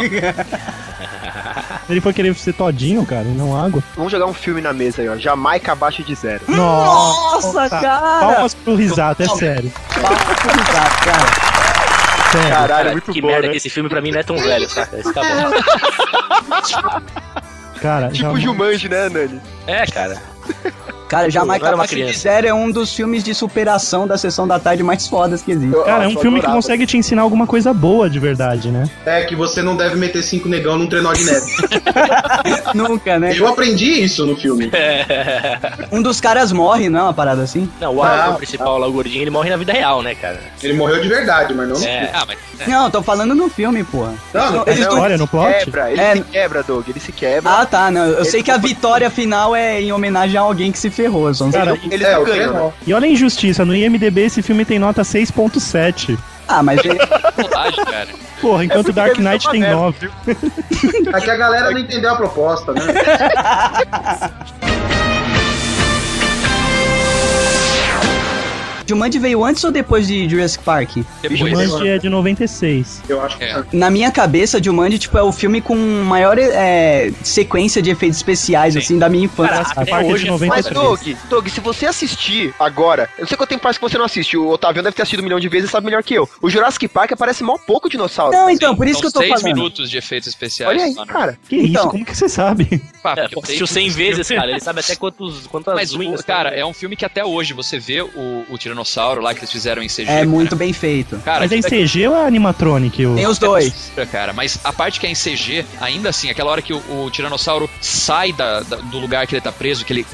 Speaker 3: Ele foi querer ser todinho, cara, e não água.
Speaker 7: Vamos jogar um filme na mesa aí, ó. Jamaica abaixo de zero.
Speaker 1: Nossa, tá. cara!
Speaker 3: Palmas pro risato, é sério.
Speaker 1: Exato, cara.
Speaker 3: sério.
Speaker 7: Caralho,
Speaker 9: Cara,
Speaker 7: muito
Speaker 9: que
Speaker 7: bom,
Speaker 9: merda
Speaker 7: né?
Speaker 9: que esse filme pra mim não é tão velho, saca? Esse tá bom.
Speaker 3: Cara, já-
Speaker 7: Tipo Jumanji, né, Nani?
Speaker 9: É, cara.
Speaker 1: Cara,
Speaker 9: eu
Speaker 1: Jamaica
Speaker 9: era uma
Speaker 1: Abaixo de
Speaker 9: criança.
Speaker 1: Zero é um dos filmes de superação da Sessão da Tarde mais fodas que existe.
Speaker 3: Cara, é um
Speaker 7: Nossa,
Speaker 3: filme que
Speaker 7: adorava.
Speaker 3: consegue te ensinar alguma coisa boa de verdade, né?
Speaker 4: É que você não deve meter cinco negão num trenó de neve.
Speaker 1: Nunca, né?
Speaker 4: Eu aprendi isso no filme.
Speaker 1: Um dos caras morre, não é uma parada assim?
Speaker 9: Não, o
Speaker 4: Ah,
Speaker 9: ator principal lá, o gordinho, ele morre na vida real, né, cara?
Speaker 4: Ele morreu de verdade, mas não.
Speaker 9: É.
Speaker 8: Ah, mas
Speaker 1: Não, tô falando no filme, porra.
Speaker 4: Não, não,
Speaker 1: Eles
Speaker 7: não,
Speaker 1: não-
Speaker 3: Olha, no plot.
Speaker 7: Quebra, ele
Speaker 1: É.
Speaker 7: se quebra, Doug, ele se quebra.
Speaker 1: Ah, tá, não. Eu sei que a vitória final é em homenagem a alguém que se ferrou. eu Só não sei.
Speaker 3: Cara,
Speaker 7: ele ele
Speaker 4: é,
Speaker 7: não
Speaker 4: o
Speaker 7: ganha, né?
Speaker 4: trenó.
Speaker 3: E olha a injustiça, no IMDB esse filme tem nota 6.7.
Speaker 1: Ah, mas ele-
Speaker 8: bobagem, cara.
Speaker 3: Porra, enquanto
Speaker 7: porque
Speaker 3: Dark
Speaker 7: deve ser
Speaker 3: Knight
Speaker 7: uma
Speaker 3: tem
Speaker 7: merda,
Speaker 3: 9.
Speaker 4: É que a galera não entendeu a proposta, né?
Speaker 1: Jumanji veio antes ou depois de Jurassic Park?
Speaker 8: Depois.
Speaker 3: Jumanji é de 96.
Speaker 4: Eu acho que.
Speaker 8: É.
Speaker 1: Na minha cabeça, Jumanji, tipo, é o filme com maior é, sequência de efeitos especiais,
Speaker 8: Sim.
Speaker 1: assim, da minha infância.
Speaker 9: Cara,
Speaker 3: A
Speaker 9: até
Speaker 3: parte é
Speaker 9: hoje
Speaker 3: de
Speaker 9: é
Speaker 7: Mas,
Speaker 3: 93.
Speaker 7: Doug, Doug, se você assistir agora, eu sei que eu tenho partes que você não assiste, o Otavião deve ter assistido um milhão de vezes e sabe melhor que eu. O Jurassic Park aparece mal pouco dinossauro.
Speaker 1: não, então, por isso que eu tô
Speaker 8: seis
Speaker 1: falando.
Speaker 8: minutos de efeitos especiais.
Speaker 7: Olha aí,
Speaker 8: mano.
Speaker 7: cara.
Speaker 3: Que
Speaker 1: Então.
Speaker 3: isso? Como que você sabe?
Speaker 8: Pá,
Speaker 9: É,
Speaker 8: porque
Speaker 9: pô,
Speaker 8: eu sei
Speaker 9: assistiu
Speaker 8: que
Speaker 9: 100
Speaker 8: esse
Speaker 9: vezes,
Speaker 8: filme-
Speaker 9: cara. Ele sabe até quantos, quantas
Speaker 8: Mas, o-
Speaker 9: unhas.
Speaker 8: cara, é um filme que até hoje você vê o, o Tiranossauro lá que eles fizeram em CG.
Speaker 1: É muito bem feito.
Speaker 8: Cara,
Speaker 3: Mas é em
Speaker 8: aquilo é
Speaker 3: CG ou é animatronic? O...
Speaker 1: Tem os dois.
Speaker 8: Extra, cara. Mas a parte que é em CG, ainda assim, aquela hora que o, o Tiranossauro sai da- da- do lugar que ele tá preso, que ele,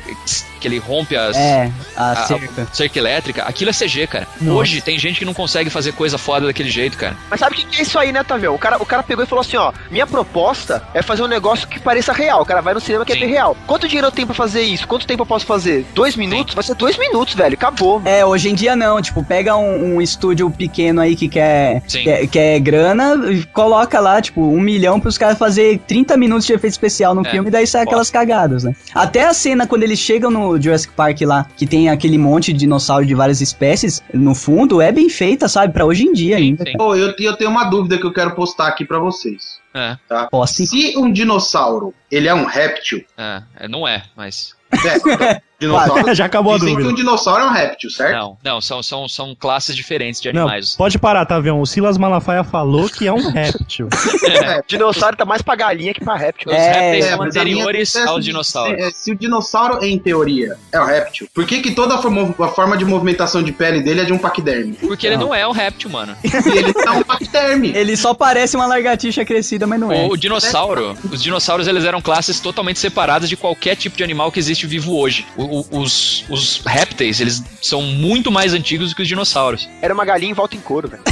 Speaker 8: que ele rompe as.
Speaker 1: É, a
Speaker 8: a-
Speaker 1: cerca.
Speaker 8: cerca elétrica, aquilo é CG, cara.
Speaker 3: Nossa.
Speaker 8: Hoje tem gente que não consegue fazer coisa foda daquele jeito, cara.
Speaker 7: Mas sabe o que, que é isso aí, né, Otavião? O cara, o cara pegou e falou assim, ó, minha proposta é fazer um negócio que pareça real. O cara vai no cinema e quer
Speaker 8: Sim.
Speaker 7: ver real. Quanto dinheiro eu tenho pra fazer isso? Quanto tempo eu posso fazer? Dois minutos? Vai ser dois minutos, velho. Acabou.
Speaker 1: É, hoje em dia não, tipo, pega um, um estúdio pequeno aí que quer,
Speaker 8: Sim.
Speaker 1: quer, quer grana, e coloca lá, tipo, um milhão pros caras fazer 30 minutos de efeito especial no
Speaker 8: É,
Speaker 1: filme, daí sai
Speaker 8: foda.
Speaker 1: aquelas cagadas, né? Até a cena quando eles chegam no Jurassic Park lá, que tem aquele monte de dinossauro de várias espécies, no fundo, é bem feita, sabe? Pra hoje em dia ainda.
Speaker 8: Sim.
Speaker 4: Pô, eu, eu tenho uma dúvida que eu quero postar aqui pra vocês.
Speaker 8: É,
Speaker 1: Posse.
Speaker 4: Se um dinossauro, ele é um réptil,
Speaker 8: é, não é, mas.
Speaker 4: né? Então, dinossauro.
Speaker 3: Já acabou a
Speaker 4: Dizem que
Speaker 3: dúvida.
Speaker 4: um dinossauro é um réptil, certo?
Speaker 8: Não, não, são, são, são classes diferentes de
Speaker 3: Não,
Speaker 8: animais.
Speaker 3: pode parar, tá vendo? O Silas Malafaia falou que é um réptil.
Speaker 7: Dinossauro tá mais pra galinha que pra réptil.
Speaker 8: Os
Speaker 1: É,
Speaker 8: répteis são
Speaker 4: mas a minha
Speaker 8: um anteriores
Speaker 4: dúvida é
Speaker 8: aos
Speaker 4: se-
Speaker 8: dinossauros.
Speaker 4: Se, se o dinossauro, em teoria, é um réptil, por que, que toda a, formo- a forma de movimentação de pele dele é de um paquiderme?
Speaker 8: Porque ele não é um réptil, mano.
Speaker 4: E ele é um paquiderme.
Speaker 1: Ele só parece uma lagartixa crescida, mas não é.
Speaker 8: O dinossauro, os dinossauros eles eram classes totalmente separadas de qualquer tipo de animal que existe vivo hoje. O- o- os, os répteis, eles são muito mais antigos do que os dinossauros.
Speaker 7: Era uma galinha em volta em couro, velho.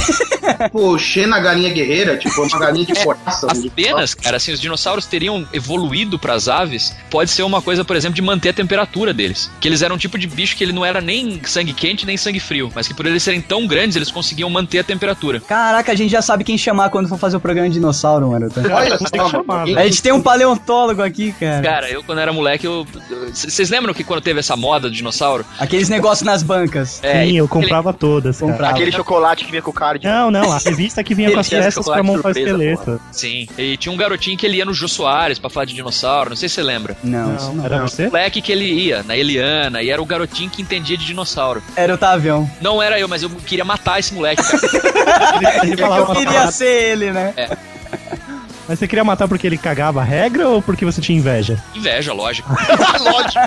Speaker 4: Pô, Xena, galinha guerreira, tipo, é uma galinha de coraça. um dinossauro.
Speaker 8: Apenas, cara, assim, os dinossauros teriam evoluído para as aves, pode ser uma coisa, por exemplo, de manter a temperatura deles. Que eles eram um tipo de bicho que ele não era nem sangue quente nem sangue frio, mas que por eles serem tão grandes, eles conseguiam manter a temperatura.
Speaker 1: Caraca, a gente já sabe quem chamar quando for fazer o programa de dinossauro, mano.
Speaker 4: Olha
Speaker 3: Não tem que
Speaker 4: só,
Speaker 3: chamar,
Speaker 4: mano.
Speaker 1: A gente tem um paleontólogo aqui,
Speaker 3: É.
Speaker 1: cara.
Speaker 8: Cara, eu quando era moleque, eu. eu- c- Vocês lembram que quando teve essa moda do dinossauro?
Speaker 1: Aqueles negócios nas bancas.
Speaker 8: É,
Speaker 3: Sim, eu
Speaker 8: aquele-
Speaker 3: comprava todas, cara.
Speaker 1: Comprava.
Speaker 7: Aquele chocolate que vinha com o card.
Speaker 3: Não, não, a revista que vinha com as
Speaker 9: Ele tinha
Speaker 3: peças pra
Speaker 9: chocolate
Speaker 3: montar o
Speaker 9: surpresa,
Speaker 3: esqueleto.
Speaker 8: Sim. E tinha um garotinho que ele ia no Jô Soares pra falar de dinossauro, não sei se você lembra.
Speaker 1: Não, isso
Speaker 3: Não,
Speaker 1: não.
Speaker 3: era você?
Speaker 8: Moleque que ele ia, na Eliana, e era o garotinho que entendia de dinossauro.
Speaker 1: Era o Tavião.
Speaker 8: Não era eu, mas eu queria matar esse moleque, cara.
Speaker 3: Ele falava
Speaker 1: Eu
Speaker 3: uma
Speaker 1: queria
Speaker 3: parada.
Speaker 1: ser ele, né?
Speaker 3: Mas você queria matar porque ele cagava a regra ou porque você tinha inveja?
Speaker 8: Inveja, lógico.
Speaker 7: Lógico.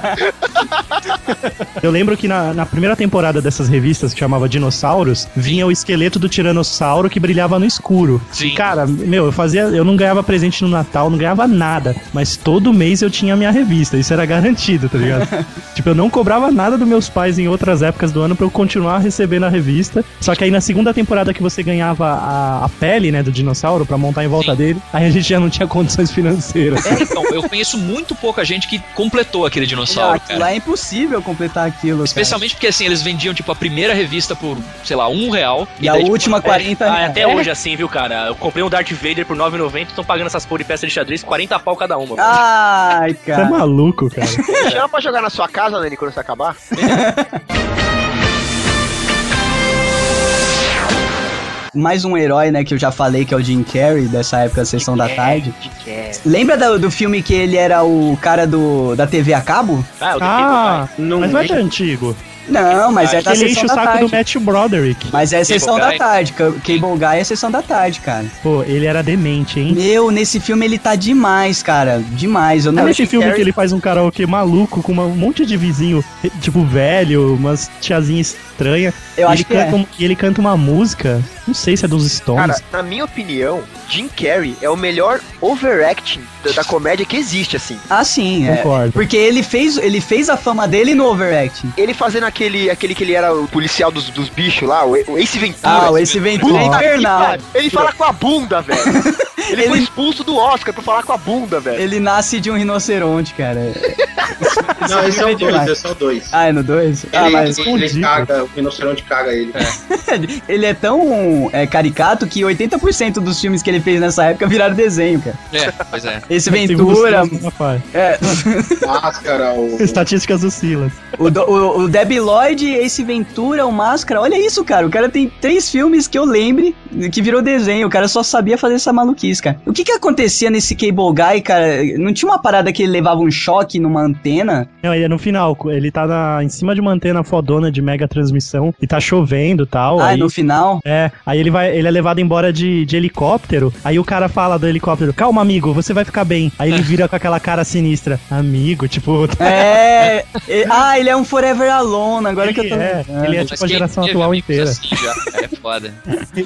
Speaker 3: Eu lembro que na, na primeira temporada dessas revistas que chamava Dinossauros, vinha o esqueleto do tiranossauro que brilhava no escuro.
Speaker 8: Sim.
Speaker 3: E, cara, meu, eu fazia. Eu não ganhava presente no Natal, não ganhava nada. Mas todo mês eu tinha a minha revista. Isso era garantido, tá ligado? tipo, eu não cobrava nada dos meus pais em outras épocas do ano pra eu continuar recebendo a revista. Só que aí na segunda temporada que você ganhava a, a pele, né, do dinossauro pra montar em volta
Speaker 8: Sim.
Speaker 3: dele, aí a gente já não tinha condições financeiras.
Speaker 8: É, então, eu conheço muito pouca gente que completou aquele dinossauro,
Speaker 1: Não,
Speaker 8: cara.
Speaker 1: lá é impossível completar aquilo. cara.
Speaker 8: Especialmente porque, assim, eles vendiam, tipo, a primeira revista por, sei lá, um real.
Speaker 1: E a
Speaker 8: daí, tipo,
Speaker 1: última 40
Speaker 9: Ah, até hoje, assim, viu, cara? Eu comprei um Darth Vader por 9,90 estão pagando essas porra de peça de xadrez 40 pau cada uma.
Speaker 1: Ah,
Speaker 9: mano.
Speaker 1: Ai,
Speaker 3: Você é
Speaker 1: cara.
Speaker 3: maluco, cara.
Speaker 1: É.
Speaker 7: Chama pra jogar na sua casa, Nani, quando você acabar.
Speaker 1: Mais um herói, né, que eu já falei que é o Jim Carrey, dessa época da Sessão da Tarde. Lembra do, do filme que ele era o cara do, da TV a cabo?
Speaker 9: Ah, eu
Speaker 3: Ah,
Speaker 6: Não
Speaker 3: mas não é
Speaker 6: vi.
Speaker 3: tão antigo.
Speaker 1: Não, mas é da
Speaker 3: Ele enche
Speaker 1: Sessão
Speaker 3: o
Speaker 1: da
Speaker 3: saco
Speaker 1: Tarde.
Speaker 3: do Matt Broderick.
Speaker 1: Mas é a Sessão da
Speaker 8: Guy.
Speaker 1: Tarde. Ca- Cable Guy é a Sessão da Tarde, cara.
Speaker 3: Pô, ele era demente, hein?
Speaker 1: Meu, nesse filme ele tá demais, cara. Demais. Eu
Speaker 3: É
Speaker 1: não
Speaker 3: nesse filme
Speaker 7: Carrey-
Speaker 3: que ele faz um karaokê maluco com uma- um monte de vizinho, eh, tipo, velho, umas tiazinha estranha.
Speaker 1: Eu
Speaker 3: E
Speaker 1: acho
Speaker 3: ele
Speaker 1: que
Speaker 3: canta,
Speaker 1: é.
Speaker 3: um- e ele canta uma música, não sei se é dos Stones.
Speaker 7: Cara, na minha opinião, Jim Carrey é o melhor overacting da, da comédia que existe, assim.
Speaker 1: Ah, sim, é.
Speaker 3: Concordo.
Speaker 1: Porque ele fez, ele fez a fama dele no overacting.
Speaker 7: Ele fazendo aquele, aquele que ele era o policial dos, dos bichos lá, o, o Ace Ventura. assim.
Speaker 1: Ah, o Ace Ventura é
Speaker 7: Puta que
Speaker 1: infernal.
Speaker 7: pariu. Ele fala com a bunda, velho. Ele, foi
Speaker 1: Ele-
Speaker 7: expulso do Oscar por falar com a bunda, velho.
Speaker 1: Ele nasce de um rinoceronte, cara.
Speaker 4: Não, esse é o dois,
Speaker 1: demais.
Speaker 4: esse é o dois.
Speaker 1: Ah, é no 2? Ah,
Speaker 4: Ele,
Speaker 1: mas
Speaker 4: ele
Speaker 3: escondido.
Speaker 4: caga, o rinoceronte caga ele.
Speaker 1: ele é tão é, caricato que 80% dos filmes que ele fez nessa época viraram desenho, cara.
Speaker 8: É, pois é.
Speaker 1: Esse
Speaker 3: Segundo
Speaker 1: Ventura.
Speaker 3: os Silas, não faz.
Speaker 1: é,
Speaker 4: Máscara, o.
Speaker 3: Estatísticas do Silas.
Speaker 1: o, do- o, o Debbie Lloyd, Ace Ventura, o Máscara. Olha isso, cara. O cara tem três filmes que eu lembre que virou desenho. O cara só sabia fazer essa maluquice, cara. O que que acontecia nesse Cable Guy, cara? Não tinha uma parada que ele levava um choque numa antena?
Speaker 3: Não, ele é no final, co- ele tá na- em cima de uma antena fodona de mega transmissão e tá chovendo e tal.
Speaker 1: ah,
Speaker 3: aí,
Speaker 1: no final?
Speaker 3: É, aí ele vai, ele é levado embora de, de helicóptero. Aí o cara fala do helicóptero, calma, amigo, você vai ficar bem. Aí ele vira com aquela cara sinistra, amigo, tipo,
Speaker 1: É. e- ah, ele é um Forever Alone, agora que eu tô.
Speaker 3: é, ele é
Speaker 8: Mas
Speaker 3: tipo a
Speaker 8: quem
Speaker 3: geração
Speaker 8: teve
Speaker 3: atual
Speaker 8: amigos
Speaker 3: inteira.
Speaker 8: assim já, é foda.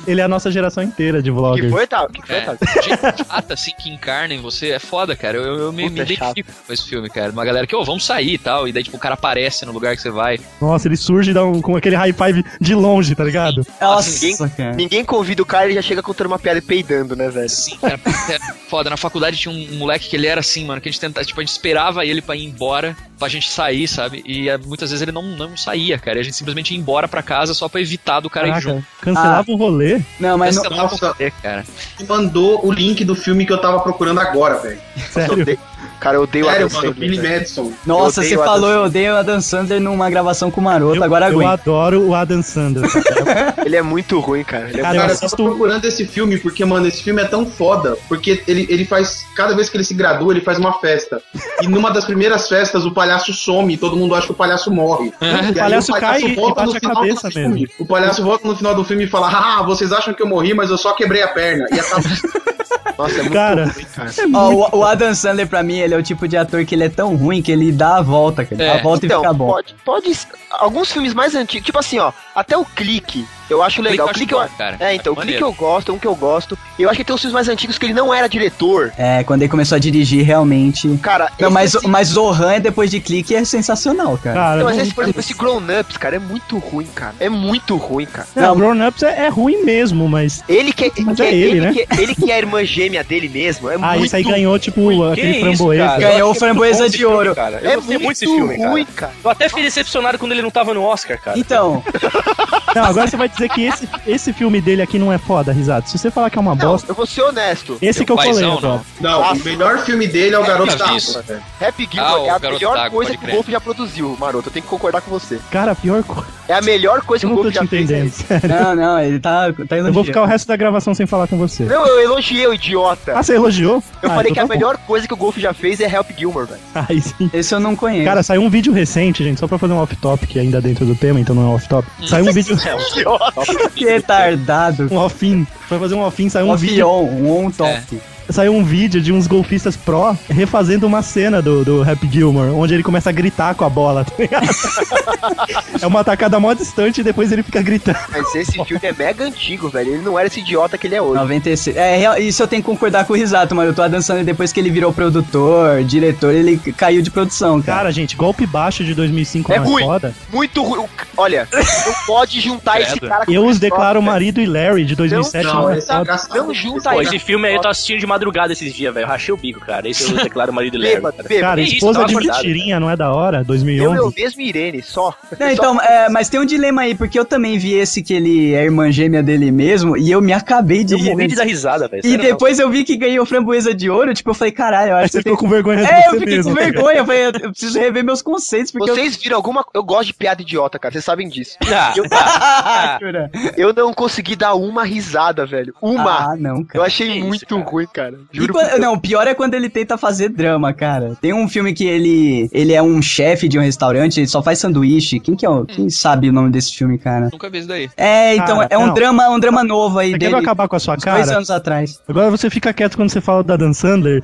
Speaker 3: Ele é a nossa geração inteira de
Speaker 7: O que
Speaker 3: vloggers.
Speaker 7: foi, tá? O que foi,
Speaker 8: É,
Speaker 7: tá?
Speaker 8: gente chata, assim, que encarna em você, é foda, cara. Eu, eu me,
Speaker 7: Puta,
Speaker 8: me
Speaker 7: é chato.
Speaker 8: identifico com esse filme, cara. Uma galera que, ô, vamos sair e tal. E daí, tipo, o cara aparece no lugar que você vai.
Speaker 3: Nossa, ele surge e dá um, com aquele high five de longe, tá ligado?
Speaker 1: Nossa, cara.
Speaker 7: Ninguém convida o cara e ele já chega contando uma piada e peidando, né, velho?
Speaker 8: Sim, cara, puta, é foda. Na faculdade tinha um moleque que ele era assim, mano, que a gente tentava, tipo, a gente esperava ele pra ir embora, pra gente sair, sabe? E é, muitas vezes ele não, não saía, cara. E a gente simplesmente ia embora pra casa só pra evitar do cara ir junto.
Speaker 3: Caraca, cancelava o rolê.
Speaker 1: Não, mas não,
Speaker 8: Essa tava
Speaker 4: Nossa.
Speaker 8: com- é, cara.
Speaker 4: Ele mandou o link do filme que eu tava procurando agora, velho.
Speaker 7: Eu
Speaker 3: Sério.
Speaker 7: odeio- Cara, eu odeio
Speaker 4: Sério,
Speaker 7: Adam
Speaker 4: mano,
Speaker 7: Sandler,
Speaker 4: Billy
Speaker 7: velho.
Speaker 4: Madison.
Speaker 1: Nossa,
Speaker 7: Eu
Speaker 1: você
Speaker 7: odeio Adam
Speaker 1: falou eu odeio o Adam Sandler numa gravação com o Maroto,
Speaker 3: Eu,
Speaker 1: agora
Speaker 3: eu
Speaker 1: aguenta.
Speaker 3: adoro o Adam Sandler.
Speaker 7: Ele é muito ruim, cara. Ele é
Speaker 3: Cara,
Speaker 7: muito-
Speaker 4: Cara, eu
Speaker 3: assisto-
Speaker 4: tava procurando esse filme porque, mano, esse filme é tão foda. Porque ele, ele faz. Cada vez que ele se gradua, ele faz uma festa. E numa das primeiras festas, o palhaço some e todo mundo acha que o palhaço morre. E aí
Speaker 3: palhaço cai e- e bate a
Speaker 4: final
Speaker 3: cabeça
Speaker 4: do filme.
Speaker 3: mesmo.
Speaker 4: O palhaço volta no final do filme e fala: Ah, vocês acham que eu morri, mas eu só quebrei a perna. E acaba.
Speaker 7: Nossa, é muito
Speaker 3: Cara.
Speaker 7: ruim, cara.
Speaker 1: Ó, o, o Adam Sandler, pra mim, ele é o tipo de ator que ele é tão ruim que ele dá a volta, cara. Dá a
Speaker 8: É.
Speaker 1: volta e fica bom.
Speaker 7: Então, Pode, pode. Alguns filmes mais antigos, tipo assim, ó, até o clique, eu acho legal. O clique eu,
Speaker 8: bom, cara.
Speaker 7: é, então, o clique
Speaker 8: Maneiro.
Speaker 7: eu gosto, é um que eu gosto. Eu acho que tem uns filmes mais antigos que ele não era diretor.
Speaker 1: É, quando ele começou a dirigir, realmente.
Speaker 7: Cara,
Speaker 1: Não,
Speaker 7: esse,
Speaker 1: mas,
Speaker 7: assim,
Speaker 1: mas Zohan, depois de clique, é sensacional, cara.
Speaker 3: Cara, é
Speaker 7: não, mas
Speaker 3: não-
Speaker 7: esse, por exemplo, esse Grown Ups, cara, é muito ruim, cara. É muito ruim, cara.
Speaker 3: não, Grown Ups é, é ruim mesmo, mas.
Speaker 7: Ele que,
Speaker 3: Mas
Speaker 7: que-
Speaker 3: é ele, né?
Speaker 7: que, ele que é a irmã gêmea dele mesmo, é
Speaker 3: Ah,
Speaker 7: muito
Speaker 3: isso aí ganhou, tipo, aquele
Speaker 9: isso,
Speaker 3: framboesa.
Speaker 9: cara?
Speaker 1: Ganhou
Speaker 9: Eu acho
Speaker 1: o
Speaker 9: que é
Speaker 1: Framboesa
Speaker 9: muito bom esse
Speaker 1: de Ouro.
Speaker 9: filme, cara. Eu
Speaker 7: É
Speaker 9: gostei
Speaker 7: muito,
Speaker 9: muito desse filme,
Speaker 7: ruim,
Speaker 9: cara.
Speaker 7: cara.
Speaker 9: Eu até fiquei decepcionado quando ele não tava no Oscar, cara.
Speaker 1: Então,
Speaker 3: Não, agora você vai dizer que esse, esse filme dele aqui não é foda, risado. Se você falar que é uma
Speaker 7: Não,
Speaker 3: bosta,
Speaker 7: eu vou ser honesto.
Speaker 3: esse
Speaker 8: Meu
Speaker 3: que eu falei
Speaker 8: paizão,
Speaker 3: agora.
Speaker 4: Não,
Speaker 7: Nossa.
Speaker 4: o melhor filme dele é o Garoto
Speaker 8: Eu
Speaker 4: da
Speaker 8: vi
Speaker 4: Água,
Speaker 8: isso.
Speaker 4: velho.
Speaker 7: Happy
Speaker 8: Ah,
Speaker 7: Gilmore
Speaker 8: o
Speaker 7: é a
Speaker 8: Garoto
Speaker 7: melhor
Speaker 8: d'Água,
Speaker 7: coisa
Speaker 8: pode
Speaker 7: que o
Speaker 8: crer.
Speaker 7: Wolf já produziu, maroto. Eu tenho que concordar com você.
Speaker 3: Cara, a pior coisa.
Speaker 7: É a melhor coisa
Speaker 3: Eu
Speaker 7: que
Speaker 3: não tô
Speaker 7: o Wolf
Speaker 3: te
Speaker 7: já fez.
Speaker 3: entendendo.
Speaker 1: não, não, ele tá, tá
Speaker 3: Eu vou
Speaker 1: elogiando.
Speaker 3: ficar o resto da gravação sem falar com você.
Speaker 7: né? Não, eu elogiei o idiota.
Speaker 3: Ah, você elogiou?
Speaker 7: Eu
Speaker 3: Ah,
Speaker 7: falei
Speaker 3: então
Speaker 7: que a
Speaker 3: tá bom.
Speaker 7: melhor coisa que o Golf já fez é Help Gilmore, velho.
Speaker 3: Aí sim.
Speaker 1: Esse eu não conheço.
Speaker 3: Cara, saiu um vídeo recente, gente, só pra fazer um off-topic ainda dentro do tema, então não é off-top. Saiu um vídeo.
Speaker 1: que retardado.
Speaker 3: um off-in. Foi fazer um off-in, saiu um
Speaker 1: Um
Speaker 3: vídeo.
Speaker 1: avião, um
Speaker 7: É.
Speaker 1: on-top.
Speaker 3: Saiu um vídeo de uns golfistas pró refazendo uma cena do, do Happy Gilmore, onde ele começa a gritar com a bola, tá ligado? é uma atacada mó distante e depois ele fica gritando.
Speaker 7: Mas esse filme é mega antigo, velho. Ele não era esse idiota que ele é hoje.
Speaker 1: 96. É, real- isso eu tenho que concordar com o Risato, mano. Eu tô dançando depois que ele virou produtor, diretor, ele caiu de produção, cara.
Speaker 3: Cara, gente, golpe baixo de 2005
Speaker 7: É
Speaker 3: é mais
Speaker 7: ruim.
Speaker 3: foda.
Speaker 7: Muito ruim. O- Olha, não pode juntar esse
Speaker 1: É
Speaker 8: Credo.
Speaker 7: cara com
Speaker 3: Eu
Speaker 7: o
Speaker 3: os
Speaker 7: Chris
Speaker 3: declaro
Speaker 7: Rock,
Speaker 3: marido e Larry de 2007
Speaker 4: Não,
Speaker 1: Então,
Speaker 3: não é
Speaker 4: esse é
Speaker 3: foda.
Speaker 4: engraçado.
Speaker 7: Não junta
Speaker 9: Pô,
Speaker 7: tá aí.
Speaker 9: esse filme aí eu tô assistindo de madrugada esses dias, velho. Eu Rachei o bico, cara. Esse eu declaro marido e levo.
Speaker 7: Bêbado,
Speaker 9: cara.
Speaker 7: bêbado.
Speaker 3: Cara,
Speaker 9: isso,
Speaker 3: esposa
Speaker 1: tá
Speaker 9: tava
Speaker 3: de
Speaker 9: acordado,
Speaker 3: mentirinha, não é da hora?
Speaker 7: Eu, eu
Speaker 3: 2011.
Speaker 7: mesmo e Irene, só.
Speaker 1: Não, então, é, mas tem um dilema aí, porque eu também vi esse que ele é irmã gêmea dele mesmo, e eu me acabei de
Speaker 9: Eu
Speaker 1: rir.
Speaker 9: morri de
Speaker 1: desse-
Speaker 9: dar risada, velho.
Speaker 1: E
Speaker 9: sério mesmo.
Speaker 1: depois eu vi que ganhou framboesa de ouro, tipo, eu falei, caralho, eu
Speaker 3: Aí
Speaker 1: acho
Speaker 3: você
Speaker 1: que tem...
Speaker 3: ficou com vergonha de
Speaker 1: É, eu
Speaker 3: você
Speaker 1: fiquei
Speaker 3: mesmo.
Speaker 1: com vergonha, eu falei, eu eu preciso rever meus conceitos, porque
Speaker 7: Vocês viram alguma. Eu gosto de piada idiota, cara. Vocês sabem disso.
Speaker 9: Ah,
Speaker 7: Eu,
Speaker 1: eu... Jura?
Speaker 7: eu não consegui dar uma risada, velho.
Speaker 3: é
Speaker 7: Uma.
Speaker 1: Ah, não,
Speaker 7: eu
Speaker 1: cara.
Speaker 7: achei
Speaker 9: que isso,
Speaker 7: muito
Speaker 9: cara.
Speaker 7: ruim, cara.
Speaker 1: E
Speaker 7: Juro.
Speaker 1: quan-
Speaker 7: por Deus.
Speaker 1: não, o pior é quando ele tenta fazer drama, cara. Tem um filme que ele ele é um chefe de um restaurante, ele só faz sanduíche. Quem que
Speaker 3: Hum.
Speaker 1: é o, quem sabe o nome desse filme, cara?
Speaker 8: Nunca vi isso daí.
Speaker 1: É, então
Speaker 3: Cara,
Speaker 1: é um
Speaker 3: não. É
Speaker 1: drama, um drama novo aí
Speaker 3: Você quer
Speaker 1: dele.
Speaker 3: eu acabar com a sua
Speaker 1: uns dois
Speaker 3: cara?
Speaker 1: anos atrás.
Speaker 3: Agora você fica quieto quando você fala da Dan Sandler.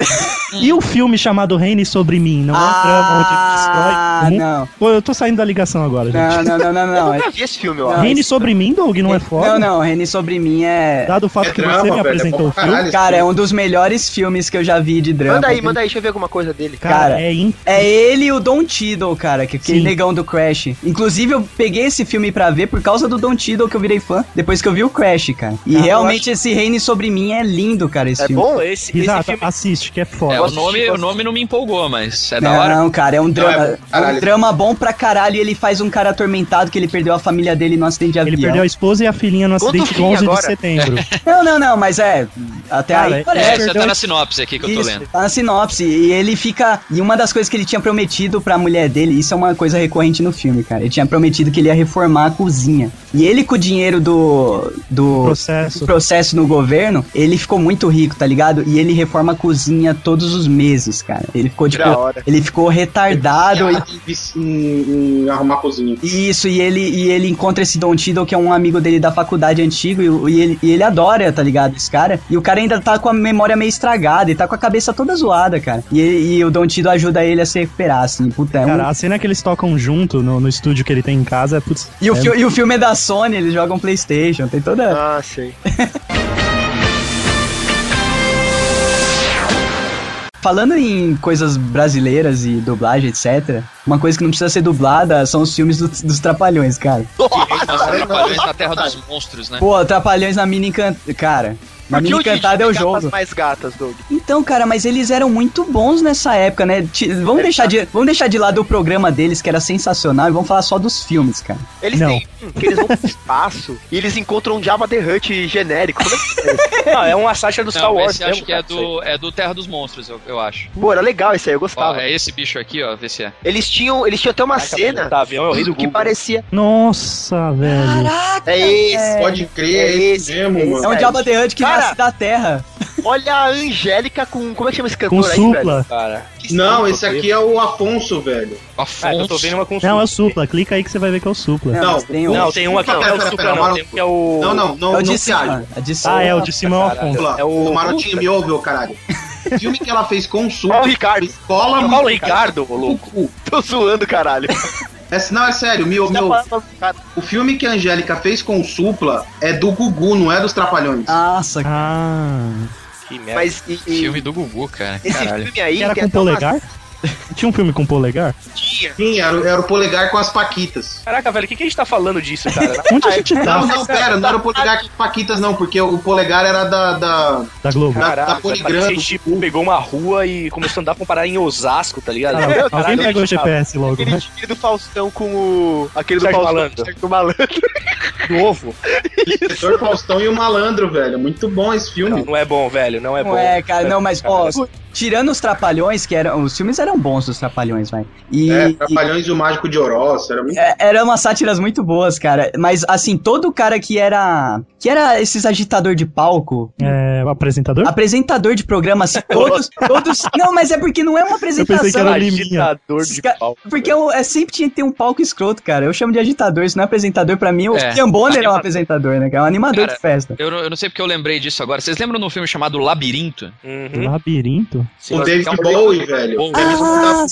Speaker 3: e o filme chamado Reine Sobre Mim? Não é um drama onde ele
Speaker 1: ah,
Speaker 3: destrói né? o mundo?
Speaker 1: não.
Speaker 3: Pô, eu tô saindo da ligação agora, gente.
Speaker 1: Não, não, não, não, não.
Speaker 7: Eu nunca vi esse filme, ó.
Speaker 1: Não,
Speaker 3: Reine Sobre Mim, Doug, não é
Speaker 1: Não,
Speaker 3: foda?
Speaker 1: não, Reni sobre mim é.
Speaker 3: Dado o fato
Speaker 4: É
Speaker 3: que
Speaker 4: drama,
Speaker 3: você me
Speaker 4: velho, é
Speaker 3: apresentou
Speaker 4: bom
Speaker 3: o
Speaker 4: pra
Speaker 3: filme,
Speaker 4: caralho.
Speaker 1: Cara, é um dos melhores filmes que eu já vi de drama.
Speaker 3: é,
Speaker 7: Manda aí, manda aí, deixa eu ver alguma coisa dele.
Speaker 3: cara,
Speaker 1: cara.
Speaker 3: é incrível.
Speaker 1: É ele e o Don Tiddle, cara, que aquele
Speaker 3: Sim.
Speaker 1: negão do Crash. Inclusive, eu peguei esse filme pra ver por causa do Don Tiddle que eu virei fã, depois que eu vi o Crash, cara. E
Speaker 3: Ah, eu
Speaker 1: realmente esse Reine sobre mim é lindo, cara, esse
Speaker 7: É
Speaker 1: filme.
Speaker 7: bom?
Speaker 9: Esse, esse
Speaker 3: Risada,
Speaker 9: filme
Speaker 3: assiste, que é foda.
Speaker 8: É, o nome, o nome não me empolgou, mas é da hora.
Speaker 1: Não, cara, é um
Speaker 4: é
Speaker 1: drama,
Speaker 4: bom, caralho.
Speaker 1: um drama bom pra caralho. E ele faz um cara atormentado que ele perdeu a família dele no acidente de avião.
Speaker 3: Ele perdeu a esposa e a filhinha no
Speaker 7: Conta o
Speaker 3: acidente de
Speaker 7: fim
Speaker 3: 11 de
Speaker 7: agora.
Speaker 3: setembro.
Speaker 1: Não, não, não, mas é. Até
Speaker 3: Cara,
Speaker 1: aí
Speaker 8: É,
Speaker 1: parece.
Speaker 8: você
Speaker 3: perdão,
Speaker 8: tá na sinopse aqui que eu tô
Speaker 1: Isso,
Speaker 8: lendo.
Speaker 1: tá na sinopse. E ele fica. E uma das coisas que ele tinha prometido pra mulher dele, isso é uma coisa recorrente no filme, cara. Ele tinha prometido que ele ia reformar a cozinha. E ele, com o dinheiro do. do
Speaker 3: Processo.
Speaker 1: do processo no governo, ele ficou muito rico, tá ligado? E ele reforma a cozinha todos os meses, cara. Ele ficou, tipo.
Speaker 7: Da hora.
Speaker 1: Ele ficou retardado. e-
Speaker 4: é Em, em arrumar cozinha.
Speaker 1: isso, e ele, e ele encontra esse Don Tiddle, que é um amigo dele da faculdade antigo, e, e ele, e ele adora, tá ligado? Esse cara. E o cara ainda tá com a memória meio estragada, e tá com a cabeça toda zoada, cara. E, ele- e o Don Tiddle ajuda ele a se recuperar, assim, puta. é um-
Speaker 3: Cara, a cena que eles tocam junto no, no estúdio que ele tem em casa é putz.
Speaker 1: e, o
Speaker 3: é-
Speaker 1: fi- e o filme é da Sony, eles jogam Playstation, tem toda.
Speaker 7: Ah, sei.
Speaker 1: Falando em coisas brasileiras e dublagem, etc., uma coisa que não precisa ser dublada são os filmes do- dos Trapalhões, cara.
Speaker 8: Nossa, Trapalhões na Terra dos Monstros, né?
Speaker 1: Pô, Trapalhões na Mina Encantada. Cara, na Mina Encantada é o
Speaker 7: Gatas
Speaker 1: jogo.
Speaker 7: mais gatas, Doug.
Speaker 1: Então, cara, mas eles eram muito bons nessa época, né? Ti- Vamos deixar, de, vamos deixar de lado o programa deles, que era sensacional, e vamos falar só dos filmes, cara.
Speaker 7: Eles
Speaker 3: Não.
Speaker 7: têm um que eles vão pro espaço e eles encontram um Java the Hutt genérico. Como é que
Speaker 9: não, é uma sátira do Star
Speaker 8: Não,
Speaker 9: Wars.
Speaker 8: esse acho
Speaker 9: mesmo,
Speaker 8: que é
Speaker 9: cara, isso
Speaker 8: do, é do Terra dos Monstros, eu, eu acho.
Speaker 7: Pô, era legal esse aí, eu
Speaker 8: Ó,
Speaker 7: gostava.
Speaker 8: é esse bicho aqui, ó, vê se é.
Speaker 7: Eles tinham, eles tinham até uma
Speaker 9: aí. Caraca,
Speaker 7: cena
Speaker 9: velho, Tá, avião é o rei do
Speaker 7: que
Speaker 9: Google.
Speaker 7: parecia.
Speaker 3: Nossa, velho.
Speaker 7: É esse.
Speaker 4: Pode crer,
Speaker 7: É
Speaker 4: é
Speaker 7: esse,
Speaker 4: esse
Speaker 7: é
Speaker 4: mesmo,
Speaker 7: esse.
Speaker 4: mano.
Speaker 1: É um
Speaker 7: Sério?
Speaker 1: Jabba the Hutt que
Speaker 7: Cara-
Speaker 1: nasce da Terra.
Speaker 7: Olha a Angélica com. Como é que chama esse
Speaker 3: Com
Speaker 7: cantor aí, velho?
Speaker 3: supla.
Speaker 9: Cara.
Speaker 7: Que estranho,
Speaker 4: Não, esse aqui é o Afonso, velho.
Speaker 8: Afonso.
Speaker 9: Ah, eu tô vendo uma com
Speaker 3: Não, é o
Speaker 9: supla.
Speaker 3: supla. Clica aí que você vai ver que é o supla.
Speaker 1: Não,
Speaker 4: Não,
Speaker 1: mas tem
Speaker 4: o-
Speaker 1: um.
Speaker 9: Não, tem um aqui, não, é o
Speaker 4: Pera,
Speaker 9: supla,
Speaker 4: pera,
Speaker 9: não.
Speaker 4: Mauro.
Speaker 9: Tem um que é o.
Speaker 4: Não, não, não.
Speaker 1: é o de
Speaker 4: não piada.
Speaker 1: cima. É de cima.
Speaker 3: Ah, é, o de cima é o Afonso.
Speaker 4: Vamos lá.
Speaker 9: É o-
Speaker 4: o Marotinho me ouve, ô caralho. filme que ela fez com o Sul.
Speaker 7: Ó o Ricardo.
Speaker 4: Escola
Speaker 9: Olha o Ricardo, ô louco.
Speaker 4: Cu.
Speaker 7: Tô zoando, caralho.
Speaker 4: Essa- não, é sério, meu,
Speaker 9: tá
Speaker 4: meu, o filme que a Angélica fez com o Supla é do Gugu, não é dos Trapalhões.
Speaker 1: Nossa,
Speaker 3: É
Speaker 1: cara.
Speaker 3: Ah.
Speaker 9: Que merda.
Speaker 7: Mas e, e-
Speaker 8: Filme do Gugu, cara.
Speaker 7: esse
Speaker 8: Caralho.
Speaker 7: filme aí
Speaker 3: Que era
Speaker 7: tem
Speaker 3: com
Speaker 7: até uma
Speaker 3: polegar? Tinha um filme com polegar?
Speaker 7: tia.
Speaker 4: Sim, era, o- era o Polegar com as Paquitas.
Speaker 9: Caraca, velho, o que, que a gente tá falando disso, cara?
Speaker 3: Onde a gente
Speaker 4: Não,
Speaker 3: tá?
Speaker 4: não, pera, não era o Polegar com as Paquitas, não, porque o Polegar era da. da-
Speaker 3: Da Globo.
Speaker 4: Tá
Speaker 9: parece
Speaker 4: poligrando.
Speaker 9: que a gente tipo, pegou uma rua e começou a andar pra parar em Osasco, tá ligado?
Speaker 3: Cara,
Speaker 7: Não,
Speaker 3: alguém
Speaker 9: Caralho,
Speaker 3: pegou o
Speaker 9: gente,
Speaker 3: GPS logo,
Speaker 7: Aquele
Speaker 3: né?
Speaker 7: time do Faustão com o. Aquele do
Speaker 9: Sérgio
Speaker 7: Faustão
Speaker 9: Malandro.
Speaker 7: Sérgio do Malandro.
Speaker 9: tá Do ovo?
Speaker 4: Doutor Faustão e o Malandro, velho. Muito bom esse filme.
Speaker 9: Não, não é bom, velho, não é bom.
Speaker 1: Não é, cara, não, mas, ó,
Speaker 9: Cara.
Speaker 1: tirando os Trapalhões, que eram. Os filmes eram bons dos Trapalhões, vai. E.
Speaker 4: É,
Speaker 1: e-
Speaker 4: Trapalhões e o Mágico de Oroz. Era muito...
Speaker 1: É, Era umas sátiras muito boas, cara. Mas, assim, todo cara que era. Que era esses agitador de palco,
Speaker 3: É, o apresentador?
Speaker 1: apresentador de programa, assim, todos. todos não, mas é porque não é uma
Speaker 3: que
Speaker 1: apresentação.
Speaker 3: era
Speaker 1: cara.
Speaker 9: Agitador
Speaker 1: Esses
Speaker 9: de
Speaker 1: ca-
Speaker 9: pau.
Speaker 1: Porque eu, é, sempre tinha que ter um palco escroto, cara. Eu chamo de agitador, isso não é apresentador pra mim. O
Speaker 8: É.
Speaker 1: Ian Bonner é um apresentador, né? cara? É um animador
Speaker 8: Cara,
Speaker 1: de festa.
Speaker 8: Eu, não- eu não sei porque eu lembrei disso agora. Vocês lembram de um filme chamado Labirinto?
Speaker 9: Uhum.
Speaker 3: Labirinto?
Speaker 4: O
Speaker 8: mas
Speaker 4: David
Speaker 8: é um-
Speaker 4: Bowie, velho.
Speaker 8: Bowie.
Speaker 4: Ah,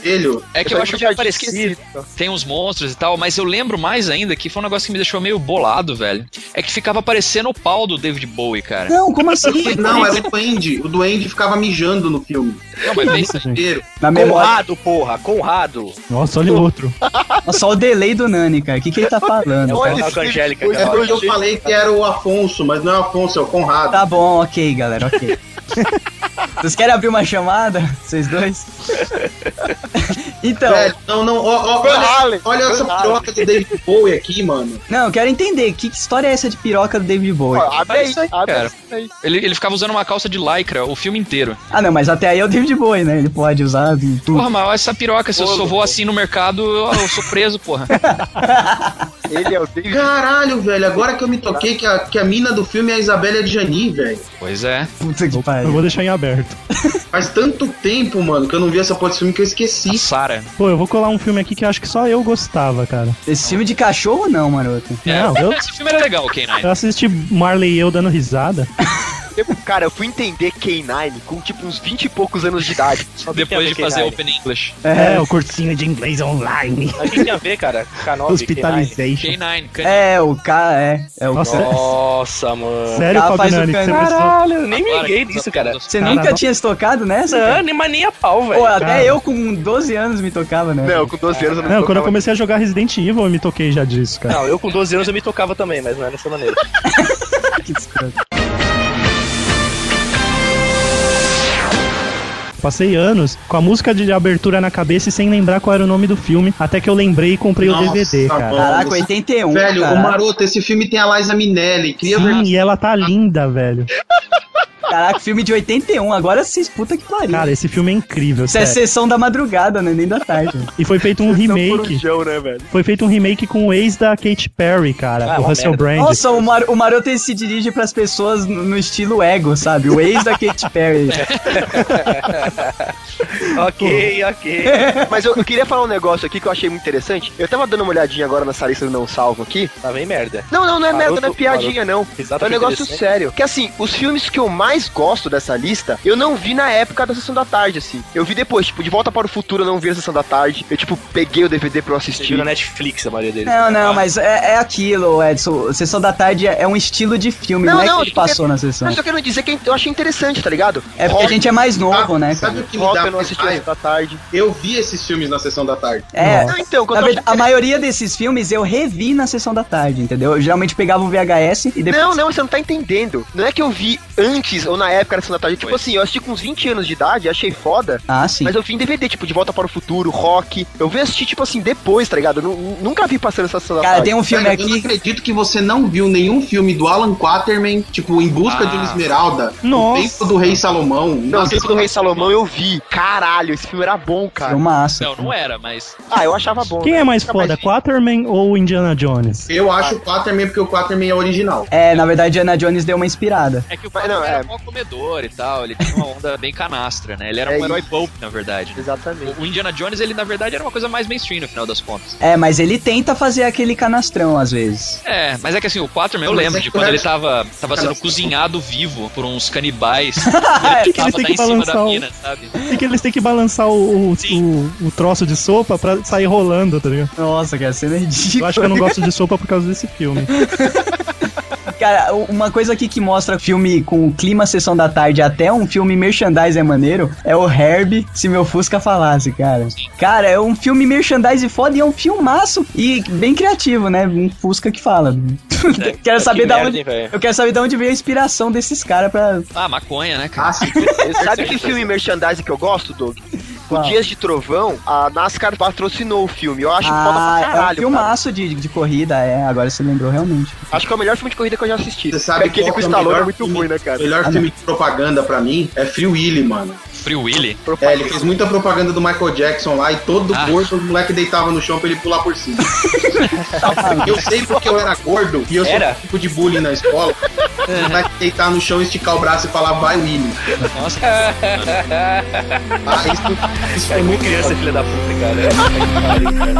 Speaker 4: Filho.
Speaker 8: É que eu acho que
Speaker 7: já
Speaker 8: parecia
Speaker 7: esqueci.
Speaker 8: tem uns monstros e tal, mas eu lembro mais ainda que foi um negócio que me deixou meio bolado, velho. É que ficava parecendo o pau do David Bowie, cara.
Speaker 1: Não, como assim?
Speaker 4: Não, é era o Duende. O Duende ficava mijando no filme.
Speaker 8: Não, mas bem
Speaker 3: Isso, gente.
Speaker 4: Inteiro.
Speaker 1: Na memória.
Speaker 9: Conrado, porra, Conrado.
Speaker 3: Nossa, olha o outro.
Speaker 1: Só o delay do Nani, cara. O que, que ele tá falando?
Speaker 9: o
Speaker 1: cara?
Speaker 9: Conrado com a Angélica,
Speaker 4: É
Speaker 9: cara.
Speaker 4: porque eu falei que era o Afonso, mas não é o Afonso, é o Conrado.
Speaker 1: Tá bom, Tá ok, galera, ok. Vocês querem abrir uma chamada? Vocês dois? então,
Speaker 4: Velho, não, não, ó, ó,
Speaker 7: Van
Speaker 4: olha,
Speaker 7: Halen,
Speaker 4: olha
Speaker 7: Van
Speaker 4: essa
Speaker 7: Halen.
Speaker 4: troca do David Bowie aqui, mano.
Speaker 1: não, eu quero entender. Que que história é essa de piroca do David Bowie?
Speaker 7: Ó, abre
Speaker 8: É
Speaker 7: Ah, aí,
Speaker 8: isso aí,
Speaker 7: abre
Speaker 8: cara.
Speaker 7: essa aí.
Speaker 8: Ele, ele ficava usando uma calça de lycra o filme inteiro.
Speaker 1: Ah, não, mas até aí é o David Bowie, né? Ele pode usar tudo.
Speaker 8: Porra, mas essa piroca, se eu só vou assim no mercado, eu sou preso, porra.
Speaker 7: Ele é o David.
Speaker 4: Caralho, velho, agora que eu me toquei que a, que a mina do filme é a Isabela Adjani, velho.
Speaker 8: Pois é.
Speaker 1: Puta que
Speaker 3: Eu
Speaker 1: pariu.
Speaker 3: vou deixar em aberto.
Speaker 4: Faz tanto tempo, mano, que eu não vi essa porra desse filme que eu
Speaker 8: A
Speaker 4: esqueci.
Speaker 8: Sara.
Speaker 3: Pô, eu vou colar um filme aqui que eu acho que só eu gostava, cara.
Speaker 1: Esse filme de cachorro não, maroto.
Speaker 8: É,
Speaker 3: Não, eu-
Speaker 8: Esse filme era legal, K9.
Speaker 3: Eu assisti Marley e eu dando risada.
Speaker 7: Cara, eu fui entender K9 com tipo uns 20 e poucos anos de idade.
Speaker 9: Só tem a
Speaker 8: Depois
Speaker 9: ver,
Speaker 8: de fazer
Speaker 9: K9.
Speaker 8: Open English.
Speaker 3: É, o cursinho de inglês online.
Speaker 9: Mas o que tem a ver, cara? K9, K9.
Speaker 3: Hospitalization.
Speaker 8: K9, K9.
Speaker 1: É, o cara é. é o...
Speaker 3: Nossa,
Speaker 9: Nossa, mano.
Speaker 3: sério,
Speaker 1: Ela faz o
Speaker 3: Fabiani, você
Speaker 1: cano.
Speaker 3: pensou...
Speaker 9: Caralho, eu nem me
Speaker 8: Agora
Speaker 9: liguei
Speaker 8: que
Speaker 9: disso,
Speaker 8: desafio
Speaker 9: cara.
Speaker 8: dos
Speaker 1: Você
Speaker 3: Cara,
Speaker 1: nunca
Speaker 3: não-
Speaker 1: tinha se tocado nessa? cara?
Speaker 9: Não, nem- mas nem a pau, velho.
Speaker 1: Pô, até
Speaker 3: Cara.
Speaker 1: eu com 12 anos me tocava, né?
Speaker 7: Não, com 12 anos eu não
Speaker 3: Não, quando eu
Speaker 7: tocava.
Speaker 3: comecei a jogar Resident Evil, eu me toquei já disso, cara.
Speaker 9: Não, eu com 12 anos eu me tocava também, mas não é dessa maneira.
Speaker 3: Que escroto. Passei anos com a música de abertura na cabeça e sem lembrar qual era o nome do filme, até que eu lembrei e comprei o
Speaker 4: Nossa,
Speaker 3: DVD, cara.
Speaker 4: mano.
Speaker 1: Caraca, 81.
Speaker 4: velho,
Speaker 1: cara.
Speaker 4: o Maroto, esse filme tem a Liza Minelli, cria
Speaker 3: Sim, e ela tá linda, velho.
Speaker 1: Caraca, filme de 81. Agora vocês, puta que pariu.
Speaker 3: Cara, esse filme é incrível,
Speaker 1: Isso é
Speaker 3: sério.
Speaker 1: sessão da madrugada, né? Nem da tarde.
Speaker 3: E foi feito um
Speaker 7: Não,
Speaker 3: remake.
Speaker 7: corujão, né, velho?
Speaker 3: Foi feito um remake com o ex da Katy Perry, cara,
Speaker 9: Ah,
Speaker 3: o
Speaker 9: uma
Speaker 3: Russell
Speaker 9: merda.
Speaker 3: Brand.
Speaker 1: Nossa, o, Mar o Maroto ele se dirige pras pessoas no no estilo ego, sabe? O ex da Katy Perry.
Speaker 7: É.
Speaker 9: ok, ok.
Speaker 7: Mas eu, eu queria falar um negócio aqui que eu achei muito interessante. Eu tava dando uma olhadinha agora nessa lista do não salvo aqui.
Speaker 9: Tá bem merda.
Speaker 7: Não, não, não é merda, não é
Speaker 9: Maroto,
Speaker 7: piadinha, não. É um
Speaker 9: Exatamente.
Speaker 7: negócio sério. Que assim, os filmes que eu mais gosto dessa lista, eu não vi na época da sessão da tarde, assim. Eu vi depois, tipo, de volta para o futuro, eu não vi a sessão da tarde. Eu, tipo, peguei o DVD pra eu
Speaker 9: Você viu
Speaker 7: assistir.
Speaker 9: na Netflix a maioria deles.
Speaker 1: Não, não, mas é, é aquilo, Edson. Sessão da tarde é é um estilo de filme, não,
Speaker 7: Não,
Speaker 1: é
Speaker 7: não,
Speaker 1: que ele passou na sessão.
Speaker 7: Mas eu quero dizer que eu achei interessante, tá ligado?
Speaker 1: É porque a gente é mais novo, né,
Speaker 4: Sabe
Speaker 1: cara?
Speaker 4: o que me
Speaker 7: Rock,
Speaker 4: dá
Speaker 7: eu não
Speaker 4: mais
Speaker 7: assisti a
Speaker 4: raiva?
Speaker 7: sessão da tarde.
Speaker 4: Eu vi esses filmes na sessão da tarde.
Speaker 1: É,
Speaker 7: Não, então, quando
Speaker 1: Na
Speaker 7: eu achei
Speaker 1: verdade, a maioria desses filmes eu revi na sessão da tarde, entendeu? Eu geralmente pegava o VHS e depois.
Speaker 7: Não, não, você não tá entendendo. Não é que eu vi antes ou na época da Sessão da Tarde. Tipo assim, eu assisti com uns 20 anos de idade, achei foda.
Speaker 1: Ah, sim.
Speaker 7: Mas eu vi em DVD, tipo, De Volta para o Futuro, Rock. Eu vi assistir, tipo assim, depois, tá ligado? Eu nu- nunca vi passando essa Sessão da
Speaker 1: Cara,
Speaker 7: Tarde.
Speaker 1: tem um filme
Speaker 4: Velho, Eu não é.
Speaker 1: aqui.
Speaker 4: acredito que você não viu nenhum filme do Alan Quaterman, tipo, Em Busca
Speaker 8: Ah.
Speaker 4: de uma Esmeralda,
Speaker 3: Nossa.
Speaker 4: O Tempo do Rei Salomão.
Speaker 1: um
Speaker 7: Não, o
Speaker 4: Nossa,
Speaker 7: Tempo do Rei Salomão eu vi. Caralho, esse filme era bom, cara.
Speaker 1: Deu é um
Speaker 3: É.
Speaker 1: massa.
Speaker 8: Não, é. não era, mas.
Speaker 1: um
Speaker 7: Ah, eu achava bom.
Speaker 3: Quem é mais
Speaker 7: Nunca
Speaker 3: foda,
Speaker 7: vi.
Speaker 3: Quaterman ou Indiana Jones?
Speaker 4: Eu acho o Quaterman porque o Quaterman é original.
Speaker 1: É, na verdade, Ana Jones deu uma inspirada.
Speaker 8: É que o
Speaker 7: Mas
Speaker 8: pai
Speaker 7: não,
Speaker 8: era
Speaker 7: é.
Speaker 8: mó comedor e tal. Ele tinha uma onda bem canastra, né? Ele era
Speaker 7: É
Speaker 8: um herói
Speaker 7: isso.
Speaker 8: pulp, na verdade.
Speaker 1: é?
Speaker 8: né?
Speaker 7: Exatamente.
Speaker 8: O Indiana Jones, ele na verdade era uma coisa mais mainstream no final das contas.
Speaker 1: É, mas ele tenta fazer aquele canastrão às vezes.
Speaker 8: É, mas é que assim, o Quaterman, eu
Speaker 4: Mas
Speaker 8: lembro
Speaker 4: é
Speaker 8: de
Speaker 4: que
Speaker 8: quando
Speaker 4: o
Speaker 8: ele
Speaker 4: resto-
Speaker 8: tava, tava sendo
Speaker 4: Cadastro.
Speaker 8: cozinhado vivo por uns canibais.
Speaker 1: É,
Speaker 3: que que ele
Speaker 8: tava
Speaker 3: tem
Speaker 8: lá
Speaker 3: que
Speaker 8: em cima
Speaker 3: balançar
Speaker 8: da
Speaker 3: o-
Speaker 8: mina, sabe?
Speaker 3: E que eles têm que balançar o, o, o- o troço de sopa pra sair rolando, tá ligado?
Speaker 1: Nossa, cara, cena é
Speaker 3: Eu
Speaker 1: ridícula.
Speaker 3: acho que eu não gosto de sopa por causa desse filme.
Speaker 1: Cara, u- uma coisa aqui que mostra filme com o clima Sessão da Tarde até um filme merchandise é maneiro é o Herb, se meu Fusca falasse, cara. Cara, é um filme merchandise foda e é um filmaço e bem criativo, né? Um Fusca que fala.
Speaker 7: É,
Speaker 1: quero saber da onde. Eu quero saber de onde veio a inspiração desses caras pra.
Speaker 8: Ah, maconha, né, cara?
Speaker 4: Ah, sim.
Speaker 7: Sabe que filme merchandising que eu gosto, Doug?
Speaker 1: Qual?
Speaker 7: O Dias de Trovão, a NASCAR patrocinou o filme. Eu acho foda
Speaker 1: Ah,
Speaker 7: pra
Speaker 1: é um
Speaker 7: caralho. cara.
Speaker 1: filmaço de, de corrida, é. Agora você lembrou realmente.
Speaker 7: Acho que é o melhor filme de corrida que eu já assisti.
Speaker 4: Você sabe
Speaker 7: é aquele
Speaker 4: qual
Speaker 7: com o
Speaker 4: que é o
Speaker 7: Stallone
Speaker 4: melhor
Speaker 7: é muito
Speaker 4: filme?
Speaker 7: ruim, né,
Speaker 4: O
Speaker 7: cara?
Speaker 4: melhor
Speaker 1: Ah,
Speaker 4: filme de propaganda pra mim é Free Willy, mano.
Speaker 8: Free Willy.
Speaker 4: É, ele fez muita propaganda do Michael Jackson lá e todo
Speaker 8: Ah.
Speaker 4: gordo, o moleque deitava no chão pra ele pular por cima. eu sei porque eu era gordo e eu sou
Speaker 9: Era?
Speaker 4: tipo de bullying na escola. O moleque deitar no chão, esticar o braço e falar, vai Willy.
Speaker 8: Nossa, cara.
Speaker 4: Ah, isso, isso foi
Speaker 9: É muito
Speaker 4: muito
Speaker 9: criança, filha da puta, cara. É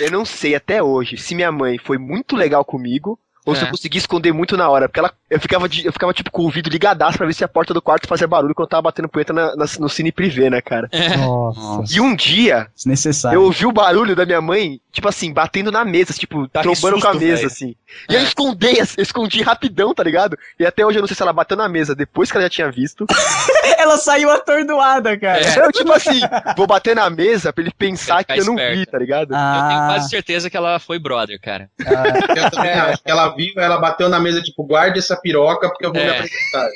Speaker 7: Eu não sei até hoje se minha mãe foi muito legal comigo Ou se
Speaker 8: É.
Speaker 7: eu conseguia esconder muito na hora. Porque ela, eu, ficava de- eu ficava, tipo, com o vidro ligadaço pra ver se a porta do quarto fazia barulho quando eu tava batendo punheta na- na- no cine privê, né, cara?
Speaker 3: Nossa.
Speaker 7: E um dia,
Speaker 1: Desnecessário.
Speaker 7: eu ouvi o barulho da minha mãe, tipo assim, batendo na mesa, tipo,
Speaker 9: Tá, que
Speaker 7: trombando com a
Speaker 9: susto,
Speaker 7: mesa,
Speaker 9: velho. É.
Speaker 7: assim. E eu escondei, eu escondi rapidão, tá ligado? E até hoje eu não sei se ela bateu na mesa depois que ela já tinha visto.
Speaker 1: Ela saiu atordoada, cara.
Speaker 9: É.
Speaker 7: Eu, tipo assim, vou bater na mesa pra ele pensar
Speaker 8: Ficar
Speaker 7: que eu não
Speaker 8: esperto.
Speaker 7: vi, tá ligado?
Speaker 8: Eu tenho
Speaker 1: Ah,
Speaker 8: quase certeza que ela foi brother, cara.
Speaker 4: Eu também
Speaker 8: É.
Speaker 4: acho que ela viu, ela bateu na mesa, tipo, guarda essa piroca porque eu vou
Speaker 8: É.
Speaker 4: me apresentar.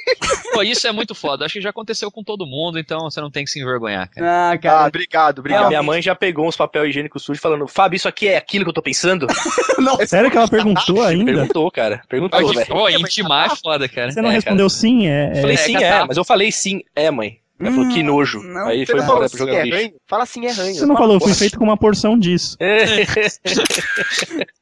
Speaker 8: Pô, isso é muito foda. Acho que já aconteceu com todo mundo, então você não tem que se envergonhar, cara.
Speaker 1: ah,
Speaker 7: Ah,
Speaker 1: cara.
Speaker 7: obrigado,
Speaker 9: A
Speaker 7: obrigado.
Speaker 9: minha mãe já pegou uns papel higiênico sujos falando, Fábio, isso aqui é aquilo que eu tô pensando?
Speaker 7: Ah.
Speaker 1: Nossa.
Speaker 3: Sério que ela perguntou ainda?
Speaker 9: Perguntou, cara. Perguntou,
Speaker 8: Pô,
Speaker 9: velho.
Speaker 8: intimar é foda, cara.
Speaker 3: Você não
Speaker 9: É,
Speaker 3: respondeu sim? É, é-
Speaker 9: Falei
Speaker 8: É,
Speaker 9: sim,
Speaker 8: catarro.
Speaker 9: é, mas eu falei sim, é, mãe. Ela falou,
Speaker 1: Hum,
Speaker 9: que nojo.
Speaker 1: não,
Speaker 9: Aí
Speaker 7: Você
Speaker 9: foi
Speaker 7: não falou
Speaker 9: embora pro
Speaker 7: assim,
Speaker 9: tá. jogar
Speaker 7: é
Speaker 9: lixo.
Speaker 7: ranho? Fala assim, é ranho.
Speaker 3: Você não falou, fui feito com uma porção disso.
Speaker 9: É.